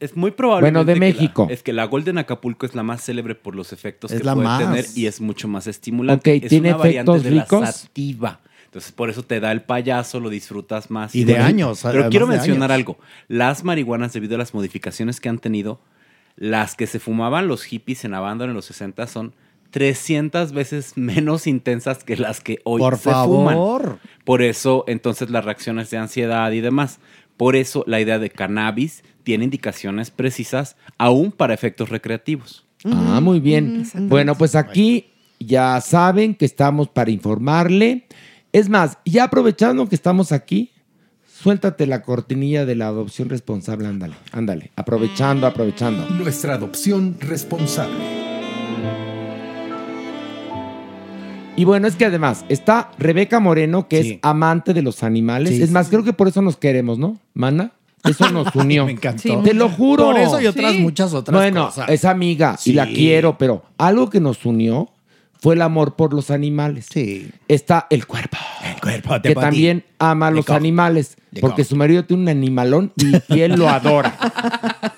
G: Es muy probable.
C: Bueno, de
G: que
C: México.
G: la- es que la Golden Acapulco es la más célebre por los efectos
C: Es
G: que
C: la
G: puede
C: más.
G: tener y es mucho más estimulante.
C: Ok,
G: es
C: ¿tiene
G: una variante
C: efectos
G: de la
C: ricos?
G: sativa. Entonces, por eso te da el payaso, lo disfrutas más.
H: Y de
G: Pero-
H: años,
G: Pero
H: además
G: quiero
H: de
G: mencionar
H: años.
G: algo. Las marihuanas, debido a las modificaciones que han tenido, las que se fumaban los hippies en Abandon en los 60 son 300 veces menos intensas que las que hoy
H: Por
G: se fuman.
H: favor.
G: Por eso, entonces, las reacciones de ansiedad y demás. Por eso, la idea de cannabis tiene indicaciones precisas, aún para efectos recreativos.
C: Ah, muy bien. Bueno, pues aquí ya saben que estamos para informarle. Es más, ya aprovechando que estamos aquí, suéltate la cortinilla de la adopción responsable. Ándale, ándale. Aprovechando, aprovechando.
B: Nuestra adopción responsable.
C: Y bueno, es que además está Rebeca Moreno, que es amante de los animales.
H: Sí,
C: es
H: sí,
C: más, creo que por eso nos queremos, ¿no? Mana, eso nos unió. Me
H: encantó.
C: Te lo juro.
H: Por eso y otras muchas otras
C: bueno,
H: cosas.
C: es amiga y la
H: Sí.
C: quiero, pero algo que nos unió fue el amor por los animales. Sí. Está el cuerpo. El
H: cuerpo
C: Que también ama a los animales. Porque su marido tiene un animalón y él lo adora.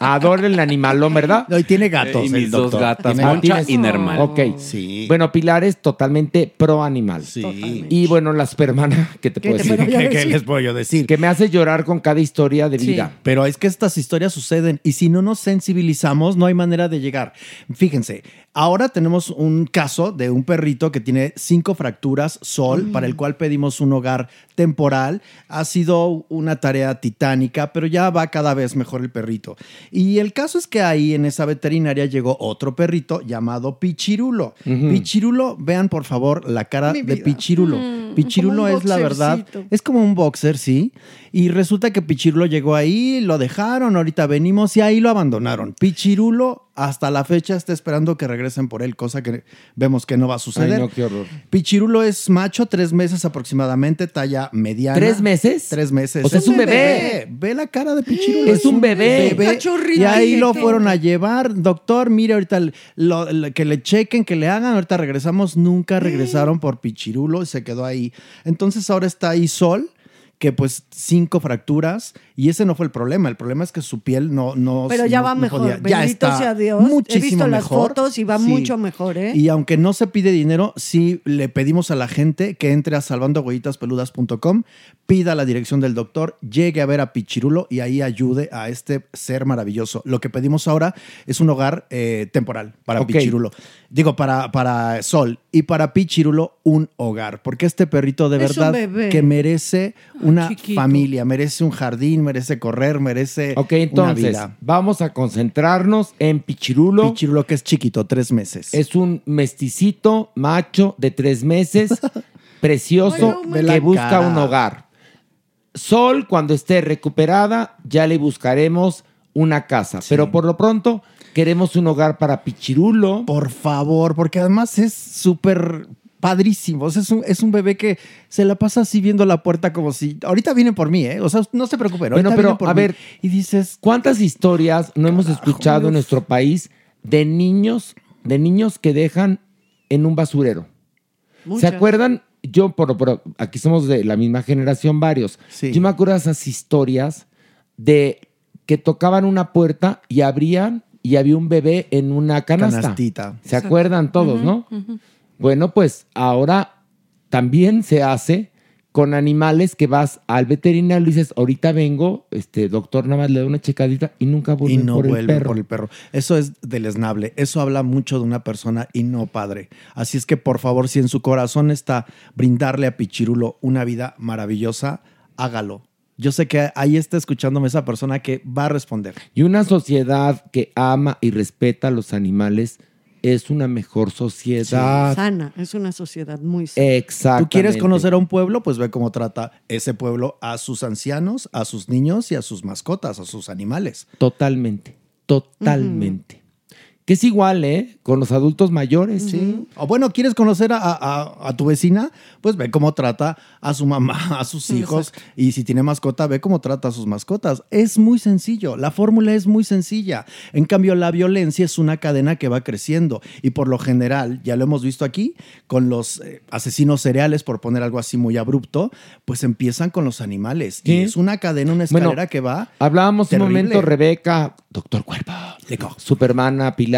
C: adora el animalón, ¿verdad?
H: Y tiene
G: gatos, Eh, y el mis dos doctor. gatas, Moncha y Nermal.
C: Ok. Sí. Bueno, Pilar es totalmente pro animal. Sí. Y bueno, las permanas, ¿qué te
H: ¿Qué
C: puedo
H: te
C: decir?
H: puedo yo ¿Qué- qué decir? les
C: puedo yo decir? Que me hace llorar con cada historia de vida.
H: Pero es que estas historias suceden y si no nos sensibilizamos, no hay manera de llegar. Fíjense, ahora tenemos un caso de un perrito que tiene cinco fracturas sol,
G: Mm.
H: para el cual pedimos un hogar temporal. Ha sido una tarea titánica, pero ya va cada vez mejor el perrito. Y el caso es que ahí en esa veterinaria llegó otro perrito llamado Pichirulo.
C: Ujú.
H: Pichirulo, vean por favor la cara
C: Mi
H: de
C: vida.
H: Pichirulo.
C: Mm,
H: Pichirulo
C: como un
H: es la verdad,
C: boxercito.
H: es como un boxer, sí. Y resulta que Pichirulo llegó ahí, lo dejaron, ahorita venimos y ahí lo abandonaron. Pichirulo hasta la fecha está esperando que regresen por él, cosa que vemos que no va a
C: Ay,
H: suceder.
C: no, qué horror.
H: Pichirulo es macho, tres meses aproximadamente, talla mediana.
C: ¿Tres meses?
H: Tres meses.
C: O sea, es un bebé.
H: Ve la cara de Pichirulo.
C: Es un bebé. Cachorrito.
H: Y ahí lo fueron a llevar. Doctor, mire, ahorita lo- lo- que le chequen, que le hagan. Ahorita regresamos. Nunca regresaron por Pichirulo y se quedó ahí. Entonces ahora está ahí Sol que pues cinco fracturas y ese no fue el problema, el problema es que su piel no no
D: Pero ya
H: no-
D: va
H: no
D: mejor.
H: podía. Ya
D: Bendito
H: está
D: sea Dios. He
H: muchísimo
D: visto las
H: mejor.
D: fotos y va
H: Sí.
D: mucho mejor, ¿eh?
H: Y aunque no se pide dinero, sí le pedimos a la gente que entre a salvandohuellitaspeludas.com, pida la dirección del doctor, llegue a ver a Pichirulo y ahí ayude a este ser maravilloso. Lo que pedimos ahora es un hogar eh, temporal para
C: Ok.
H: Pichirulo. Digo, para, para Sol y para Pichirulo un hogar, porque este perrito de
C: Es un
H: verdad
C: bebé.
H: que merece una
C: chiquito.
H: familia, merece un jardín, merece correr, merece
C: Ok,
H: una
C: entonces,
H: vida.
C: vamos a concentrarnos en Pichirulo.
H: Pichirulo que es chiquito, tres meses.
C: Es un mesticito macho de tres meses, precioso,
H: Ay, no, Ve
C: que
H: la
C: busca
H: cara.
C: un hogar. Sol, cuando esté recuperada, ya le buscaremos una casa. Pero por lo pronto, queremos un hogar para Pichirulo.
H: Por favor, porque además es súper padrísimo. O sea, es, un, es un bebé que se la pasa así viendo la puerta como si... Ahorita viene por mí, ¿eh? O sea, no se preocupen.
C: Bueno,
H: ahorita
C: pero
H: viene por
C: a
H: mí.
C: ver,
H: y dices,
C: ¿cuántas historias no hemos escuchado en nuestro país de niños, de niños que dejan en un basurero?
H: Muchas.
C: ¿Se acuerdan? Yo, por, por- aquí somos de la misma generación varios. Yo me acuerdo de esas historias de que tocaban una puerta y abrían y había un bebé en una canasta.
H: Canastita.
C: ¿Se acuerdan todos,
H: Ujú,
C: no? Bueno, pues ahora también se hace con animales que vas al veterinario y dices, ahorita vengo, este doctor nada más le da una checadita y nunca vuelve
H: y no
C: por el
H: vuelve
C: perro.
H: por el perro. Eso es deleznable. Eso habla mucho de una persona y no padre. Así es que, por favor, si en su corazón está brindarle a Pichirulo una vida maravillosa, hágalo. Yo sé que ahí está escuchándome esa persona que va a responder.
C: Y una sociedad que ama y respeta a los animales es una mejor sociedad.
D: Sana, es una sociedad muy sana.
C: Exacto.
H: ¿Tú quieres conocer a un pueblo? Pues ve cómo trata ese pueblo a sus ancianos, a sus niños y a sus mascotas, a sus animales.
C: Totalmente, totalmente. Que es igual, ¿eh? Con los adultos mayores.
H: Sí. O bueno, ¿quieres conocer a, a- a tu vecina? Pues ve cómo trata a su mamá, a sus hijos. Y si tiene mascota, ve cómo trata a sus mascotas. Es muy sencillo. La fórmula es muy sencilla. En cambio, la violencia es una cadena que va creciendo. Y por lo general, ya lo hemos visto aquí, con los eh, asesinos cereales, por poner algo así muy abrupto, pues empiezan con los animales. Y
C: Sí.
H: es una cadena, una
C: Bueno,
H: escalera que va.
C: Hablábamos un
H: terrible.
C: momento, Rebeca, Doctor Cuerpo, Supermana, Pilar.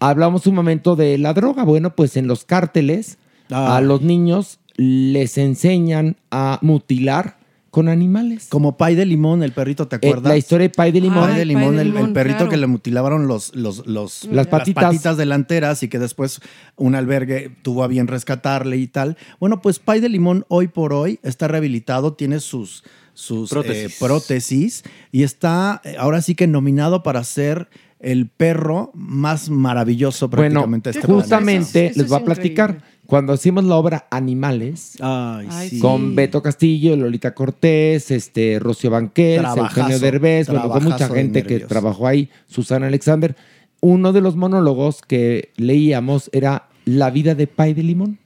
C: Hablamos un momento de la droga. Bueno, pues en los cárteles
H: Ah.
C: a los niños les enseñan a mutilar con animales.
H: Como Pay de Limón, el perrito, ¿te
C: Eh,
H: acuerdas?
C: la historia de Pay de Limón.
H: Pay de Limón, el, el perrito
C: claro.
H: que le mutilaron los, los, los-
C: Las patitas.
H: delanteras y que después un albergue tuvo a bien rescatarle y tal. Bueno, pues Pay de Limón hoy por hoy está rehabilitado, tiene sus, sus eh, prótesis.
G: Prótesis.
H: y está eh, ahora sí que nominado para ser el perro más maravilloso
C: Bueno,
H: prácticamente de este
C: justamente
H: planeta.
C: les voy a platicar. Cuando hicimos la obra Animales,
H: Ay, sí.
C: con Beto Castillo, Lolita Cortés, este, Rocío Banqués,
H: Trabajazo,
C: Eugenio Derbez, bueno, fue mucha
H: trabajazo de
C: gente que
H: nervios.
C: trabajó ahí, Susana Alexander. Uno de los monólogos que leíamos era La vida de Pay de Limón.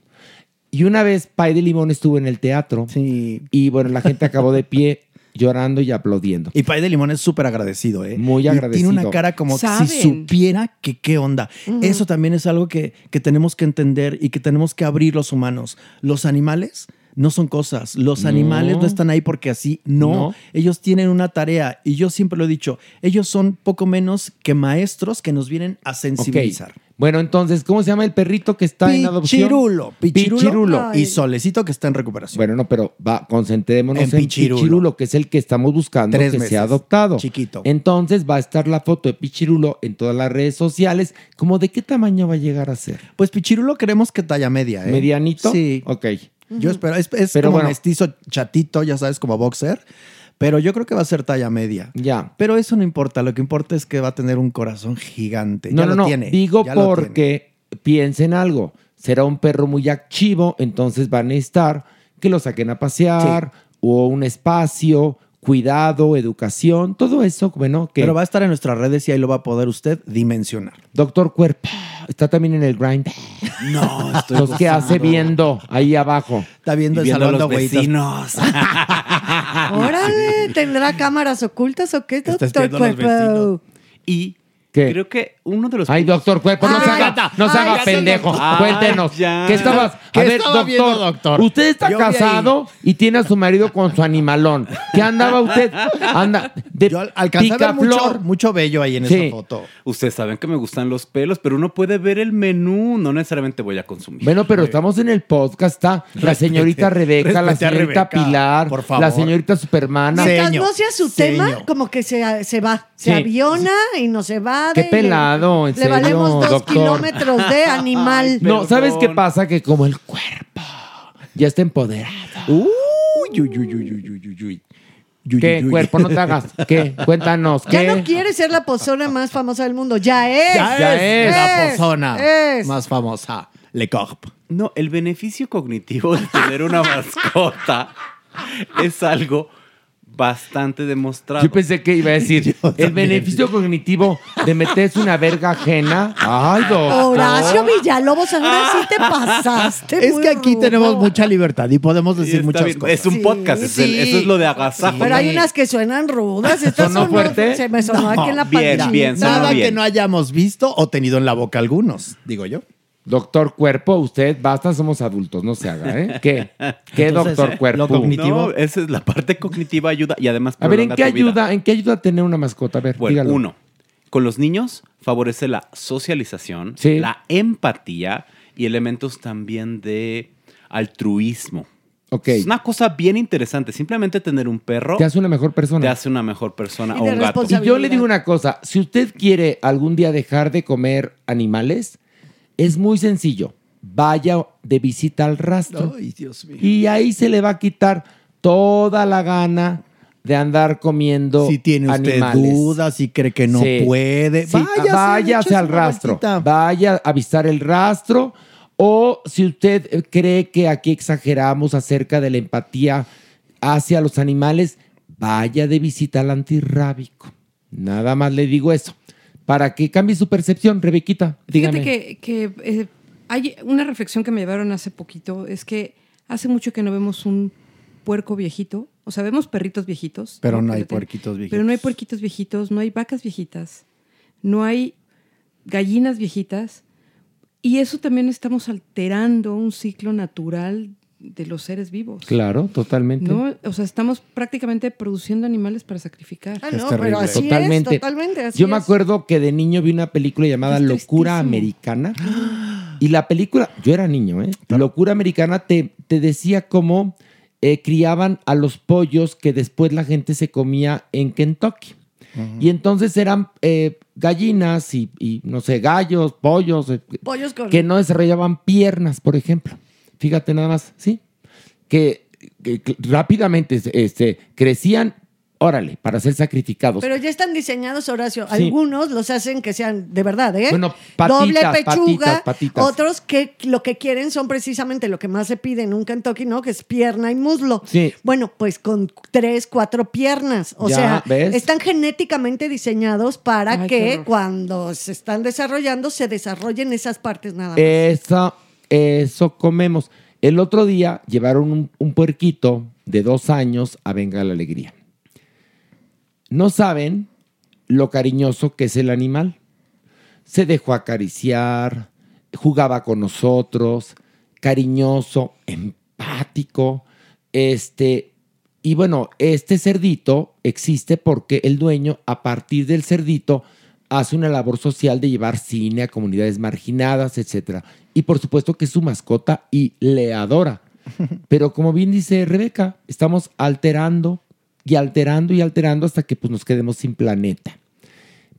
C: Y una vez Pay de Limón estuvo en el teatro y bueno, la gente acabó de pie llorando y aplaudiendo.
H: Y Pay de Limón es súper agradecido, ¿eh?
C: Muy agradecido.
H: Tiene una cara como
C: ¿Saben?
H: si supiera que qué onda.
C: Ujú.
H: Eso también es algo que, que tenemos que entender y que tenemos que abrir los humanos. Los animales no son cosas. Los
C: No.
H: animales no están ahí porque así. No.
C: No.
H: Ellos tienen una tarea. Y yo siempre lo he dicho. Ellos son poco menos que maestros que nos vienen a sensibilizar.
C: Bueno, entonces, ¿cómo se llama el perrito que está en adopción?
H: Pichirulo, pichirulo, y Solecito que está en recuperación.
C: Bueno, no, pero va, concentrémonos
H: En
C: en,
H: Pichirulo.
C: Pichirulo. que es el que estamos buscando
H: Tres
C: que
H: meses.
C: sea adoptado.
H: Chiquito.
C: Entonces va a estar la foto de Pichirulo en todas las redes sociales. ¿Cómo de qué tamaño va a llegar a ser?
H: Pues Pichirulo creemos que talla media, ¿eh?
C: ¿Medianito?
H: Sí.
C: Ok.
H: Yo espero, es, es
C: Pero
H: como
C: bueno.
H: mestizo chatito, ya sabes, como boxer, pero yo creo que va a ser talla media.
C: Ya.
H: Pero eso no importa, lo que importa es que va a tener un corazón gigante.
C: No,
H: este, ya
C: no,
H: lo
C: no.
H: tiene.
C: Digo
H: ya lo tiene.
C: porque piensen algo. Será un perro muy activo, entonces van a necesitar que lo saquen a pasear o un espacio, cuidado, educación, todo eso, bueno, que
H: Pero va a estar en nuestras redes y ahí lo va a poder usted dimensionar.
C: Doctor Cuerpo está también en el grind.
H: No,
C: Los que hace viendo ahí abajo.
H: Está viendo,
C: Y viendo
H: salvando
C: a los
H: güeyitos.
C: vecinos.
D: Órale, ¿tendrá cámaras ocultas o qué,
C: Estás
D: doctor
C: viendo a los
D: Cuerpo?
G: Y
C: creo
G: que uno de los.
C: Ay, doctor Cuerpo, no se haga, no se
G: Ay,
C: haga
G: Ah, ya se
C: pendejo.
G: enojó.
C: Cuéntenos.
G: Ay, ya.
C: ¿Qué estabas?
G: ¿Qué
C: a ver,
G: estaba
C: doctor,
G: viendo, doctor?
C: Usted está
G: Yo vi ahí.
C: casado y tiene a su marido con su animalón. ¿Qué andaba usted? Anda, de
H: Alcanza a ver mucho,
C: picaflor.
H: mucho bello ahí en
C: Sí.
H: esa foto.
G: Ustedes saben que me gustan los pelos, pero uno puede ver el menú, no necesariamente voy a consumir.
C: Bueno, pero estamos en el podcast, está la señorita Rebeca, la
G: respete a
C: señorita
G: Rebeca,
C: Pilar,
G: por favor.
C: la señorita Supermana.
D: Mientras no sea su tema, como que se, se va. Se
C: Sí.
D: aviona y no se va.
C: Qué pelado, en
D: Le valemos
C: serio,
D: dos
C: doctor.
D: kilómetros de animal.
C: No, ¿sabes qué pasa? Que como el cuerpo ya está empoderado.
H: Uy, uy, uy, uy, uy, uy, uy, uy.
C: ¿Qué
H: uy, uy.
C: cuerpo? No te hagas. ¿Qué? Cuéntanos. ¿Qué?
D: Ya no quiere ser la pozona más famosa del mundo. Ya es. Eh,
H: Ya, es, la pozona
D: es.
H: más famosa. Le Corp.
G: No, el beneficio cognitivo de tener una mascota es algo bastante demostrado.
C: Yo pensé que iba a decir el beneficio cognitivo de meterse una verga ajena. Ay, doctor.
D: Ah, Horacio Villalobos, ahora sí te pasaste.
H: Es
D: muy
H: que aquí
D: rudo.
H: tenemos mucha libertad y podemos
G: Sí,
H: decir
G: está
H: muchas
G: bien.
H: cosas.
G: Es un podcast, es el- eso es lo de agasajo.
D: Pero hay unas que suenan rudas. Estas
H: ¿Sonó
D: sonó-
H: fuerte?
D: Se me sonó aquí en la pantalla.
H: Nada que no hayamos visto o tenido en la boca algunos, digo yo.
C: Doctor Cuerpo, usted, basta, somos adultos, no se haga, ¿eh? ¿Qué? ¿Qué, doctor Cuerpo?
G: No, esa es la parte cognitiva ayuda y además
C: a ver, ¿en
G: prolonga
C: qué
G: tu vida.
C: ayuda? ¿En qué ayuda tener una mascota? A ver,
G: Bueno,
C: dígalo.
G: uno, con los niños favorece la socialización,
C: Sí.
G: la empatía y elementos también de altruismo.
C: Ok.
G: Es una cosa bien interesante. Simplemente tener un perro
C: Te hace una mejor persona.
G: te hace una mejor persona o
C: Y
G: un gato.
C: yo le digo una cosa, si usted quiere algún día dejar de comer animales, es muy sencillo. Vaya de visita al rastro.
H: Ay, Dios mío.
C: Y ahí se le va a quitar toda la gana de andar comiendo
H: Si tiene usted
C: animales.
H: dudas, si cree que no
C: Sí.
H: puede,
C: Sí, ah,
H: váyase, échese
C: váyase al
H: una
C: rastro.
H: vueltita.
C: Vaya a avisar el rastro. O si usted eh, cree que aquí exageramos acerca de la empatía hacia los animales, vaya de visita al antirrábico. Nada más le digo eso. Para que cambie su percepción, Rebequita. Dígame.
I: Fíjate que, que, eh, hay una reflexión que me llevaron hace poquito, es que hace mucho que no vemos un puerco viejito, o sea, vemos perritos viejitos.
H: Pero no hay
I: Pero te-
H: puerquitos viejitos.
I: Pero no hay puerquitos viejitos, no hay vacas viejitas, no hay gallinas viejitas. Y eso también estamos alterando un ciclo natural de los seres vivos.
C: Claro, totalmente.
I: ¿no? O sea, estamos prácticamente produciendo animales para sacrificar.
D: Ah,
C: Es terrible. Yo me acuerdo que de niño vi una película llamada
I: Es
C: Locura
I: tristísimo.
C: Americana. Y la película, yo era niño, ¿eh? Locura Americana te, te decía cómo eh, criaban a los pollos que después la gente se comía en Kentucky. Y entonces eran eh, gallinas y, y, no sé, gallos, pollos, eh,
D: Pollos con-
C: que no desarrollaban piernas, por ejemplo. Fíjate nada más, ¿sí? Que, que cl- rápidamente este, crecían, órale, para ser sacrificados.
D: Pero ya están diseñados, Horacio.
C: Sí.
D: Algunos los hacen que sean de verdad, ¿eh?
C: Bueno, patitas,
D: Doble pechuga.
C: patitas, patitas.
D: Otros que lo que quieren son precisamente lo que más se pide en un Kentucky, ¿no? Que es pierna y muslo.
C: Sí.
D: Bueno, pues con tres, cuatro piernas. O
C: Ya,
D: sea,
C: ¿ves?
D: están genéticamente diseñados para
C: Ay, qué
D: que
C: horror.
D: cuando se están desarrollando se desarrollen esas partes nada más.
C: Eso, eso comemos. El otro día llevaron un, un puerquito de dos años a Venga la Alegría. No saben lo cariñoso que es el animal. Se dejó acariciar, jugaba con nosotros, cariñoso, empático. Este, y bueno, este cerdito existe porque el dueño, a partir del cerdito, hace una labor social de llevar cine a comunidades marginadas, etc. Y por supuesto que es su mascota y le adora. Pero como bien dice Rebeca, estamos alterando y alterando y alterando hasta que pues, nos quedemos sin planeta.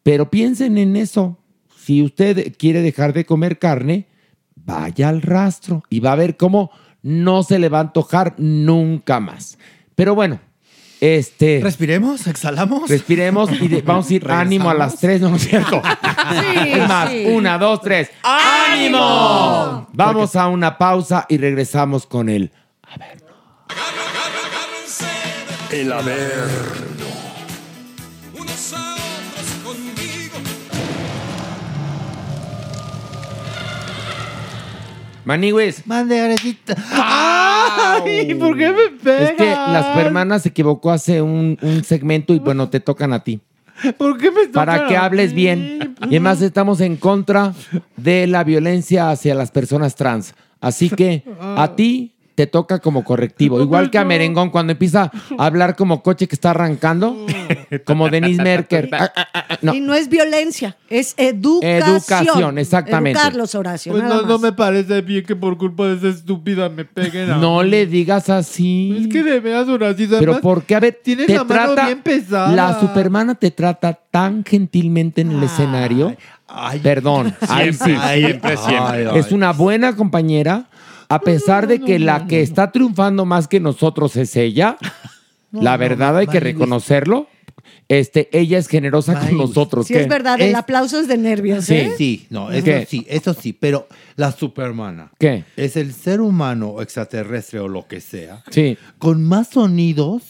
C: Pero piensen en eso. Si usted quiere dejar de comer carne, vaya al rastro y va a ver cómo no se le va a antojar nunca más. Pero bueno, este...
H: Respiremos, exhalamos.
C: Respiremos y de- vamos a decir ánimo a las tres, ¿no no es cierto?
E: Ah,
C: es más,
H: sí. Oh.
C: una, dos, tres. ¡Ánimo! Vamos a una pausa y regresamos con él.
J: El haber.
K: Unos a otros conmigo.
C: Manigües.
F: Mande Arecita.
H: ¡Ay! ¿Por qué me pegas?
C: Es que las hermanas se equivocó hace un, un segmento y bueno, te tocan a ti.
H: ¿Por qué me
C: Para
H: tocan
C: que
H: a
C: hables bien. Y además estamos en contra de la violencia hacia las personas trans. Así que a ti te toca como correctivo. Igual
H: pues
C: que a Merengón cuando empieza a hablar como coche que está arrancando, como Denise Merker. Ah, ah, ah, ah, no.
D: Y no es violencia, es educación.
C: E-, Educación, exactamente.
D: Educarlos, Horacio.
C: Pues
D: nada
C: no-
D: más.
C: no
H: me parece bien que por culpa de esa estúpida me peguen a
C: No
H: mí.
C: le digas así.
H: Es que de veras, Horacito,
C: Pero
H: además,
C: porque, a ver,
H: tienes
C: te
H: la mano
C: trata-
H: bien pesada.
C: La supermana te trata tan gentilmente en el escenario. Perdón. ahí
L: Siempre,
C: sí.
L: siempre, siempre.
C: Ay, Es una buena compañera, a pesar de que la que está triunfando más que nosotros es ella. la verdad hay que reconocerlo. Este, ella es generosa con nosotros.
D: Sí,
C: ¿qué? Eh,
D: es verdad, el aplauso es de nervios,
F: Sí,
D: ¿eh?
F: sí, no, eso
C: ¿Qué?
F: sí, eso sí, pero la supermana.
C: ¿Qué?
F: Es el ser humano o extraterrestre o lo que sea.
C: Sí.
F: Con más sonidos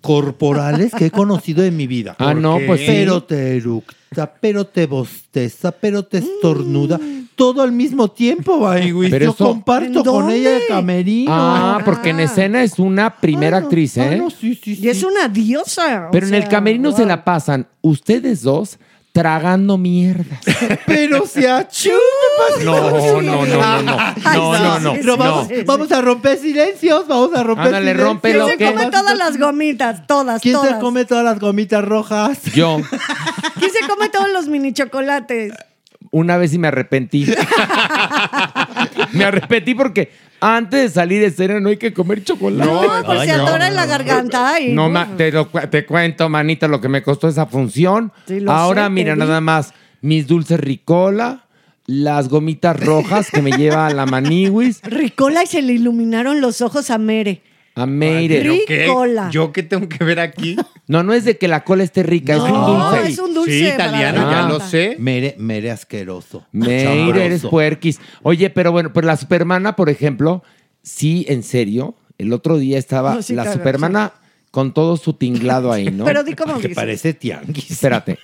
F: corporales que he conocido en mi vida.
C: Ah, no, pues sí.
F: Pero te eructa, pero te bosteza, pero te estornuda. Todo al mismo tiempo, ay, güey.
C: Mm. Pero
F: Yo
C: eso-
F: comparto
C: ¿En
F: con
C: dónde?
F: ella el camerino.
C: Ah, porque en escena es una primera actriz, ¿eh?
D: Y es una diosa. o
C: Pero en el
D: sea,
C: camerino se la pasan ustedes dos tragando mierdas.
F: Pero se achú.
C: No, Oh, no, no, no, no. No, no, no, no.
F: Vamos, vamos a romper silencios, vamos a romper
C: Ándale,
F: silencios.
C: rómpelo,
D: ¿Quién se come todas las gomitas? Todas,
F: ¿Quién
D: todas.
F: se come todas las gomitas rojas?
C: Yo
D: ¿Quién se come todos los mini chocolates?
C: una vez y me arrepentí. me arrepentí porque antes de salir de escena no hay que comer chocolate.
D: No, pues se atora en la garganta. y-
C: No, ma- te, lo cu- te cuento, manita, lo que me costó esa función.
D: Sí, lo
C: Ahora,
D: sé, te
C: mira,
D: vi.
C: nada más, mis dulces Ricola, las gomitas rojas que me lleva la maniwis,
D: Ricola y se le iluminaron los ojos a Mere.
C: a Meire.
D: Ay, ¿yo qué? Ricola.
C: ¿Yo qué tengo que ver aquí? No, no es de que la cola esté rica, es un dulce.
D: es un dulce Sí, italiano, para la ya garganta. lo
C: sé.
F: Mere, mere asqueroso.
C: Meire,
F: Chambroso.
C: eres puerquis. Oye, pero bueno, pues la supermana, por ejemplo, sí, en serio, el otro día estaba
F: No, sí,
C: la
F: claro,
C: supermana con todo su tinglado ahí, ¿no?
D: Pero di cómo Que dice.
F: parece tianguis.
C: Espérate.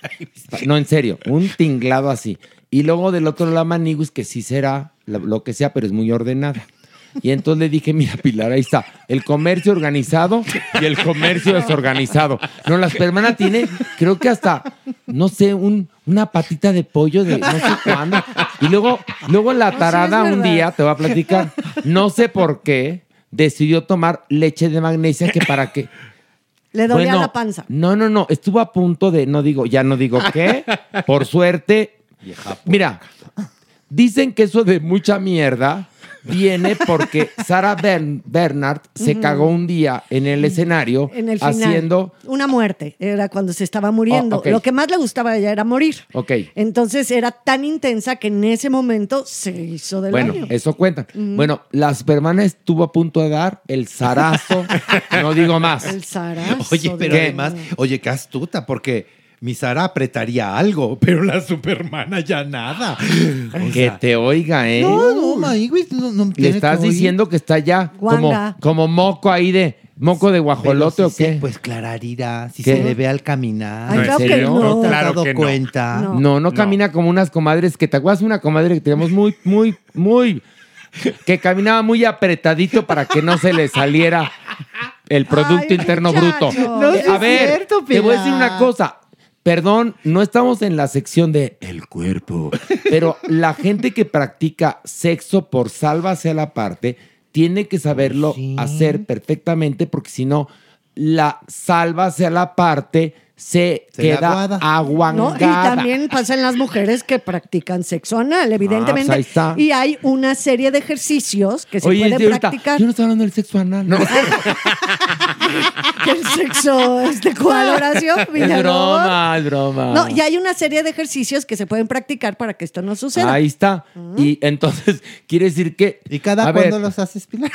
C: No, en serio, un tinglado así. Y luego del otro lado la maniguis, que sí será la- lo que sea, pero es muy ordenada. Y entonces le dije, mira, Pilar, ahí está, el comercio organizado y el comercio desorganizado. No, la supermana tiene, creo que hasta, no sé, un, una patita de pollo de no sé cuándo. Y luego, luego
D: Ah,
C: la tarada un
L: verdad.
C: día, te va a platicar, no sé por qué, decidió tomar leche de magnesia que para qué.
D: Le dolía
C: Bueno,
D: la panza.
C: No, no, no. Estuvo a punto de, no digo, ya no digo qué. Por suerte. Mira, Dicen que eso de mucha mierda viene porque Sara Bern- Bernard se
D: Ujú.
C: cagó un día en el escenario
D: En el final.
C: haciendo...
D: Una muerte. Era cuando se estaba muriendo.
C: Oh, ok.
D: Lo que más le gustaba a ella era morir.
C: Ok,
D: Entonces era tan intensa que en ese momento se hizo del
C: bueno,
D: baño.
C: eso cuenta.
D: Ujú.
C: Bueno, la Supermana estuvo a punto de dar el zarazo, no digo más.
D: El zarazo.
F: Oye, pero
C: ¿Qué?
F: además, oye, qué astuta, porque mi Sara apretaría algo, pero la supermana ya nada.
C: Que te oiga, ¿eh?
F: No, no, Manigüis, no, no
C: Le
F: tiene
C: estás
F: que oír.
C: diciendo que está ya como,
F: Wanda.
C: como moco ahí de moco de guajolote o qué?
F: Pues clararira, si
C: ¿Qué?
F: se le ve al caminar.
C: Ay, ¿En claro que serio? no.
F: te has
C: Claro
F: dado
C: que no.
F: cuenta.
C: No, no, camina como unas comadres que te acuerdas de una comadre que teníamos muy, muy, muy que caminaba muy apretadito para que no se le saliera el Producto Interno
F: muchacho.
C: Bruto.
F: No, sí
C: a
F: es
C: ver,
F: cierto,
C: te voy a decir
F: Pilar.
C: una cosa. Perdón, no estamos en la sección de el cuerpo, pero la gente que practica sexo por sálvase a la parte tiene que saberlo hacer perfectamente porque si no, la sálvase a la parte se,
D: Se la
C: queda
D: aguada. ¿no? Y
C: aguangada.
D: también pasa en las mujeres que practican sexo anal, evidentemente.
C: Ah, pues ahí está.
D: Y hay una serie de ejercicios que se
C: Oye,
D: pueden
C: de ahorita,
D: practicar.
C: yo no estoy hablando del sexo anal. No,
D: Que el sexo es de cuál Horacio?
C: es
D: Villalobos?
C: broma, es broma.
D: No, y hay una serie de ejercicios que se pueden practicar para que esto no suceda.
C: Ahí está.
D: Mm.
C: Y entonces, quiere decir que. ¿Y
F: cada cuándo
C: los
F: haces, Pilar?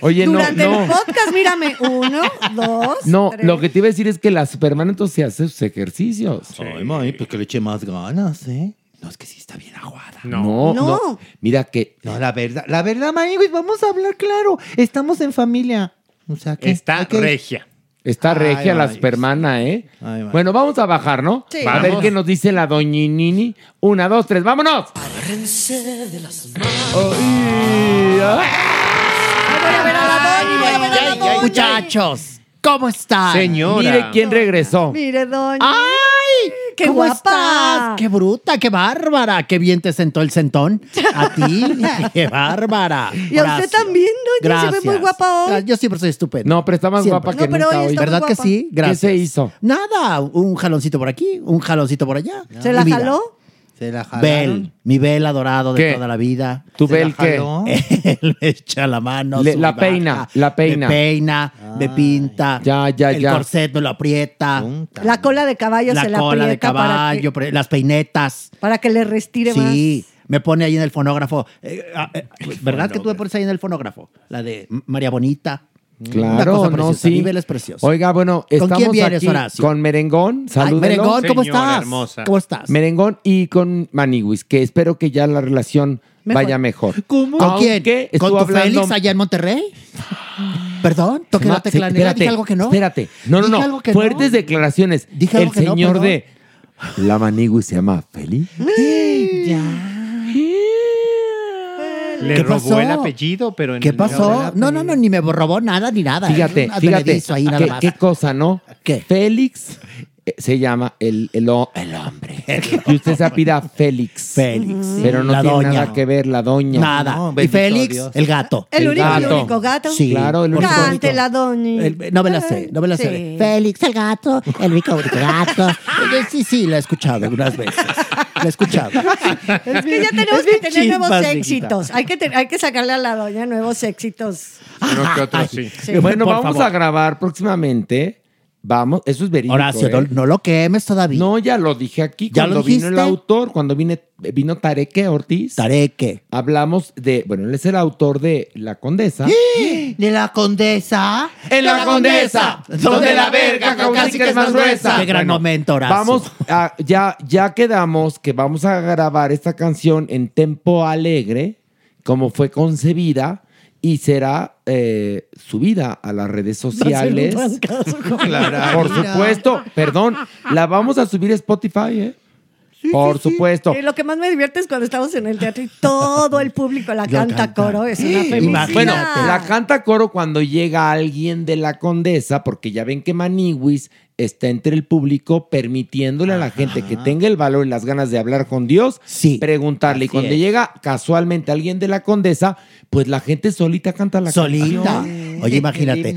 C: Oye, no,
D: Durante
C: no.
D: el podcast, mírame, uno, dos,
C: No,
D: tres.
C: lo que te iba a decir es que la Superman entonces se hace sus ejercicios.
F: Ay, May, pues que le eche más ganas, ¿eh? No, es que sí está bien aguada.
C: No, no.
F: No.
C: Mira que.
F: No, la verdad, la verdad, Manigüis, vamos a hablar claro. Estamos en familia. O sea, que
E: Está
F: hay que-
E: regia.
C: Está
F: Ay,
C: regia la
F: vaya.
C: Supermana, ¿eh?
F: vaya.
C: bueno, vamos a bajar, ¿no?
F: Sí.
C: A ver
F: Vamos.
C: qué nos dice la doñinini. Una, dos, tres, vámonos.
K: de las
F: Muchachos, ¿cómo están?
C: Señora. Mire quién regresó.
D: Mire, doña.
F: ¡Ay!
D: ¡Qué
F: ¿Cómo
D: guapa!
F: estás? ¡Qué bruta! ¡Qué bárbara! ¡Qué bien te sentó el sentón! ¡A ti! ¡Qué bárbara!
D: Y a usted también, doña. Se ve muy
F: Gracias.
D: guapa hoy.
F: Gra- Yo siempre soy estupendo.
C: No, pero está más
F: Siempre.
C: guapa que nunca hoy.
F: ¿Verdad que sí? Gracias.
C: ¿Qué se hizo?
F: Nada, un jaloncito por aquí, un jaloncito por allá.
D: ¿Se la
F: Y mira,
D: jaló?
F: Se la
L: Bel, mi Bel adorado de
F: ¿Qué?
L: toda la vida.
F: ¿Tu
L: ¿Se la
F: Bel qué?
L: jaló? Él me echa la mano.
C: Le-
L: sube y
C: la
L: baja,
C: peina, la peina.
L: Me peina, me pinta.
C: Ya, ya,
L: El
C: ya.
L: corset me lo aprieta.
D: La cola de caballo
L: La
D: se la
L: cola de
D: aprieta para, que,
L: caballo, pre- las peinetas.
D: para que le restire
L: Sí, me pone ahí en el fonógrafo. Eh, ah, eh, ¿Verdad que tú me pones ahí en el fonógrafo? La de M- María Bonita. Una
C: Claro,
L: cosa
C: no,
L: preciosa.
C: sí.
L: Mi Bel es precioso.
C: Oiga, bueno, estamos
L: quién vienes,
C: aquí
L: Horacio?
C: con Merengón.
L: Ay,
C: Saludos.
L: Merengón, ¿cómo estás? ¿Cómo estás?
C: Merengón y con Maniwis, que espero que ya la relación
L: Mejor.
C: vaya mejor.
L: ¿Con quién?
C: Aunque estuvo
L: ¿Con tu
C: hablando-
L: Félix allá en Monterrey? Perdón, toqué
C: Ma-
L: la tecla negra,
C: espérate,
L: dije algo que no.
C: Espérate. No, no,
L: Dije
C: no.
L: algo que no.
C: Fuertes declaraciones.
L: Dije algo
C: El
L: que no,
C: señor
L: perdón.
C: de La Manigüis se llama Félix.
E: Le
L: ¿Qué
E: robó
L: pasó?
E: el apellido, pero en
L: ¿Qué
E: el-
L: pasó? No, no, no, ni me robó nada ni nada.
C: Fíjate,
L: Era un
C: fíjate.
L: advenedizo ahí nada
C: qué,
L: más.
C: qué cosa, ¿no? Félix eh, se llama el, el, ho- el hombre. y usted se apida Félix.
L: Félix.
C: Pero no
L: La
C: tiene
L: doña.
C: nada que ver la doña.
L: Nada. No, Y bendito Félix, Dios. el gato.
D: El único, el único gato.
C: Sí. Claro, el único.
D: Cante la doña.
L: El- no me la sé, no me la
D: Sí.
L: sé. Félix el gato, el único único gato. Eh, Sí, sí, la he escuchado algunas veces. La he escuchado.
D: Es que ya tenemos
L: Es bien
D: que tener nuevos
L: chispas, mijita.
D: éxitos. Hay que, te- hay que sacarle a la doña nuevos éxitos. Sí.
C: Bueno,
L: Por
C: vamos
L: favor.
C: a grabar próximamente. Vamos, eso es verídico.
L: Horacio, no-
C: lo quemes todavía. No, ya lo dije aquí
L: ¿Ya
C: cuando
L: lo
C: vino el
L: dijiste?
C: autor, cuando vine, vino Tareque Ortiz. Tareque. Hablamos de, bueno, él es el autor de La Condesa.
F: ¿De la condesa?
C: En la Condesa, donde la verga casi que es más gruesa.
L: Qué gran
C: Bueno,
L: momento, Horacio.
C: Vamos, a- ya, ya quedamos que vamos a grabar esta canción en tempo alegre, como fue concebida, y será eh, subida a las redes sociales.
F: Clara,
C: Por
F: mira.
C: supuesto, perdón, la vamos a subir a Spotify, ¿eh? Por supuesto.
D: Y Eh, lo que más me divierte es cuando estamos en el teatro y todo el público la canta, coro. Es una felicidad.
C: Bueno, la canta coro cuando llega alguien de la condesa, porque ya ven que Maniwis está entre el público permitiéndole a la gente que tenga el valor y las ganas de hablar con Dios, preguntarle. y
L: Así
C: cuando
L: es.
C: llega casualmente alguien de la condesa, pues la gente solita canta la
L: Solita.
C: canción.
L: Oye, imagínate,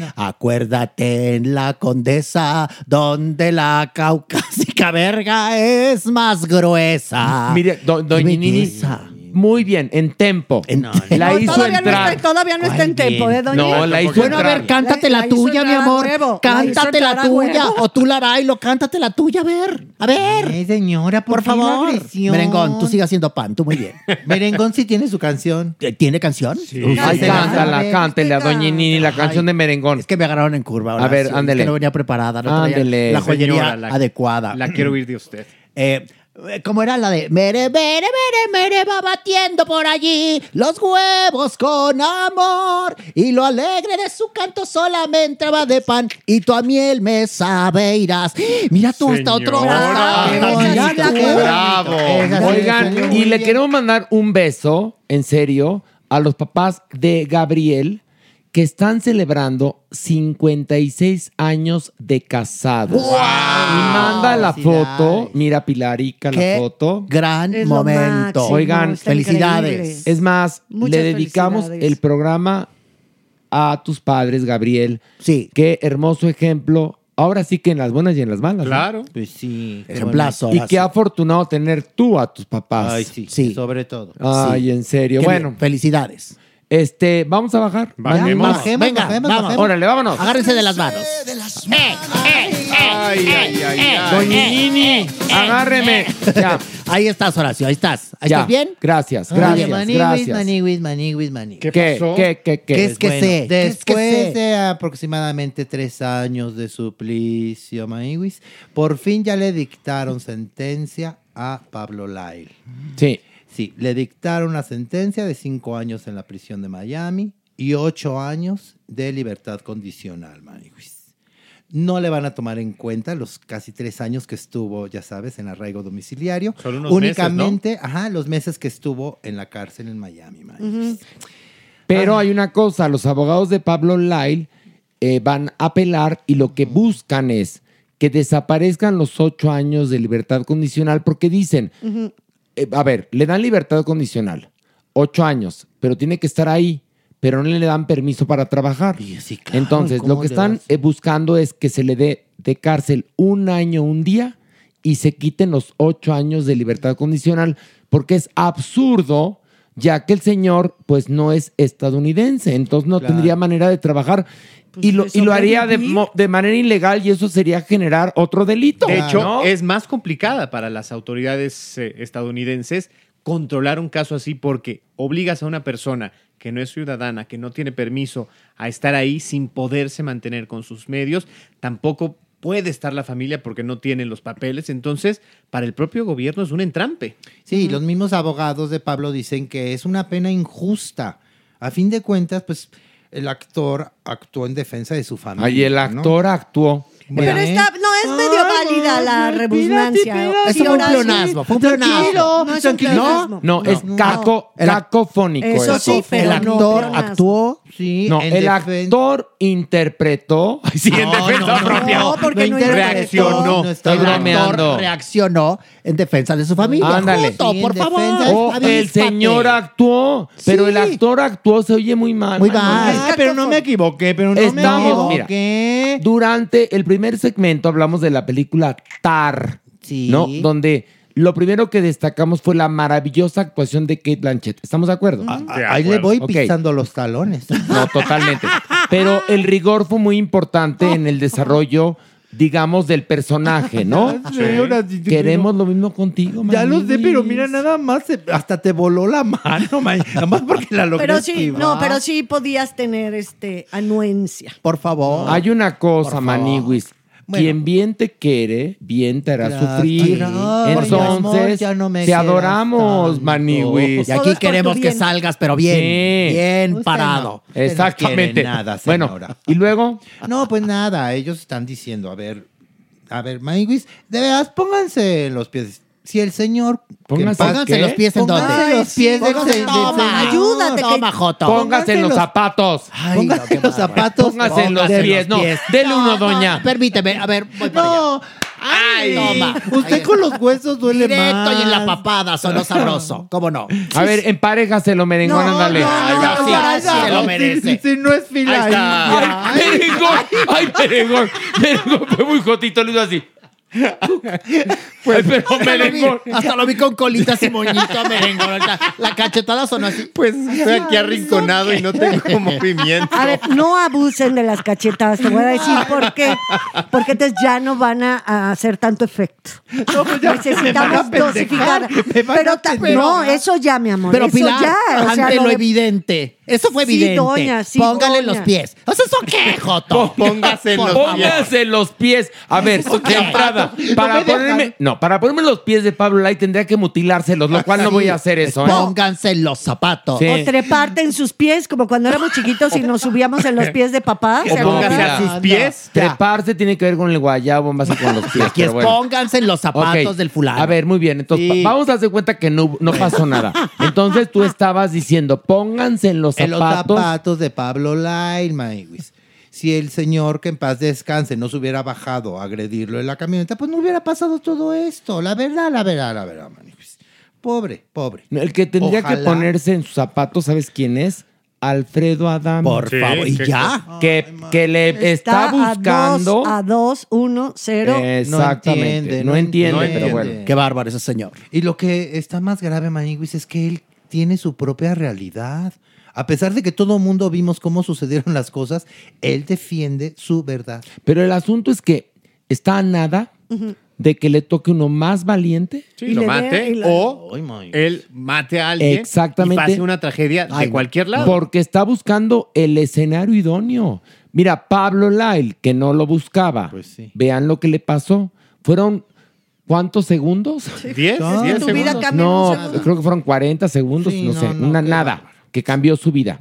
L: acuérdate en la condesa donde la caucásica verga es más gruesa.
C: Mire, do- doña
L: Qué
C: Nini,
L: belleza.
C: Muy bien, en tempo. la
D: No,
C: hizo
D: todavía
C: entrar.
D: No está, todavía no está en tempo, ¿eh, doña?
C: No, la hizo
L: Bueno, a ver,
C: entrar.
L: cántate la,
D: La hizo
L: tuya, mi
D: entrar a
L: amor.
D: huevo. La hizo
L: Cántate la,
D: entrar a
L: tuya.
D: huevo.
L: O tú, Larailo, cántate la tuya, a ver. A ver. señora, por,
F: qué la
L: favor.
F: agresión?
L: Merengón, tú sigue haciendo pan, tú muy bien.
F: Merengón sí tiene su canción.
L: ¿Tiene canción?
C: Ay, cántala, cántela, doña Nini, la canción de merengón. Es
L: que me agarraron en curva.
C: A ver,
L: sí,
C: ándele.
L: es que no venía preparada, no traía
C: ándele.
L: la joyería adecuada.
E: La quiero oír de usted.
L: Eh, eh, ¿Cómo era la de mere, mere, mere, mere, va batiendo por allí los huevos con amor y lo alegre de su canto solamente va de pan y tu a miel me sabe irás? Mira tú hasta otro
C: Señora.
L: Qué
C: Ay,
L: bonito,
C: ya la
L: qué
C: vi.
L: bonito.
C: Bravo.
L: Esa sí, esa
C: Oigan,
L: sí.
C: y le queremos mandar un beso, en serio, a los papás de Gabriel que están celebrando 56 años de casados. Y manda la foto, mira Pilarica
L: Qué
C: la foto.
L: Gran Es lo momento. máximo,
C: Oigan,
L: está felicidades. increíble.
C: Es más,
L: Muchas
C: le dedicamos
L: felicidades.
C: el programa a tus padres, Gabriel. Sí. Qué hermoso ejemplo. Ahora sí que en las buenas y en las malas. ¿no?
F: Pues sí. qué
C: Ejemplazo.
F: bonito.
C: Y qué afortunado tener tú a tus papás.
F: Ay, sí, Sobre todo.
C: Ay, en serio.
L: Qué
C: bueno.
L: bien, Felicidades.
C: Este, vamos a bajar.
L: Bajemos.
C: Vamos.
L: Bajemos,
C: Venga,
L: bajemos,
C: vamos.
L: bajemos.
C: Órale, vámonos.
L: Agárrense de las manos. Eh.
J: Ay, ay, ay, ay.
C: Doña Nini, Eh, agárreme. Ya.
L: Ahí estás, Horacio, ahí estás. ¿Ahí
C: Ya.
L: estás bien?
C: Gracias,
L: Oye,
C: gracias,
L: maniguis,
C: gracias.
F: Maniguis, maniguis, maniguis.
C: ¿Qué ¿Qué, pasó? qué, qué, qué?
F: es que
C: Bueno,
F: sé?
C: ¿qué
F: Después
C: es que sé?
F: de aproximadamente tres años de suplicio, maniguis, por fin ya le dictaron sentencia a Pablo Lyle.
C: Sí.
F: Sí, le dictaron una sentencia de cinco años en la prisión de Miami y ocho años de libertad condicional, maniguis. No le van a tomar en cuenta los casi tres años que estuvo, ya sabes, en arraigo domiciliario.
E: Solo unos meses, ¿no?
F: Únicamente, ajá, los meses que estuvo en la cárcel en Miami, maniguis.
C: Pero hay una cosa, los abogados de Pablo Lyle eh, van a apelar y lo que buscan es que desaparezcan los ocho años de libertad condicional porque dicen, eh, a ver, le dan libertad condicional, ocho años, pero tiene que estar ahí, pero no le dan permiso para trabajar. Entonces, lo
F: ¿cómo
C: que
F: le
C: están
F: das?
C: eh, buscando es que se le dé de cárcel un año, un día, y se quiten los ocho años de libertad condicional, porque es absurdo, ya que el señor, pues, no es estadounidense, entonces no
F: Claro. Pues
C: tendría manera de trabajar. y lo,
E: de
C: y lo haría de,
E: sobrevivir.
C: mo- de manera ilegal y eso sería generar otro delito.
E: De hecho,
C: ¿no?
E: es más complicada para las autoridades eh, estadounidenses controlar un caso así porque obligas a una persona que no es ciudadana, que no tiene permiso a estar ahí sin poderse mantener con sus medios, tampoco puede estar la familia porque no tiene los papeles, entonces para el propio gobierno es un entrampe.
F: Sí, los mismos abogados de Pablo dicen que es una pena injusta. A fin de cuentas, pues el actor actuó en defensa de su familia.
C: Ay, el
F: ¿no?
C: actor actuó.
F: Bueno,
D: Pero está, no, es medio válida la rebusnancia.
F: Es
D: Sí,
F: como un
D: Horacio.
F: pleonasmo, fue un pleonasmo. Tranquilo,
D: No es un
F: tranquilo.
D: pleonasmo.
C: No, es caco,
F: El ac-
C: cacofónico.
F: Eso sí,
C: Cacofónico.
F: pero
C: el
F: no
C: actor
F: pleonasmo.
C: actuó.
F: Sí,
C: no,
F: en
C: el
F: defen-
C: actor interpretó. Ay, sí, en
F: No,
C: defensa
F: no, no,
C: propia.
F: no, porque no
C: interpretó.
F: interpretó.
C: Reaccionó.
F: No
C: Estoy
L: el
C: bromeando.
L: actor reaccionó en defensa de su familia.
C: Ándale.
L: Justo, por favor.
C: O Oh, el
L: avíspate.
C: señor actuó, pero el actor actuó se oye muy mal.
L: Muy mal. Ah,
C: pero no me
F: equivoqué, pero
L: no me
C: Estamos,
F: mira,
C: durante el primer segmento hablamos de la película Tar, ¿no? Donde lo primero que destacamos fue la maravillosa actuación de Kate Blanchett. ¿Estamos de acuerdo?
L: Ah,
F: Ahí le voy
C: Ok.
F: pisando los talones.
C: No, totalmente. Pero el rigor fue muy importante en el desarrollo, digamos, del personaje, ¿no?
L: Sí, ahora sí,
C: Ah, Queremos lo mismo contigo,
L: Ya lo
C: Maniguis.
L: sé, pero mira, nada más eh, hasta te voló la mano, man. Ah, nada más porque la logré
D: Pero sí,
L: esquivar.
D: no, pero sí podías tener este anuencia.
L: Por favor.
C: Hay una cosa, Maniwis.
D: Bueno.
C: Quien bien te quiere, bien te hará
L: Claro,
C: sufrir.
L: claro, mi amor,
C: Entonces,
L: ya no me
C: te
L: quieras
C: adoramos, Maniwis.
L: Y aquí queremos que salgas, pero bien,
C: Sí.
L: bien parado.
F: Usted no
C: Exactamente.
F: quiere nada,
C: bueno,
F: señora.
C: y luego,
F: No, pues nada, ellos están diciendo, a ver, a ver, Maywis, de veras, pónganse los pies. Si el señor...
C: Pónganse
L: ¿qué?
F: dónde?
L: Pónganse
F: los pies del
L: Pónganse-
F: del
L: toma,
F: señor.
L: ayúdate, que-
F: Toma, Joto.
C: póngase en los zapatos.
F: Pónganse los zapatos.
C: Póngase en los
L: póngase en
C: pies.
L: los
C: No,
L: pies.
C: dele uno, doña.
L: Permíteme, a ver, voy para allá.
F: Ay,
L: toma.
F: Usted con los huesos duele
L: Directo
F: más.
L: y en la papada, sonó sabroso. ¿Cómo no?
C: A ver, empárejase lo merengón, ándale.
L: sí, se lo merece.
F: Si no es fila.
C: Ay, merengón. Ay, merengón. Merengón fue muy jotito, lo hizo así.
F: Pues,
L: pero
F: hasta, lo vi,
L: merengón.
F: hasta lo vi con colitas y moñito merengón. ahorita. La cachetada sonó así. Pues estoy
D: aquí
F: arrinconado y no tengo movimiento.
D: A ver, no abusen de las cachetadas, te voy a decir por qué. Porque entonces ya no van a, a hacer tanto efecto.
F: pues
D: Necesitamos dosificar. Pero ta- no, eso ya, mi amor.
F: Pero
D: eso
F: Pilar,
D: ya. o sea,
F: ante lo,
D: de-
F: evidente. Eso fue
D: Sí,
F: evidente.
D: doña, sí,
F: Póngale
D: doña.
F: los pies. O sea, ¿eso qué, Joto?
C: Póngase
F: Por favor.
C: Póngase los pies. A ver, de entrada, para
F: me
C: ponerme, no, para ponerme los pies de Pablo Lai tendría que mutilárselos, lo cual no
F: Sí.
C: voy a hacer eso. ¿eh?
F: Pónganse los zapatos.
C: Sí.
D: O treparte en sus pies, como cuando éramos chiquitos y nos subíamos en los pies de papá.
C: O mira, Treparse tiene que ver con el guayabo más que con los pies.
F: Aquí es,
C: pero bueno.
F: pónganse los zapatos
C: Ok.
F: del fulano.
C: A ver, muy bien. Entonces,
F: Sí.
C: pa- vamos a hacer cuenta que no, no pasó nada. Entonces, tú estabas diciendo, pónganse en los
F: En Eh, los
C: zapatos.
F: zapatos de Pablo Lyle, Maywis. Si el señor que en paz descanse no se hubiera bajado a agredirlo en la camioneta, pues no hubiera pasado todo esto. La verdad, la verdad, la verdad, Maywis. Pobre, pobre.
C: El que tendría que
F: Ojalá.
C: ponerse en sus zapatos, ¿sabes quién es? Alfredo Adam.
F: Por Sí, favor, ¿y qué ya? cosa?
C: Que, que le está, buscando.
D: A 2, 1, 0.
C: Exactamente. No entiende, pero bueno.
F: Qué
H: bárbaro ese señor.
F: Y lo que está más grave, Maniguis, es que él tiene su propia realidad. A pesar de que todo el mundo vimos cómo sucedieron las cosas, él defiende su verdad.
C: Pero el asunto es que está a nada de que le toque uno más valiente.
E: Sí, lo mate o él mate a alguien
C: Exactamente.
E: y pase una tragedia
C: Ay,
E: de cualquier lado.
C: Porque está buscando el escenario idóneo. Mira, Pablo Lyle, que no lo buscaba.
E: Pues
C: Vean lo que le pasó. Fueron. ¿Cuántos segundos?
E: Diez,
C: No,
E: diez Tu vida segundos. cambia en
C: No,
E: un segundo.
C: creo que fueron 40 segundos,
E: Sí,
C: no
E: no,
C: sé,
E: no,
C: una nada que cambió su vida.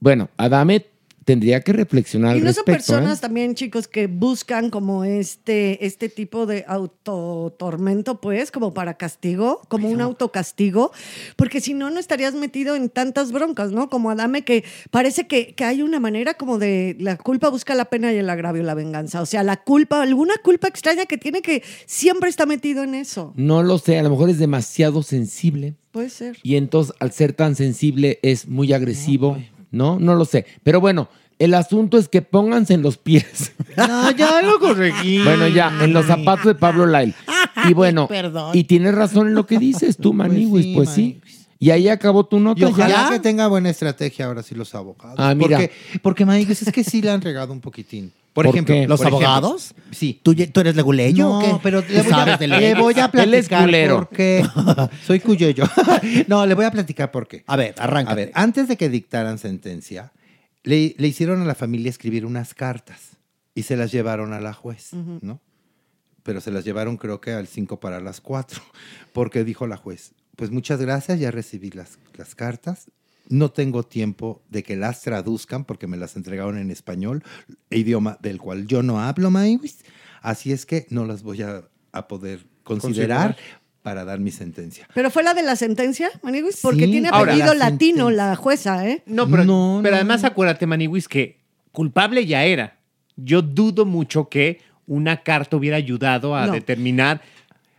C: Bueno, Adame tendría que reflexionar al
D: Y no son
C: respecto. ¿eh?
D: personas también, chicos, que buscan como este, este tipo de autotormento, pues, como para castigo, como un autocastigo, porque si no, no estarías metido en tantas broncas, ¿no? Como Adame, que parece que, que hay una manera como de la culpa busca la pena y el agravio la venganza. O sea, la culpa, alguna culpa extraña que tiene que siempre está metido en eso.
C: No lo sé, a lo mejor es demasiado sensible.
D: Puede ser.
C: Y entonces, al ser tan sensible, es muy agresivo,
F: pues.
C: ¿no? No lo sé. Pero bueno, el asunto es que pónganse en los pies.
F: No, ya lo corregí.
C: Bueno, ya, en los zapatos de Pablo Lyle. Y bueno,
F: Perdón.
C: y tienes razón en lo que dices tú, Maniwis, pues sí. Y ahí acabó tu nota.
F: Y ojalá
C: Pues ya.
F: que tenga buena estrategia ahora sí los abogados.
C: Ah, mira.
F: Porque, porque Maniguis, es que sí le han regado un poquitín. Por,
C: ¿Por
F: ejemplo,
C: qué?
F: por ejemplo, Sí.
L: ¿Tú, ye- tú eres leguleyo
F: no,
L: o qué?
F: pero
L: ¿Tú
F: le voy, a,
L: sabes de
F: le
L: leyes?
F: voy a platicar por qué. Soy cuyo yo. no, le voy a platicar por qué.
L: A ver, arranca.
F: A ver, antes de que dictaran sentencia, le, le hicieron a la familia escribir unas cartas y se las llevaron a la juez,
L: Ujú.
F: ¿no? Pero se las llevaron creo que al 5 para las 4, porque dijo la juez, pues muchas gracias, ya recibí las, las cartas, no tengo tiempo de que las traduzcan porque me las entregaron en español, idioma del cual yo no hablo, Maywis, así es que no las voy a, a poder considerar,
E: Considerar.
F: para dar mi sentencia.
D: Pero fue la de la sentencia, Maniguis, porque
F: Sí.
D: tiene
F: Ahora,
D: apellido
F: la
D: latino la jueza, ¿eh?
E: No, pero, pero además acuérdate, Maniwis, que culpable ya era. Yo dudo mucho que una carta hubiera ayudado a
F: No.
E: determinar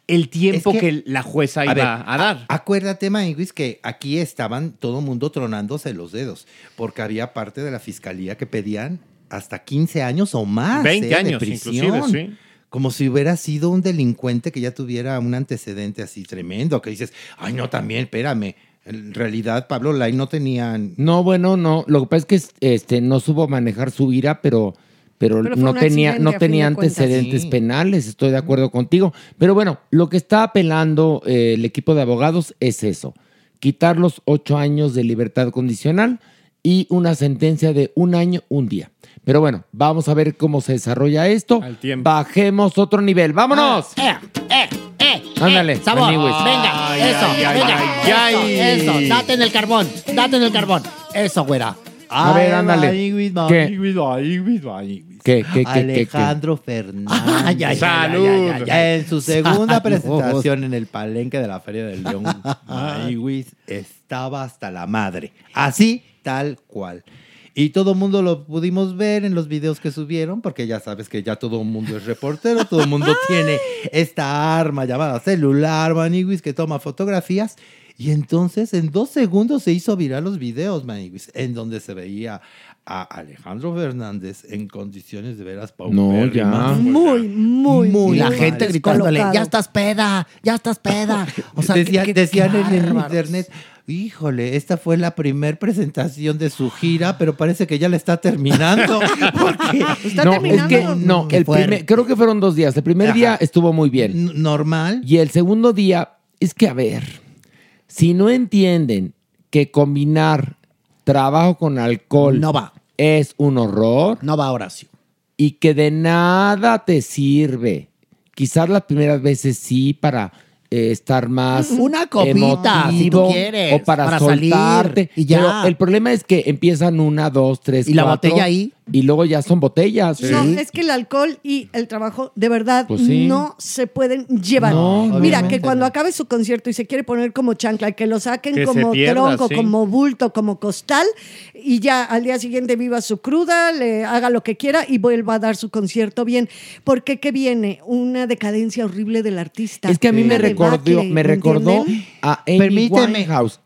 E: el tiempo
F: Es
E: que,
F: que-
E: la jueza iba a,
F: ver,
E: dar.
F: Acuérdate, Maywis, que aquí estaban todo mundo tronándose los dedos, porque había parte de la fiscalía que pedían hasta 15 años o más.
E: 20
F: ¿eh? de
E: años,
F: prisión.
E: inclusive, sí.
F: Como si hubiera sido un delincuente que ya tuviera un antecedente así tremendo, que dices, ay, no, también, espérame. En realidad, Pablo Lai no tenía
C: No, bueno, no. Lo que pasa es que es- este, no supo manejar su ira, pero, pero,
F: Pero fue
C: no
F: un
C: tenía,
F: accidente, a
C: no
F: fin
C: tenía
F: de cuentas.
C: antecedentes
F: Sí.
C: penales. Estoy de acuerdo contigo. Pero bueno, lo que está apelando eh, el equipo de abogados es eso: quitar los ocho años de libertad condicional y una sentencia de un año, un día. Pero bueno, vamos a ver cómo se desarrolla esto. Bajemos otro nivel. ¡Vámonos!
L: ¡Eh, eh!
C: Ándale,
L: eh, sabor.
C: Maniwis.
L: Venga,
C: Ay,
L: eso,
C: ay, ay,
L: venga.
C: ay, ay.
L: eso, eso, date en el carbón, date en el carbón. Eso, güera.
C: A ver, ándale. ¿Qué? ¿Qué, qué, qué, qué, qué?
F: Alejandro Fernández.
L: Ay, ay, ay,
F: Salud.
L: ay, ay, ay, ay.
F: En su segunda
L: Salud.
F: presentación en el palenque de la Feria del León, Maywis estaba hasta la madre. Así, tal cual. Y todo el mundo lo pudimos ver en los videos que subieron, porque ya sabes que ya todo el mundo es reportero, todo el mundo tiene esta arma llamada celular, Maniguis, que toma fotografías. Y entonces en dos segundos se hizo viral los videos, Maniguis, en donde se veía a Alejandro Fernández en condiciones de veras paupérrimas.
C: ya.
D: Muy, muy,
F: Y
D: muy.
F: la gente gritándole,
D: descolocado.
F: ya estás peda, ya estás peda. O sea,
L: Decía-
F: decían en el internet, híjole, esta fue la primer presentación de su gira, pero parece que ya la está terminando.
D: Está
C: no, es
D: terminando.
C: que no,
F: Qué
C: el
F: fuerte.
C: primer- creo que fueron dos días. El primer
F: Ajá.
C: día estuvo muy bien.
F: Normal.
C: Y el segundo día, es que a ver, si no entienden que combinar trabajo con alcohol
L: No va.
C: es un horror.
L: No va, Horacio.
C: Y que de nada te sirve. Quizás las primeras veces sí para eh, estar más
L: Una copita, si tú
C: emotivo
L: quieres,
C: o para,
L: para salir,
C: soltarte
L: y ya.
C: Pero el problema es que empiezan una, dos, tres,
L: Y la
C: cuatro,
L: botella ahí.
C: y luego ya son botellas.
D: No, es que el alcohol y el trabajo de verdad
C: Pues sí.
D: no se pueden llevar.
C: No,
D: Mira,
C: obviamente
D: que cuando acabe su concierto y se quiere poner como chancla, que lo saquen
C: Que se
D: como
C: pierda,
D: tronco,
C: sí.
D: como bulto, como costal, y ya al día siguiente viva su cruda, le haga lo que quiera y vuelva a dar su concierto bien. Porque qué viene? Una decadencia horrible del artista.
C: Es que a mí
D: Una
C: me recordó,
D: debacle,
C: me recordó
D: ¿entienden?
C: a Amy
D: Permíteme.
C: Winehouse.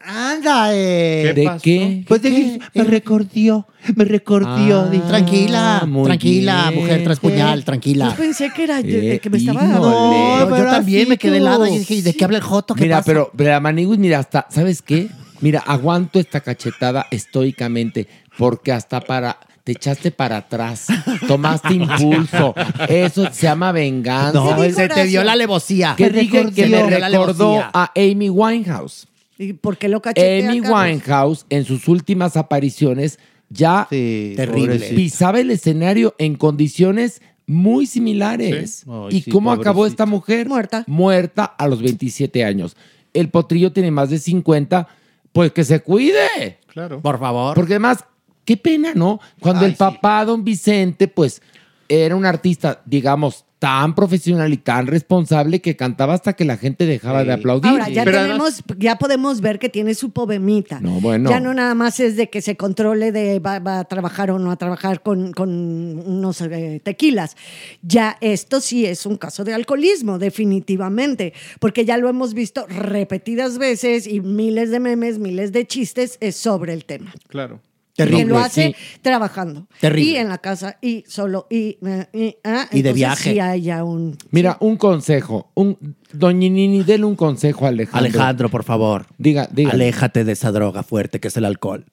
F: Anda, eh.
C: ¿De qué?
F: Pues dije, me recordió, me recordió. dije,
C: Ah,
L: Ah, Tranquila,
F: muy
L: tranquila,
F: bien.
L: mujer tres puñal, tranquila.
D: Yo pensé que era yo- de
C: Eh,
D: que me estaba...
L: No,
C: Híjole.
L: yo también me quedé helada y dije, ¿y de qué habla el joto? ¿Qué
C: Mira,
L: pasa?
C: pero, pero la Maniguis, mira, hasta, ¿sabes qué? Mira, aguanto esta cachetada estoicamente, porque hasta para. Te echaste para atrás, tomaste impulso. Eso se llama venganza.
L: No, ¿Qué dijo se te Horacio? vio la alevosía.
C: Que
L: Me
C: dije que me
L: recordó. Se te vio la
C: recordó
L: alevosía.
C: a Amy Winehouse.
D: ¿Y por qué lo cachetea,
C: Amy
D: Carlos?
C: Winehouse, en sus últimas apariciones, ya
L: Terrible. pobrecita.
C: pisaba el escenario en condiciones muy similares.
L: Sí. Ay,
C: ¿Y
L: sí,
C: cómo acabó
L: pobrecita.
C: esta mujer? Muerta. Muerta a los 27 años. El potrillo tiene más de 50, pues que se cuide.
E: Claro.
C: Por favor. Porque además, qué pena, ¿no? Cuando el papá, don Vicente, pues era un artista, digamos, tan profesional y tan responsable que cantaba hasta que la gente dejaba de aplaudir.
D: Ahora ya tenemos, ya podemos ver que tiene su pobemita.
C: No, bueno.
D: Ya no nada más es de que se controle de va, va a trabajar o no a trabajar con, con unos eh, tequilas. Ya esto sí es un caso de alcoholismo, definitivamente, porque ya lo hemos visto repetidas veces y miles de memes, miles de chistes eh, sobre el tema.
E: Claro.
D: Quien
E: pues
D: lo hace trabajando.
C: Terrible.
D: Y en la casa, y solo, y, eh, y, ah,
C: Y de
D: entonces
C: viaje.
D: sí hay ya un
C: Mira, un consejo. Un, Doña Nini, dele un consejo a Alejandro.
L: Alejandro, por favor.
C: Diga, diga.
L: Aléjate de esa droga fuerte que es el alcohol.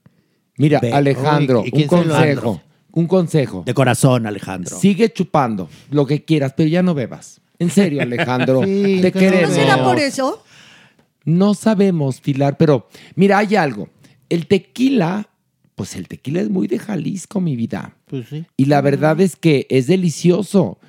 C: Mira,
L: Ve.
C: Alejandro,
L: Uy, ¿y
C: un
L: quién se lo-
C: consejo. Un consejo.
L: De corazón, Alejandro.
C: Sigue chupando lo que quieras, pero ya no bebas. En serio, Alejandro.
L: Sí,
C: te
L: claro.
C: queremos.
D: ¿No será por eso?
C: No sabemos, Pilar, pero mira, hay algo. El tequila, pues el tequila es muy de Jalisco, mi vida.
F: Pues sí.
C: Y la verdad es que es delicioso.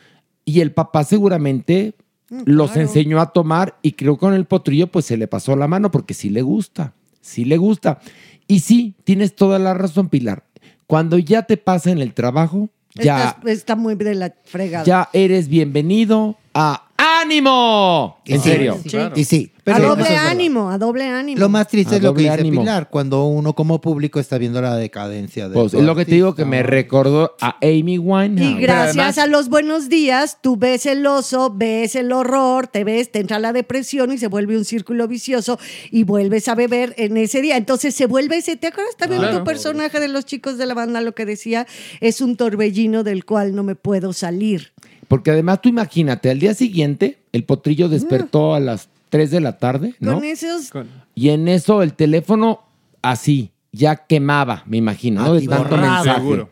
C: Y el papá seguramente
F: Mm,
C: los enseñó a tomar y creo que con el potrillo pues se le pasó la mano porque sí le gusta, sí le gusta. Y sí, tienes toda la razón, Pilar. Cuando ya te pasa en el trabajo, ya,
D: Estás- está muy de la fregada.
C: ya eres bienvenido a ánimo. En
F: Sí,
C: serio.
F: sí, claro. Y sí. Pero-
D: a
F: eso
D: doble
F: es verdad.
D: ánimo, a doble ánimo.
F: Lo más triste
C: A
F: es lo que
C: doble
F: dice
C: ánimo.
F: Pilar, cuando uno como público está viendo la decadencia de
C: Pues, es lo que te digo que me recordó a Amy Winehouse.
D: Y gracias a los buenos días, tú ves el oso, ves el horror, te ves, te entra la depresión y se vuelve un círculo vicioso y vuelves a beber en ese día. Entonces se vuelve ese, ¿te acuerdas también
M: Claro.
D: tu personaje de los chicos de la banda lo que decía? Es un torbellino del cual no me puedo salir.
C: Porque además tú imagínate, al día siguiente el potrillo
F: Mm.
C: despertó a las 3 de la tarde, ¿no?
D: Con esos
C: Y en eso el teléfono así, ya quemaba, me imagino, ¿no? De tanto
D: Atiborrado.
C: mensaje.
D: Seguro.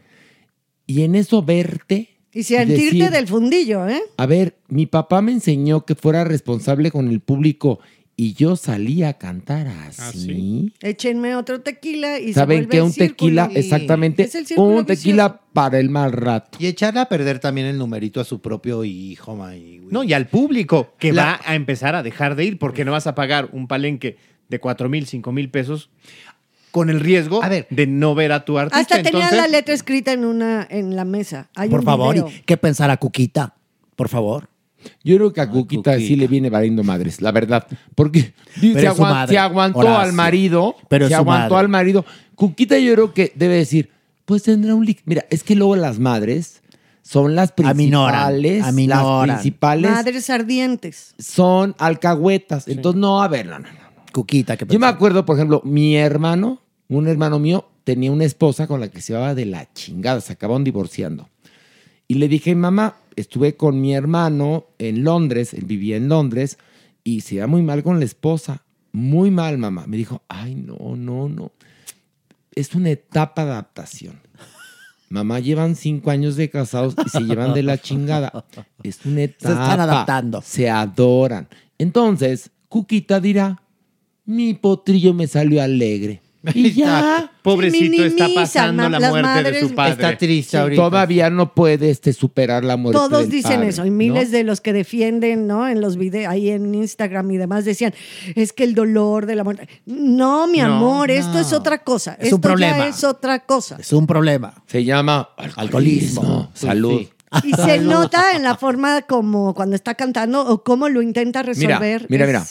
C: Y en eso verte,
D: y sentirte
C: decir-
D: del fundillo, ¿eh?
C: a ver, mi papá me enseñó que fuera responsable con el público y yo salí a cantar así.
D: Échenme otro tequila y se
C: ¿Saben
D: vuelve
C: que
D: el
C: un tequila,
D: círculo.
C: exactamente,
D: Es el círculo
C: un tequila para el mal rato.
F: Y echarle a perder también el numerito a su propio hijo, May.
E: No, y al público que
F: La-
E: va a empezar a dejar de ir porque no vas a pagar un palenque de 4 mil, 5 mil pesos con el riesgo de no ver a tu artista.
D: Hasta tenía
E: Entonces,
D: la letra escrita en una en la mesa. Hay
L: Por
D: un
L: favor,
D: video.
L: ¿y ¿qué pensará Cuquita? Por favor.
C: Yo creo que a Cuquita sí le viene valiendo madres, la verdad. Porque
L: Pero
C: se,
L: es su
C: aguan-
L: madre,
C: se aguantó
L: Horacio.
C: al marido.
L: Pero es
C: se
L: su
C: aguantó
L: madre.
C: al marido. Cuquita yo creo que debe decir, pues tendrá un líquido. Mira, es que luego las madres son las
H: Aminoran,
C: principales.
H: aminoran.
C: Las principales
D: Madres ardientes.
C: son alcahuetas. Entonces, no, a ver, no, no,
F: Cuquita, que
C: Yo me acuerdo, por ejemplo, mi hermano, un hermano mío, tenía una esposa con la que se llevaba de la chingada, se acababan divorciando. Y le dije, mamá, estuve con mi hermano en Londres, él vivía en Londres, y se iba muy mal con la esposa. Muy mal, mamá. Me dijo, ay, no, no, no. Es una etapa de adaptación. Mamá, llevan cinco años de casados y se llevan de la chingada. Es una etapa.
F: están adaptando.
C: Se adoran. Entonces, Cuquita dirá, mi potrillo me salió alegre. Y ya.
G: Pobrecito, está
D: minimizan, pasando la las muerte de madres- su padre.
C: Está triste
D: Sí.
C: ahorita. Todavía no puede este, superar la muerte
D: Todos
C: del
D: dicen
C: padre,
D: eso y
C: ¿no?
D: miles de los que defienden, ¿no? En los videos, ahí en Instagram y demás decían, es que el dolor de la muerte. No, mi
C: No,
D: amor,
C: no.
D: esto es otra cosa.
C: Es
D: esto
C: un problema.
D: ya es otra cosa.
H: Es un problema.
C: Se llama alcoholismo. Salud.
D: Y se nota en la forma como cuando está cantando o cómo lo intenta
C: Mira,
D: resolver.
C: mira,
D: Es-
C: mira.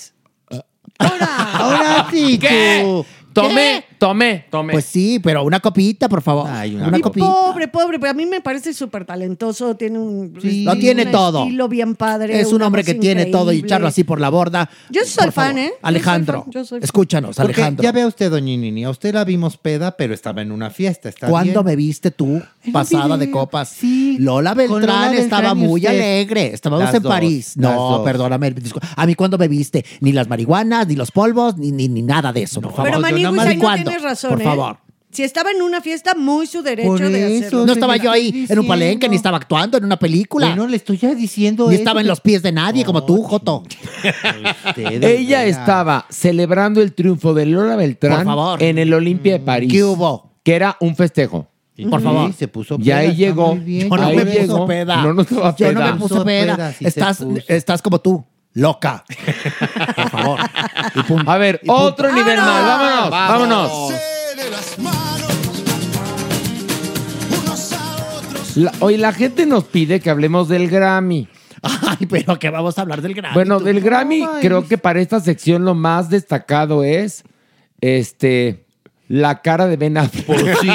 F: Ahora sí, ¿Qué?
C: Tomé, tomé, tomé.
F: Pues sí, pero una copita, por favor. una,
D: Y
F: copita.
D: pobre, pobre, pero a mí me parece súper talentoso, tiene un,
F: Sí. Lo tiene
D: un
F: todo.
D: estilo bien padre.
F: Es un
D: una
F: hombre
D: cosa
F: que tiene todo y
D: increíble.
F: echarlo así por la borda.
D: Yo soy
F: Por
D: fan,
F: favor.
D: ¿eh? Yo soy
F: Alejandro,
D: fan, yo soy fan.
F: escúchanos,
D: Porque
F: Alejandro.
D: ya
F: Ya vea usted, doña Nini, a usted la vimos peda, pero estaba en una fiesta.
H: ¿Cuándo
F: me viste tú
H: pasada de
F: copas? Sí. Lola Beltrán,
H: Beltrán
F: estaba
H: y
F: muy
H: usted.
F: alegre. Estábamos
H: Las
F: en
H: dos,
F: París.
H: las
F: No,
H: dos.
F: perdóname. discul- A mí, ¿cuándo me viste? Ni las marihuanas, ni los polvos, ni, ni, ni nada de eso, por favor.
D: Pero Maniguis,
F: ¿Ni
D: ahí no
F: cuándo?
D: tienes razón,
F: Por
D: ¿eh?
F: favor.
D: Si estaba en una fiesta, muy su derecho
F: Por
D: de
F: eso,
D: hacerlo.
F: No estaba yo ahí en un palenque, ni estaba actuando en una película.
D: Bueno,
F: le estoy ya diciendo Ni
D: eso,
F: estaba en
D: que-
F: los pies de nadie, como tú, Joto.
C: Ella estaba celebrando el triunfo de Lola Beltrán
F: Por favor.
C: en el Olimpia de París. Mm. ¿Qué hubo? Que era un festejo.
F: Por favor. se puso
C: Y ahí llegó.
F: Yo no
C: ahí
F: me
C: llegó.
F: puse peda.
C: No, no estaba
F: Yo no
C: peda.
F: me puse peda.
H: sí se
F: estás,
H: puso.
F: estás como tú, loca.
C: A ver, otro
F: ¡Ah,
C: nivel más. Vámonos, vámonos. La- hoy la gente nos pide que hablemos del Grammy.
F: Ay, pero que vamos a hablar del Grammy.
C: Bueno,
F: tú.
C: del Grammy,
F: Ay.
C: creo que para esta sección lo más destacado es este la cara de Ben Affleck.
J: sí.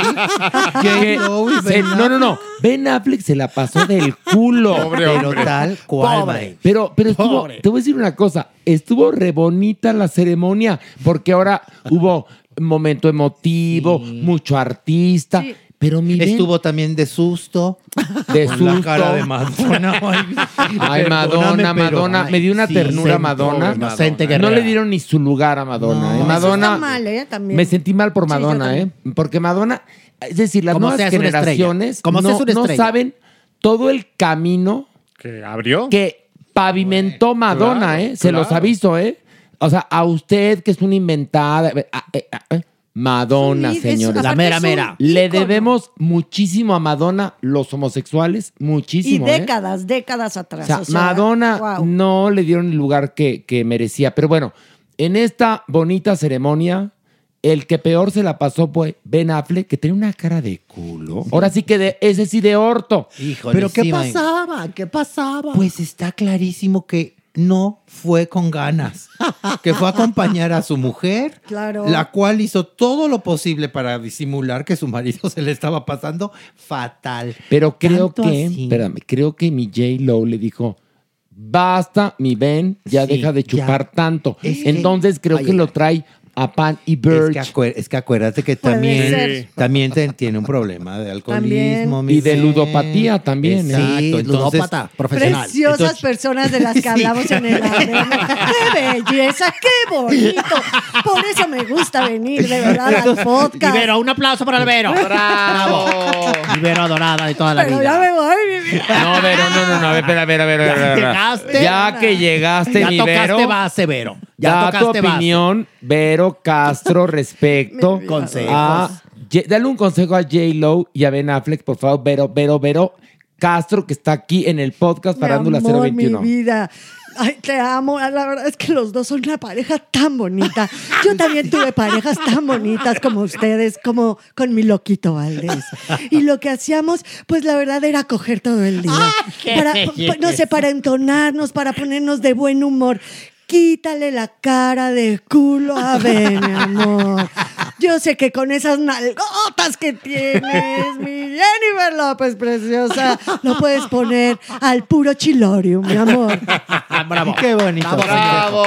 C: Que se- no, no, no. Ben Affleck se la pasó del culo.
F: Pobre Pero hombre. tal cual, Mike.
C: Pero, pero estuvo,
F: Pobre.
C: te voy a decir una cosa. Estuvo re bonita la ceremonia porque ahora hubo momento emotivo, mucho artista. Pero mi
F: Estuvo también de susto.
C: De
F: Con la
C: susto.
F: cara de Madonna.
C: Ay, Madonna,
F: Perdóname, pero-
C: Madonna. me dio una
F: Sí,
C: ternura
F: inocente,
C: Madonna.
F: inocente
C: No
F: guerrera.
C: le dieron ni su lugar a Madonna. ¿eh?
D: Eso
C: Madonna.
D: está mal, ¿eh? También.
C: Me sentí mal por
D: Sí, yo
C: Madonna, ¿eh?
D: también.
C: Porque Madonna, es decir, las
D: Como
C: nuevas
D: seas una estrella.
C: generaciones
D: Como
C: no,
D: seas una
C: no
D: estrella.
C: saben todo el camino
G: Que abrió.
C: que pavimentó Madonna,
G: claro,
C: ¿eh? Se los
G: claro.
C: aviso, ¿eh? O sea, a usted que es una inventada. eh, ah, a ver, a- a- a- Madonna,
F: Es un- es-
C: señores.
F: La mera, aparte es un mera.
C: Le debemos muchísimo a Madonna, los homosexuales,
D: Y
C: muchísimo. ¿eh?
D: décadas, décadas atrás.
C: O sea,
D: o sea,
C: Madonna
D: guau.
C: no le dieron el lugar que, que merecía. Pero bueno, en esta bonita ceremonia, el que peor se la pasó fue Ben Affleck, que tenía una cara de culo. Ahora sí que de, ese sí de orto.
F: Híjole, Pero ¿qué sí, man. pasaba?
L: ¿Qué pasaba?
F: Pues está clarísimo que no fue con ganas, que fue a acompañar a su mujer,
D: Claro.
F: la cual hizo todo lo posible para disimular que su marido se le estaba pasando fatal.
C: Pero creo
F: Tanto
C: que,
F: así.
C: espérame, creo que mi J. Lowe le dijo, basta, mi Ben, ya
F: Sí,
C: deja de
F: ya.
C: chupar tanto.
F: Es que-
C: Entonces creo
F: Ay,
C: que
F: ay,
C: lo trae a Pan y
F: Es
C: Birch.
F: que, acuer- es que acuérdate que
C: Puede
F: también,
C: ser.
F: también te- tiene un problema de alcoholismo.
C: También.
F: mi
C: Y de
F: ser. Mm,
C: ludopatía también, ¿eh?
F: Exacto,
C: Sí,
F: entonces-
C: ludópata
F: profesional.
D: Preciosas
F: Entonces-
D: personas de las que
F: Sí.
D: hablamos en el ADN. ¡Qué belleza! ¡Qué bonito! Por eso me gusta venir, de verdad, al
F: Entonces,
D: podcast.
F: Ibero, un aplauso para el Ibero.
D: Bravo.
F: Ibero adorada de toda la
D: Pero
F: vida.
D: ya me voy, mi vida.
C: No, Vero, no, no, no, a ver, espera, espera, espera,
F: Ya
C: espera, espera.
F: llegaste.
C: Ya que llegaste,
F: Ya
C: mi
F: tocaste
C: Vero,
F: base, Vero. Ya
C: da
F: tocaste
C: tu
F: base.
C: opinión, Vero Castro, respecto
F: Consejos.
C: a... Ye- Dale un consejo a J. Lo y a Ben Affleck, por favor, Vero, Vero, Vero Castro, que está aquí en el podcast
D: Mi
C: Parándula
D: amor,
C: 021.
D: Mi vida. Ay, te amo. Ah, La verdad es que los dos son una pareja tan bonita. Yo también tuve parejas tan bonitas como ustedes, como con mi loquito Valdés. Y lo que hacíamos, pues la verdad era coger todo el día.
J: qué
D: Para,
J: belleza.
D: no sé, para entonarnos, para ponernos de buen humor. Quítale la cara de culo a ver, mi amor. Yo sé que con esas nalgas pelotas que tienes, mi Jennifer López, preciosa. No puedes poner al puro chilorio, mi amor.
F: Bravo. Qué bonito.
E: Bravo.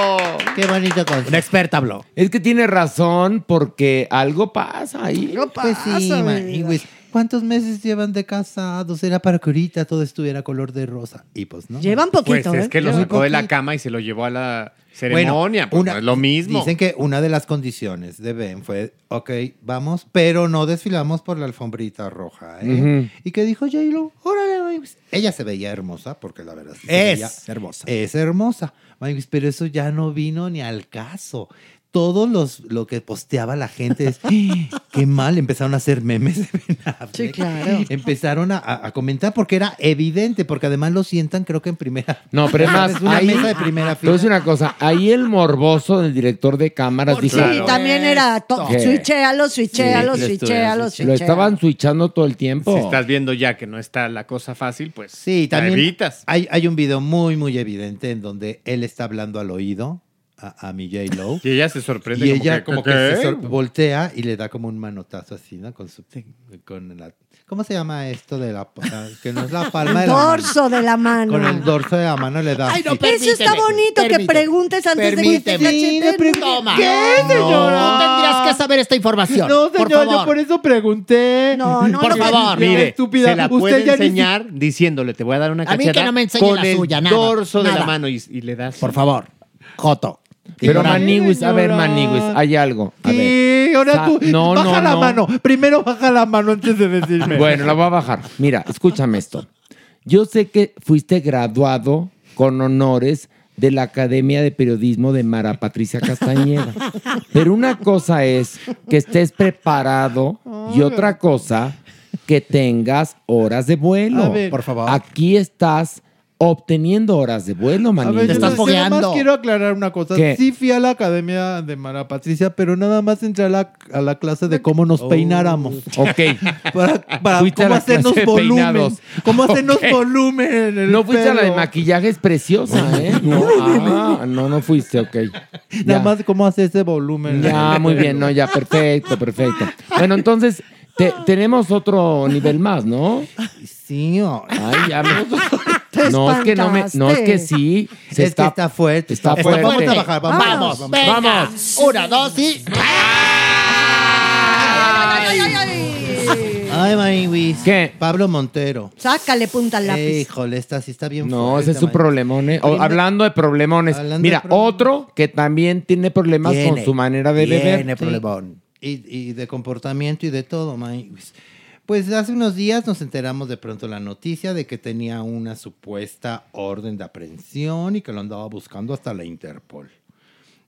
F: Qué bonito
C: Una experta habló. Es que tiene razón porque algo pasa ahí.
D: No
F: Pues sí,
D: pasa,
F: manigüis. ¿Cuántos meses llevan de casados? Era para que ahorita todo estuviera color de rosa. Y pues no.
D: Llevan ¿eh?
E: Pues es que lo
F: Llevan
E: sacó de la
F: poquito.
E: cama y se lo llevó a la
F: Bueno,
E: ceremonia. pues,
F: una-
E: no es lo mismo.
F: Dicen que una de las condiciones de Ben fue, ok, vamos, pero no desfilamos por la alfombrita roja. ¿eh?".
C: Ujú.
F: Y que dijo J-Lo, órale, Mavis". Ella se veía hermosa, porque la verdad sí se
H: Es
F: veía-
H: hermosa.
F: Es hermosa, Mavis, pero eso ya no vino ni al caso. Todos los lo que posteaba la gente es, "¡Ah! qué mal, empezaron a hacer memes de Ben Affleck.
D: Sí, claro.
F: Empezaron a, a- a comentar porque era evidente, porque además lo sientan creo que en primera.
C: No, pero es más,
F: Es una
C: ahí-
F: mesa de primera
C: Te voy a
F: fila.
C: decir una cosa, ahí el morboso del director de cámaras dijo,
D: Sí, también era to-
C: ¿Qué?
D: switchéalo, switchéalo, switchéalo,
C: lo
D: switchéalo.
C: estaban switchando todo el tiempo.
E: Si estás viendo ya que no está la cosa fácil, pues
F: Sí,
E: la
F: también
E: evitas.
F: Hay, hay un video muy, muy evidente en donde él está hablando al oído a, a mi J-Lo.
E: Y ella se sorprende.
F: y
E: como
F: ella
E: que, como
F: como que se
E: ¿qué?
F: sor-
H: Ah,
F: voltea y le da como un manotazo así, ¿no? Con, su, con la... ¿Cómo se llama esto de la... la- que no es la palma de
D: El
F: la mano?
D: dorso de la mano.
F: Con el dorso de la mano le da... así.
D: Eso está bonito, que preguntes antes de
F: Permíteme.
D: que te cacheten.
L: Toma.
D: ¿Qué,
L: No.
D: señora?
L: tendrías que saber esta información.
F: No,
L: por
F: señor,
L: favor.
F: yo por eso pregunté.
L: No, no,
F: por
L: no.
F: favor.
E: Mire,
F: estúpida,
E: se la
F: usted
E: puede
F: ya ni si-
E: enseñar diciéndole, te voy a dar una
L: A mí
E: cacheta
L: que no me enseñe
E: con
L: la
E: el
L: suya, nada,
E: dorso de
L: nada.
E: la mano y, y le das.
L: Por favor, Joto.
C: Pero
L: Ignorante.
C: Maniguis, a ver, Maniguis, hay algo. A
F: ¿Qué?
C: ver.
F: Ahora
C: Sa-
F: tú,
C: no,
F: baja
C: no,
F: la
C: no.
F: mano. Primero baja la mano antes de decirme.
C: Bueno, la voy a bajar. Mira, escúchame esto. Yo sé que fuiste graduado con honores de la Academia de Periodismo de Mara Patricia Castañeda. Pero una cosa es que estés preparado y otra cosa que tengas horas de
F: A
C: vuelo.
F: ver.
C: Por favor. Aquí estás obteniendo horas de vuelo,
F: A
C: manito.
F: ver, yo nada- nada más quiero aclarar una cosa.
C: ¿Qué?
F: Sí fui a la academia de Mara Patricia, pero nada más entré a la, a la clase de cómo nos peináramos.
C: Oh. Ok.
F: Para, para
C: Fuiste a
F: cómo
C: la clase
F: hacernos
C: de
F: volumen.
C: peinados.
F: Cómo hacernos
C: Ok.
F: volumen en el
C: No fuiste a la de
F: pelo.
C: maquillaje, es preciosa, ¿eh? No, ah, no, no fuiste, ok.
F: Nada más cómo hacer ese volumen.
C: Ya, muy bien, no, ya, perfecto, perfecto. Bueno, entonces, te- tenemos otro nivel más, ¿no?
F: Sí,
C: Ay, ya me- No, es que no me. No, es que sí. se
F: Es que está fuerte.
C: Está
F: está
C: fuerte.
F: fuerte. Vamos a trabajar, vamos,
L: Vamos,
F: vamos,
L: venga.
C: vamos.
L: Una, dos y.
D: Ay, ay, ay, ay.
F: Ay, Maniwis. ¿Qué? Pablo Montero.
D: Sácale punta al lápiz.
F: Híjole, esta sí está bien
C: No,
F: fuerte.
C: ese es un problemón, ¿eh? O-
F: Primero-
C: hablando de problemones.
F: Hablando de
C: mira, otro que también tiene problemas con su manera de beber.
F: Tiene problemón. Y, y de comportamiento y de todo, Maniwis. Pues hace unos días nos enteramos de pronto la noticia de que tenía una supuesta orden de aprehensión y que lo andaba buscando hasta la Interpol.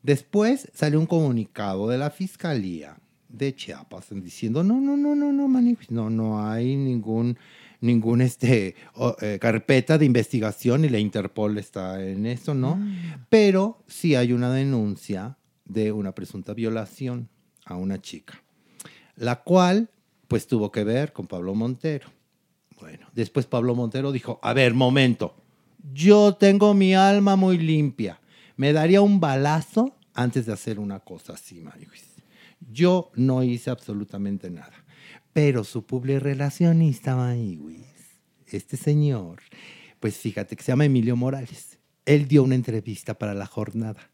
F: Después salió un comunicado de la Fiscalía de Chiapas diciendo, no, no, no, no, no, Maniwis, no, no hay ningún, ningún este, o- eh, carpeta de investigación y la Interpol está en eso, ¿no?
C: Mm.
F: Pero sí hay una denuncia de una presunta violación a una chica, la cual pues tuvo que ver con Pablo Montero. Bueno, después Pablo Montero dijo, a ver, momento, yo tengo mi alma muy limpia, me daría un balazo antes de hacer una cosa así, Marius. Yo no hice absolutamente nada. Pero su public relacionista, Maniwis, este señor, pues fíjate que se llama Emilio Morales. Él dio una entrevista para la jornada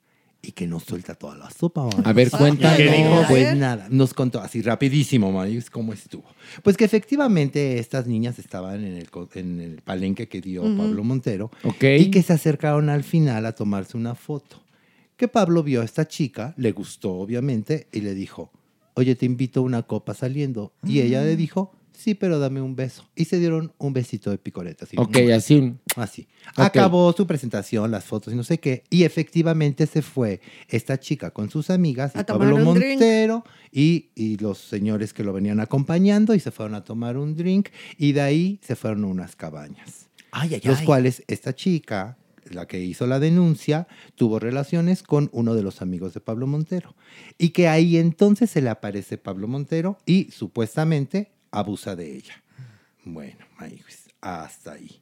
F: y que nos suelta toda la sopa. Maniwis.
C: A ver, cuéntanos. ¿Qué dijo?
F: Pues nada, nos contó así rapidísimo, Marius, cómo estuvo. Pues que efectivamente estas niñas estaban en el, co- en el palenque que dio
C: Ujú.
F: Pablo Montero y que se acercaron al final a tomarse una foto. Que Pablo vio a esta chica, le gustó obviamente y le dijo, oye, te invito a una copa saliendo. Y ella
C: Mm.
F: le dijo, sí, pero dame un beso. Y se dieron un besito de picoreta. así,
C: Ok,
F: ¡mua!
C: así.
F: Así.
C: Ok.
F: Acabó su presentación, las fotos y no sé qué. Y efectivamente se fue esta chica con sus amigas, y
D: A tomar
F: Pablo
D: un drink.
F: Montero y, y los señores que lo venían acompañando y se fueron a tomar un drink y de ahí se fueron a unas cabañas.
L: Ay, ay,
F: los
L: ay.
F: cuales esta chica, la que hizo la denuncia, tuvo relaciones con uno de los amigos de Pablo Montero. Y que ahí entonces se le aparece Pablo Montero y supuestamente abusa de ella. Bueno, amigos, hasta ahí.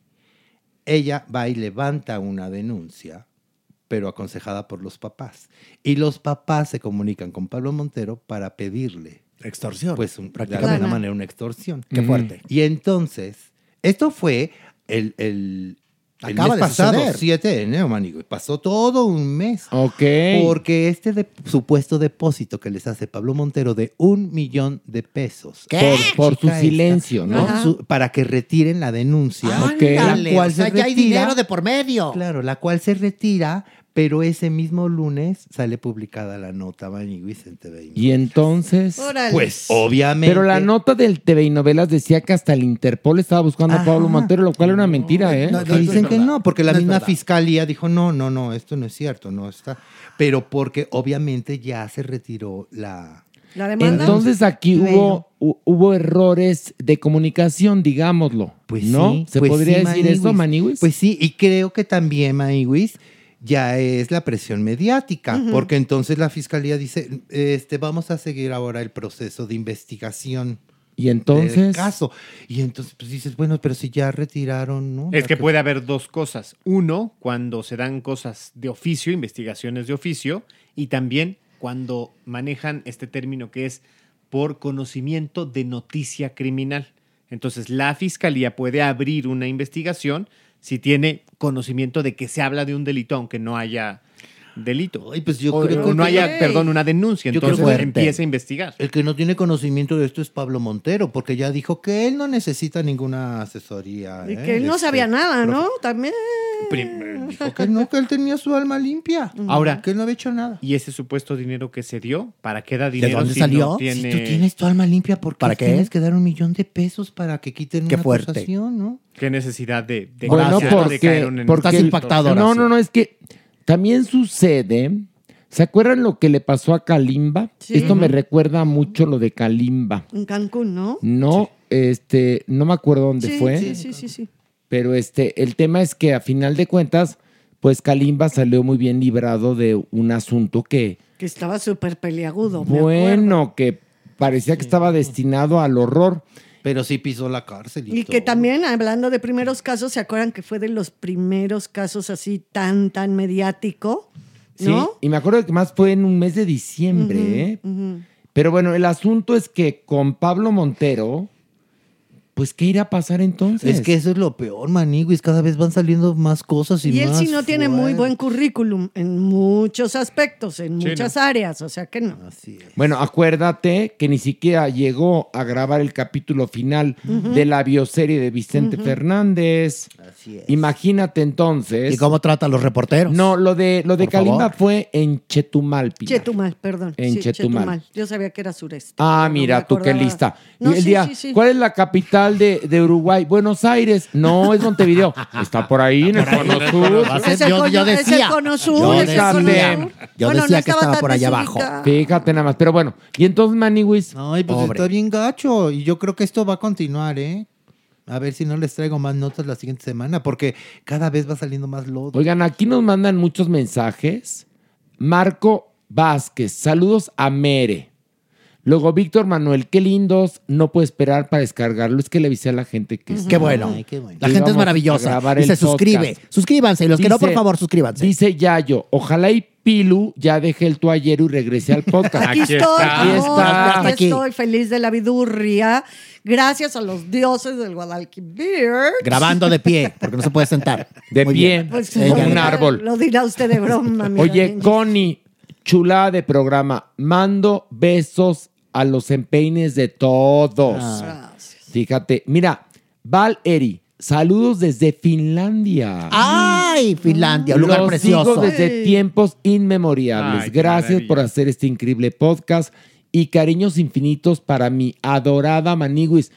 F: Ella va y levanta una denuncia, pero aconsejada por los papás. Y los papás se comunican con Pablo Montero para pedirle Extorsión. Pues un- de
H: Prácticamente.
F: alguna manera una extorsión.
H: Qué fuerte.
F: Y entonces, esto fue el, el, el
H: Acaba
F: mes
H: de
F: pasado,
H: suceder.
F: 7 de enero, manigo. y Pasó todo un mes.
C: Ok.
F: Porque este de- supuesto depósito que les hace Pablo Montero de un millón de pesos.
C: ¿Qué?
F: a la
C: Por- por
F: chica
C: su silencio, ¿no?
F: por su- para que retiren la denuncia. La cual
L: o sea,
F: se
L: ya hay
F: retira-
L: dinero de por medio.
F: Claro, la cual se retira, pero ese mismo lunes sale publicada la nota, Maniguis, en TV.
C: Y entonces.
F: Órale. Pues, obviamente.
C: Pero la nota del TV y novelas decía que hasta el Interpol estaba buscando a Pablo Montero, lo cual era una mentira, ¿eh?
F: Que dicen que Ah. no, porque la misma fiscalía dijo, no, no, no, esto no es cierto, no está. Pero porque obviamente ya se retiró la...
D: ¿La demanda?
C: Entonces aquí hubo, hu- hubo errores de comunicación, digámoslo.
F: Pues
C: ¿no?
F: sí,
C: ¿Se
F: pues
C: podría
F: sí,
C: decir eso, Maniwis?
F: Pues sí, y creo que también Maniwis ya es la presión mediática,
C: Ujú.
F: porque entonces la fiscalía dice, este, vamos a seguir ahora el proceso de investigación.
C: Y
F: del
C: entonces.
F: caso. Y entonces pues, dices, bueno, pero si ya retiraron, ¿no?
E: Es
F: La
E: que puede haber dos cosas. Uno, cuando se dan cosas de oficio, investigaciones de oficio, y también cuando manejan este término que es por conocimiento de noticia criminal. Entonces, la fiscalía puede abrir una investigación si tiene conocimiento de que se habla de un delito, aunque no haya delito.
F: pues yo
E: o,
F: creo
E: o no
F: que-
E: haya, perdón, una denuncia.
F: Yo creo
E: Entonces,
F: fuerte.
E: empieza a investigar.
F: El que no tiene conocimiento de esto es Pablo Montero, porque ya dijo que él no necesita ninguna asesoría.
D: Y
F: ¿eh?
D: que él no
F: Este,
D: sabía nada, ¿no? También.
E: prim-
F: dijo que no, que él tenía su alma limpia.
D: Mm.
E: Ahora,
F: que él no había hecho nada.
E: ¿Y ese supuesto dinero que se dio? ¿Para qué da dinero?
F: dónde
E: si
F: salió?
E: no
F: Si tú
E: tiene-
F: tienes tu alma limpia, ¿por qué
E: ¿Para qué?
F: tienes que dar un millón de pesos para que quiten
E: Qué
F: una
E: fuerte.
F: acusación, no?
E: ¿Qué necesidad de, de
C: Bueno,
E: de- de caer
C: porque,
E: en-
C: porque
E: en-
C: el- No, no, no, es que también sucede. ¿Se acuerdan lo que le pasó a Kalimba?
D: Sí.
C: Esto me
D: Ujú.
C: recuerda mucho lo de Kalimba.
D: En Cancún, ¿no?
C: No, este, no me acuerdo dónde
D: sí,
C: fue.
D: sí, sí, sí, sí.
C: Pero este, el tema es que a final de cuentas, pues Kalimba salió muy bien librado de un asunto que,
D: Que estaba súper peleagudo. me acuerdo.
C: bueno, que parecía que estaba destinado al horror.
F: Pero sí pisó la cárcel.
D: Y que también, hablando de primeros casos, ¿se acuerdan que fue de los primeros casos así tan, tan mediático?
C: Sí,
D: ¿No?
C: y me acuerdo que más fue en un mes de diciembre, ¿eh?
D: Ujú.
C: Pero bueno, el asunto es que con Pablo Montero, pues ¿qué irá a pasar entonces?
F: Es que eso es lo peor, maniguis. Cada vez van saliendo más cosas y,
D: Y él
F: más
D: sí no tiene muy buen currículum en muchos aspectos, en
C: Sí,
D: muchas áreas, o sea que no.
C: Bueno, acuérdate que ni siquiera llegó a grabar el capítulo final
D: Ujú.
C: de la bioserie de Vicente
D: Ujú.
C: Fernández.
F: Así es.
C: Imagínate entonces.
M: ¿Y cómo trata a los reporteros?
C: No, lo de lo de
M: Por favor.
C: Kalimba fue en Chetumalpi.
D: Chetumal, perdón.
C: En
D: sí,
C: Chetumal.
D: Yo sabía que era sureste.
C: Ah,
D: me
C: mira, tú qué
D: acordaba.
C: lista.
D: No,
C: y el
D: sí,
C: día,
D: sí, sí.
C: ¿cuál es la capital de, de Uruguay? Buenos Aires. No, es Montevideo. Está por ahí, en el Cono Sur.
M: Va a ser- Es el yo- yo cono- es el decía. cono sur, Yo es el decía. cono sur. Yo Bueno, decía no que estaba estaba tan por allá abajo. desubicada.
C: Fíjate nada más. Pero bueno, y entonces Maniwis.
F: Ay, pues está bien gacho. Y yo creo que esto va a continuar, ¿eh? A ver si no les traigo más notas la siguiente semana, porque cada vez va saliendo más lodo.
C: Oigan, aquí nos mandan muchos mensajes. Marco Vázquez, saludos a Mere. Luego Víctor Manuel, qué lindos, no puedo esperar para descargarlo. Es que le avisé a la gente que
M: Qué bueno. La gente es maravillosa. Y se suscribe. Suscríbanse. Y los que no, por favor,
C: suscríbanse. Dice Yayo, ojalá y Pilu ya deje el toallero y regrese al podcast.
D: Aquí estoy,
C: Aquí
D: amor,
C: está.
D: aquí estoy feliz de la vidurria. Gracias a los dioses del Guadalquivir.
M: grabando de pie, porque no se puede sentar.
C: De pie,
D: Pues,
C: como
D: no,
C: un árbol.
D: Lo dirá usted de broma. mi
C: Oye,
D: niña.
C: Connie, chulada de programa. Mando besos a los empeines de todos.
D: Ah.
C: Fíjate, mira, Val Eri, saludos desde Finlandia.
M: ¡Ay, Finlandia! Un lugar
C: Los
M: precioso.
C: sigo desde tiempos inmemoriales.
M: Ay, qué
C: Gracias por hacer este increíble podcast y cariños infinitos para mi adorada Maniguis.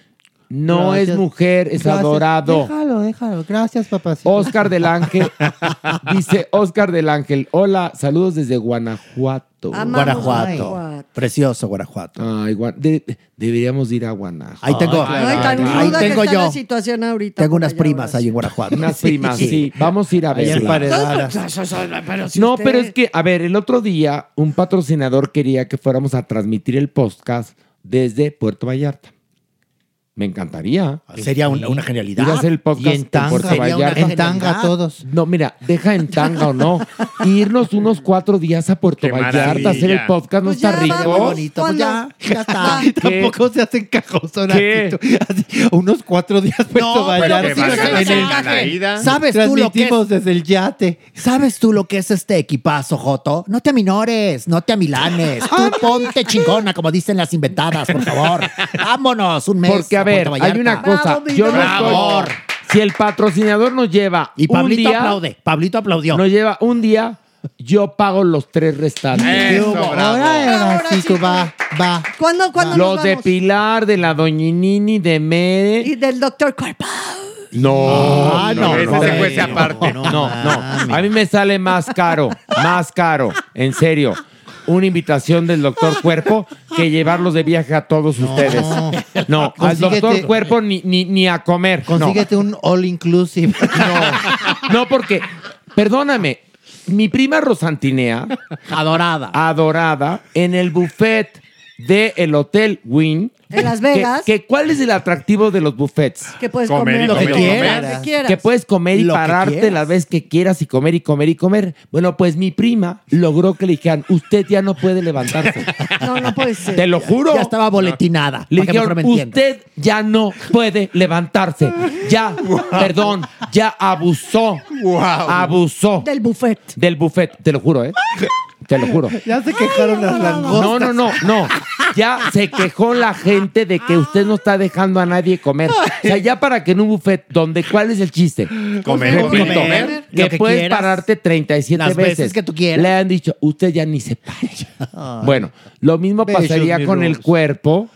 C: No
F: Gracias.
C: es mujer, es
F: Gracias.
C: adorado.
F: Déjalo, déjalo. Gracias, papacito.
C: Oscar del Ángel, dice Oscar del Ángel, hola, saludos desde Guanajuato.
M: Amamos Guanajuato. Guanajuato. Precioso Guanajuato.
C: Ay, Gua- de- deberíamos ir a Guanajuato.
M: Ahí tengo- Ay, claro.
D: Ay, tan
M: Ahí
D: ruda que
M: tengo
D: está
M: yo.
D: la situación ahorita.
M: Tengo unas primas ahí en Guanajuato.
C: Unas primas, sí. Vamos a ir a
M: Ahí en
C: verlas.
M: Paredaras.
C: no, pero es que, a ver, el otro día un patrocinador quería que fuéramos a transmitir el podcast desde Puerto Vallarta. Me encantaría.
N: Sería una- una genialidad.
C: Ir a hacer el podcast
N: Y en tanga.
C: Puerto
N: Sería una
C: Vallarta.
N: En tanga genialidad. todos.
C: No, mira, deja en tanga o no. Irnos unos cuatro días a Puerto
N: Qué
C: Vallarta a hacer
N: maravilla.
C: el podcast. No
N: Pues
C: está
N: ya,
C: rico.
N: vamos, bonito, pues ya, ya está.
F: Tampoco se hacen cajosón
C: ¿Qué?
F: así, tú, así, unos cuatro días puesto
N: pero que
F: Vallarta.
N: sí se los
F: En el-
N: encaje.
F: en el-
N: ¿Sabes tú lo que es?
F: Transmitimos desde el yate.
N: ¿Sabes tú lo que es este equipazo, Joto? No te aminores, no te amilanes. Tú ponte chingona, como dicen las inventadas, por favor. Vámonos un mes.
C: Porque, a ver,
N: Puerto
C: hay una
N: Vallarta.
C: cosa. yo no
N: Bravo.
C: estoy- Si el patrocinador nos lleva.
N: Y Pablito
C: un día,
N: aplaude, Pablito aplaudió.
C: Nos lleva un día, yo pago los tres restantes.
F: ¿Qué hubo? Ahora, ahora sí, tú va, va.
D: ¿Cuándo, cuándo
C: los
D: nos
C: de
D: vamos?
C: Pilar, de la Doñinini, de Mede.
D: Y del doctor Cuerpo.
C: No,
N: Ah,
C: no,
N: no,
C: no,
N: ese
C: no,
N: se cuece
C: no,
N: aparte.
C: No, no, no. A mí me sale más caro, más caro, en serio. Una invitación del doctor Cuerpo que llevarlos de viaje a todos ustedes. No, al
F: Consíguete-
C: doctor Cuerpo ni, ni, ni a comer. no.
F: Consíguete un all inclusive.
C: No, porque, perdóname, mi prima Rosantinea.
N: Adorada.
C: Adorada, en el buffet del el Hotel Win.
D: En Las
C: que-
D: Vegas.
C: Que, ¿Cuál es el atractivo de los buffets?
D: Que puedes Comer y comer, lo que comer, quieras. comer. Lo que quieras.
C: Que puedes comer y
D: Lo que
C: pararte
D: quieras.
C: la vez que quieras y comer y comer y comer. Bueno, pues mi prima logró que le dijeran, usted ya no puede levantarse.
D: No, no puede ser.
C: Te lo juro.
N: Ya estaba boletinada.
C: Le
N: para que mejor
C: dijeron,
N: me entienda.
C: usted ya no puede levantarse. Ya, perdón, ya abusó. Abusó. Del
D: buffet.
C: Del buffet, te lo juro, ¿eh? Te lo juro.
F: Ya se quejaron las langostas.
C: No, no, no, no. Ya se quejó la gente de que usted no está dejando a nadie comer. O sea, ya para que en un buffet donde cuál es el chiste?
N: Comer,
C: Repito,
N: comer, comer,
C: que,
N: lo que
C: puedes
N: quieras.
C: pararte 37
N: Las veces que tú quieras.
C: Le han dicho, usted ya ni se para. Bueno, lo mismo
N: Bellos
C: pasaría
N: mis
C: con el
N: rulos.
C: cuerpo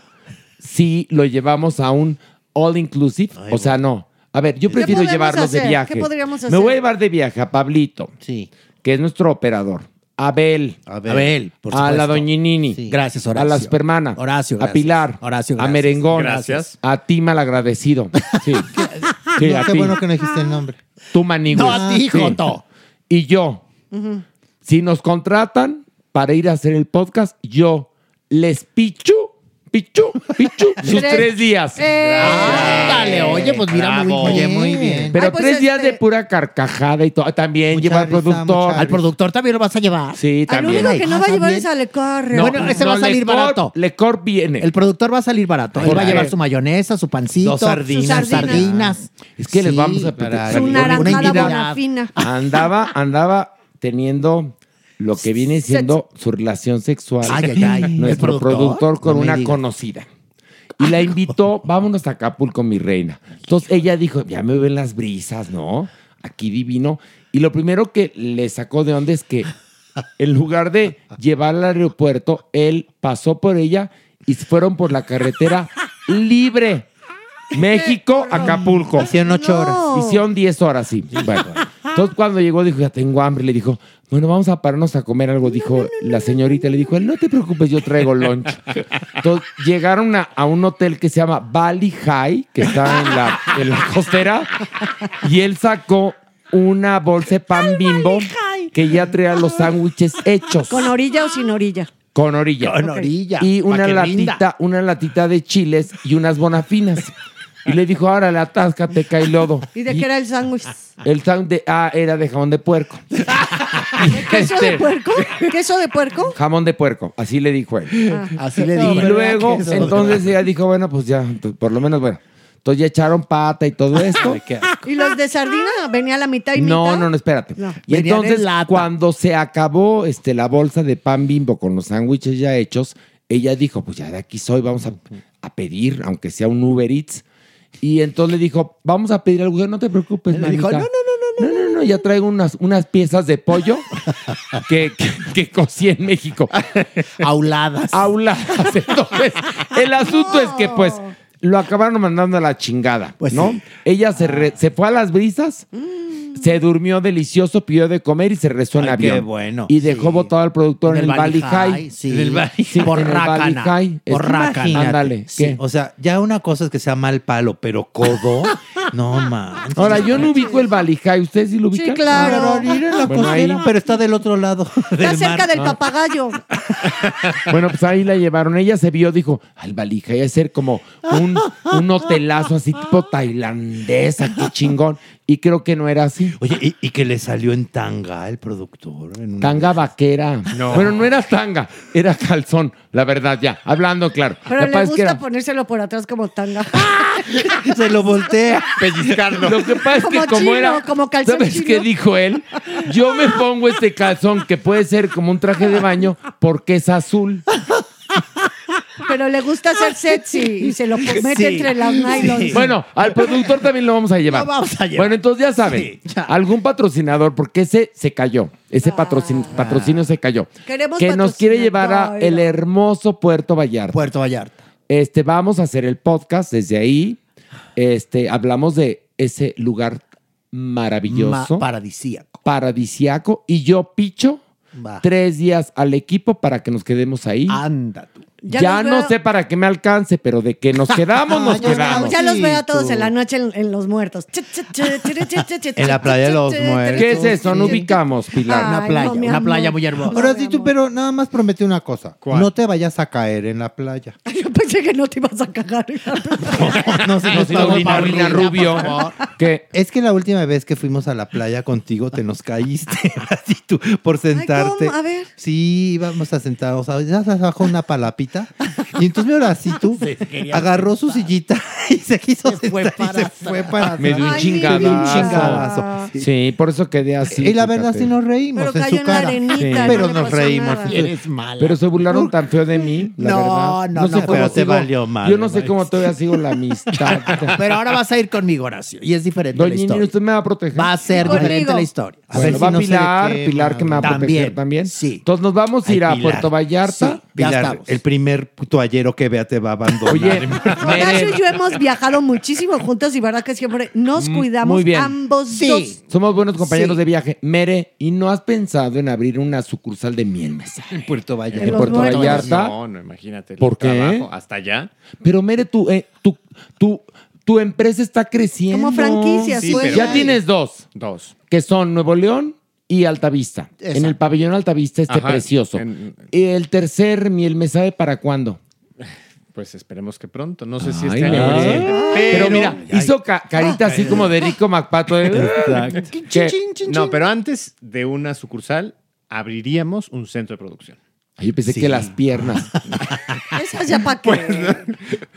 C: si lo llevamos a un all inclusive, o sea, no. A ver, yo prefiero
D: podemos
C: llevarlos de
D: hacer?
C: viaje.
D: ¿Qué podríamos
C: Me
D: hacer?
C: voy a llevar de viaje a Pablito, sí. que es nuestro operador. Abel.
N: Abel. Abel, por
C: a la
N: supuesto.
C: Doñinini.
N: Sí. Gracias, Horacio.
C: A la Supermana.
N: Horacio,
C: A
N: gracias.
C: Pilar.
N: Horacio,
C: A
N: gracias.
C: Merengón.
N: Gracias.
C: A ti, malagradecido. Sí. Sí,
F: No,
C: a
F: qué
C: ti.
F: bueno que no dijiste el nombre.
C: Tú, manigüe.
F: No, a ti,
C: Sí.
F: Joto.
C: Y yo, si nos contratan para ir a hacer el podcast, yo les pichu, pichu, pichu sus
N: Tres.
C: tres días.
N: ¡Eh! Ándale,
C: Dale,
N: oye, pues mira, muy Bravo. bien.
C: Oye, muy bien. Pero tres días de pura carcajada y todo. También lleva al productor.
N: Al productor también lo vas a llevar.
C: Sí,
D: Al
C: también.
D: único que no va a llevar
N: Ah, también.
D: es a Le Corre.
N: bueno, ese va a salir barato.
C: Lecor viene.
N: El productor va a salir barato. Él va a
C: Porque-
N: llevar su mayonesa, su pancito,
C: Dos sardinas.
N: sus sardinas.
C: Es que les
N: Sí,
C: vamos a platicar.
N: caray. Su naranjada
D: bonafina.
C: Andaba, andaba teniendo lo que viene siendo su relación sexual.
N: Ay, ay, ay. ¿El
C: Nuestro
N: productor?
C: productor con
N: No me
C: una
N: digas.
C: conocida. Y la invitó, vámonos a Acapulco, mi reina. Entonces ella dijo, ya me ven las brisas, ¿no? Aquí divino. Y lo primero que le sacó de onda es que en lugar de llevarla al aeropuerto, él pasó por ella y se fueron por la carretera libre. México, Acapulco. Hicieron ocho horas. Hicieron diez horas, sí. Bueno. Entonces cuando llegó dijo, ya tengo hambre. Le dijo, bueno, vamos a pararnos a comer algo. Dijo la señorita. Le dijo, él, no te preocupes, yo traigo lunch. Entonces llegaron a, a un hotel que se llama Valley High, que está en la, en la costera. Y él sacó una bolsa de pan bimbo que ya traía los sándwiches hechos.
D: ¿Con orilla o sin orilla?
C: Con orilla.
D: Con orilla,
C: Y
D: pa'
C: una
D: que
C: latita,
D: rinda.
C: una latita de chiles y unas bonafinas. Y le dijo, ahora la tasca te cae lodo.
D: ¿Y de qué era el sándwich?
C: Ah, El sound de, ah, era de jamón de puerco.
D: ¿Queso
C: Este,
D: de puerco? ¿Queso de puerco?
C: Jamón de puerco, así le dijo él.
D: Ah.
N: Así le
C: Y
N: dije.
C: luego,
N: Queso de
C: entonces
N: puerco.
C: ella dijo, bueno, pues ya, t- por lo menos, bueno. Entonces ya echaron pata y todo esto.
D: ¿Y los de sardina? Venía la mitad y
C: No,
D: mitad.
C: no, no, espérate.
D: No.
C: Y
D: Venían
C: entonces,
D: en lata.
C: cuando se acabó este, la bolsa de pan bimbo con los sándwiches ya hechos, ella dijo, pues ya de aquí soy, vamos a, a pedir, aunque sea un Uber Eats. Y entonces le dijo, vamos a pedir algo, no te preocupes,
N: Le dijo,
C: manita.
N: "No,
C: no, no, no, no, no, ya traigo unas, unas piezas de pollo que, que, que cocí en México. Auladas. Auladas. Entonces, el asunto es que, pues, lo acabaron mandando a la chingada, ¿no? Ella se, re- se fue a las brisas Se durmió delicioso, pidió de comer y se rezó en
F: Ay,
C: avión.
F: qué bueno,
C: Y dejó botado al productor en, el Valley High.
F: sí.
C: En el Valley-
F: Sí,
C: en el Valley
F: rácana,
C: High.
F: por rácana.
C: Ándale.
F: Sí,
C: ¿qué?
F: O sea, ya una cosa es que sea mal palo, pero codo, no man.
C: Ahora, yo no ubico el Valley High. ¿Ustedes sí lo Ah, ubican?
F: claro. Mira la
C: Bueno,
F: costera,
C: ahí-
F: pero está del otro lado.
D: Está
C: del
D: cerca
C: mar.
D: del
C: pues, Ah.
D: papagayo.
C: Bueno, pues ahí la llevaron. Ella se vio, dijo, al Valley High, es ser como un, un hotelazo así tipo tailandesa, qué chingón. Y creo que no era así.
F: Oye, y, y que le salió en tanga el productor. en una-
C: Tanga vaquera.
F: No.
C: Bueno, no era tanga, era calzón, la verdad, ya. Hablando claro.
D: Pero
C: La
D: le
C: paz es
D: gusta
C: que era-
D: ponérselo por atrás como tanga.
F: Se lo voltea.
C: Pellizcarlo. Lo que pasa es
D: Como
C: que como
D: chino,
C: era.
D: como calzón
C: ¿Sabes
D: chino?
C: qué dijo él? Yo me pongo este calzón que puede ser como un traje de baño porque es azul.
D: Pero le gusta ser sexy y se lo po- pues mete
C: Sí,
D: entre las
C: sí.
D: nylons.
C: Bueno, al productor también lo vamos a llevar.
D: Lo vamos a llevar.
C: Bueno, entonces ya saben,
D: Sí,
C: algún patrocinador, porque ese se cayó, ese patrocin- patrocinio se cayó,
D: Ah. Queremos
C: que nos quiere llevar a
D: patrocinador.
C: el hermoso Puerto Vallarta.
F: Puerto Vallarta.
C: Este, vamos a hacer el podcast desde ahí. Este, hablamos de ese lugar maravilloso.
F: Ma- paradisíaco.
C: Paradisíaco. Y yo picho
F: Va.
C: Ah. tres días al equipo para que nos quedemos ahí.
F: Anda tú.
C: Ya,
D: Ya
C: no
D: los veo-
C: sé para qué me alcance, pero de que nos quedamos, nos
D: Ya-
C: quedamos.
D: Ya los veo a todos en la noche en, en Los Muertos. en
C: ¿Qué es eso? No ubicamos, Pilar.
F: Una playa, una playa muy hermosa. Ahora sí tú, pero nada más prometí una cosa. No te vayas a caer en la playa.
D: Yo pensé que no te ibas a cagar.
F: No, se
C: No, sino Ah, Paulina Rubio.
F: Es que la última vez que fuimos a la playa contigo te nos caíste así tú, por sentarte.
D: A ver.
F: Sí, íbamos a sentarnos a- ya sabes, abajo una palapita. Y entonces ahora sí tú agarró su sillita y se quiso sentar y se fue para atrás.
C: Me dio un
F: Ay, me dio un
C: chingadazo.
F: chingadazo.
C: Sí, por eso quedé así.
F: y la verdad
C: fíjate.
F: sí nos reímos
C: Pero
F: en
C: cayó
F: su
C: en la
F: cara.
C: arenita, Sí. no
F: Pero
C: le
F: nos
C: pasó
F: reímos.
C: nada. Pero se burlaron tan feo de mí, la
F: No,
C: verdad.
F: no, no, pero te valió madre,
C: Yo no sé cómo todavía sigo la amistad.
F: Pero ahora vas a ir conmigo, Horacio. Y es diferente
C: Doña
F: la
C: Nini,
F: historia.
C: usted me va a proteger.
F: Va a ser
C: Conmigo.
F: diferente la historia. A
C: Bueno,
F: ver si
C: va
F: no se
C: Pilar,
F: le quema.
C: Pilar que me va a proteger
F: También,
C: también. Sí. Entonces nos vamos a ir a
F: Pilar.
C: Puerto Vallarta.
F: Sí, Pilar, el primer toallero que vea te va a abandonar.
C: Oye,
D: Horacio y yo hemos viajado muchísimo juntos y verdad que siempre nos
C: Mm,
D: cuidamos
C: muy bien.
D: ambos dos.
C: Somos buenos compañeros
D: Sí.
C: de viaje. Mere, ¿y no has pensado en abrir una sucursal de miel mesa?
E: En Puerto
C: Vallarta. En Puerto Vallarta.
E: No, no, imagínate. el
C: ¿Por qué?
E: trabajo Hasta allá.
C: Pero Mere, tu, eh, tu, tu, tu empresa está creciendo.
E: Como franquicias, Sí, pues. pero-
C: Ya tienes dos,
E: Dos.
C: que son Nuevo León y Altavista. En el pabellón Altavista este
E: Ajá,
C: precioso.
E: en-
C: ¿Y el tercer miel mesa de para cuándo?
E: Pues esperemos que pronto. No sé si
C: Ay,
E: este año.
C: Mere.
E: o el siguiente,
C: pero, mira, hizo ca- carita así como de Rico MacPato. ¿eh?
E: Exacto.
C: Que-
E: No, pero antes de una sucursal abriríamos un centro de producción.
C: Ay, Ah, yo pensé que las piernas.
D: Esas ya para qué.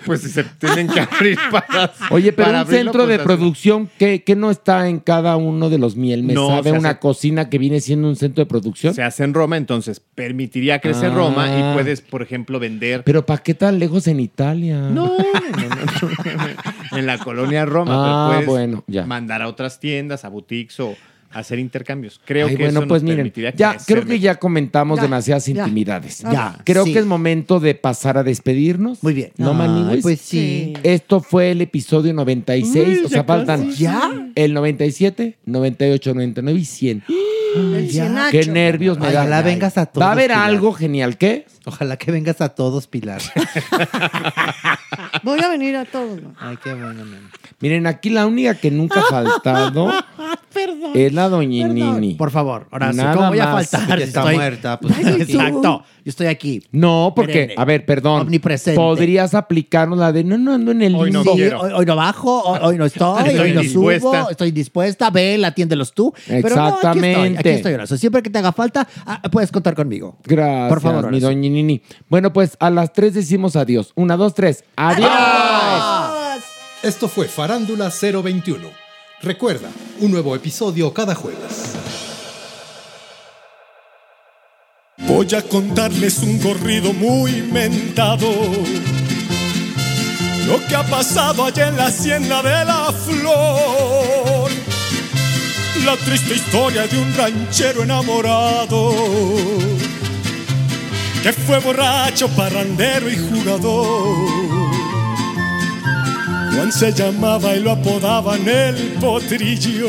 E: Pues si se tienen que abrir
H: Pues,
E: para.
C: Oye, pero
E: para
C: un
E: abrirlo,
C: centro de
E: pues, así.
C: producción que, que no está en cada uno de los miel me
E: No,
C: sabe
E: se hace-
C: una cocina que viene siendo un centro de producción.
E: Se hace en Roma, entonces permitiría crecer
C: Ah.
E: Roma y puedes, por ejemplo, vender
C: Pero ¿para qué tan lejos en Italia?
E: No, en la colonia Roma.
C: Ah,
E: pero puedes
C: bueno, ya.
E: mandar a otras tiendas, a boutiques o hacer intercambios. Creo
C: Ay,
E: que
C: bueno,
E: eso
C: pues
E: nos
C: miren,
E: permitirá
C: ya
E: crecer
C: creo que ya comentamos
E: Ya,
C: demasiadas
E: ya.
C: intimidades.
E: Ya,
C: creo
E: sí.
C: que es momento de pasar a despedirnos. Muy bien. ¿No,
F: Ay,
C: Maniguis?
F: pues sí. Sí.
C: Esto fue el episodio 96,
F: Uy,
C: o sea,
F: ya
C: faltan
F: casi. ¿Ya?
C: el 97, 98, 99 y 100.
F: El
C: Ya. Qué nervios me da.
F: Ojalá vengas a todos.
C: Va a haber
F: Pilar.
C: algo genial, ¿qué?
F: Ojalá que vengas a todos, Pilar.
D: Voy a venir a todos. ¿no?
F: Ay, qué bueno, mi amor.
C: Miren, aquí la única que nunca ha faltado
D: Perdón.
C: es la doña Nini.
F: Por favor,
C: Horacio,
F: ¿cómo voy a faltar? Si estoy-
C: pues.
F: Exacto, yo estoy aquí.
C: No, porque,
F: Perenne.
C: a ver, perdón.
F: eh, Omnipresente.
C: Podrías aplicarnos la de no, no ando en el
F: Hoy no
C: limbo.
F: quiero. Sí, hoy- hoy no bajo, hoy, hoy no estoy,
C: Estoy
F: hoy no
C: dispuesta.
F: subo, estoy dispuesta. Ve, atiéndelos tú. Pero no, aquí estoy, aquí
C: Exactamente.
F: estoy, Horacio. Siempre que te haga falta, ah, puedes contar conmigo.
C: Gracias,
F: Por favor,
C: mi
F: Horacio.
C: doña Nini. Bueno, pues a las tres decimos adiós. Una, dos, tres. ¡Adiós!
B: Esto fue Farándula 021. Recuerda, un nuevo episodio cada jueves.
J: Voy a contarles un corrido muy inventado. Lo que ha pasado allá en la hacienda de la flor. La triste historia de un ranchero enamorado. Que fue borracho, parrandero y jugador. Juan se llamaba y lo apodaban el potrillo.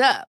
O: up.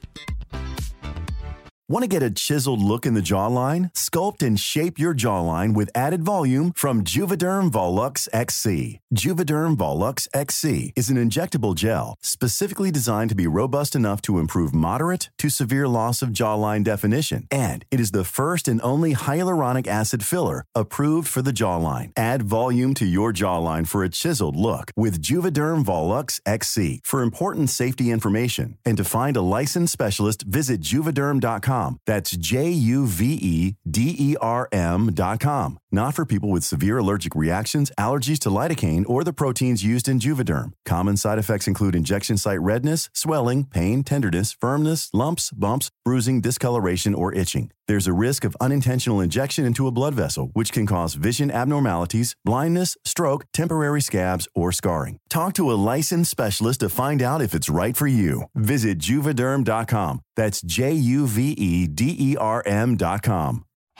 P: Want to get a chiseled look in the jawline? Sculpt and shape your jawline with added volume from Juvederm Volux XC. Juvederm Volux XC is an injectable gel specifically designed to be robust enough to improve moderate to severe loss of jawline definition. And it is the first and only hyaluronic acid filler approved for the jawline. Add volume to your jawline for a chiseled look with Juvederm Volux XC. For important safety information and to find a licensed specialist, visit juvederm.com. That's J U V E D E R M.com. Not for people with severe allergic reactions, allergies to lidocaine, or the proteins used in Juvederm. Common side effects include injection site redness, swelling, pain, tenderness, firmness, lumps, bumps, bruising, discoloration, or itching. There's a risk of unintentional injection into a blood vessel, which can cause vision abnormalities, blindness, stroke, temporary scabs, or scarring. Talk to a licensed specialist to find out if it's right for you. Visit juvederm.com. That's J U V E D E R M.com.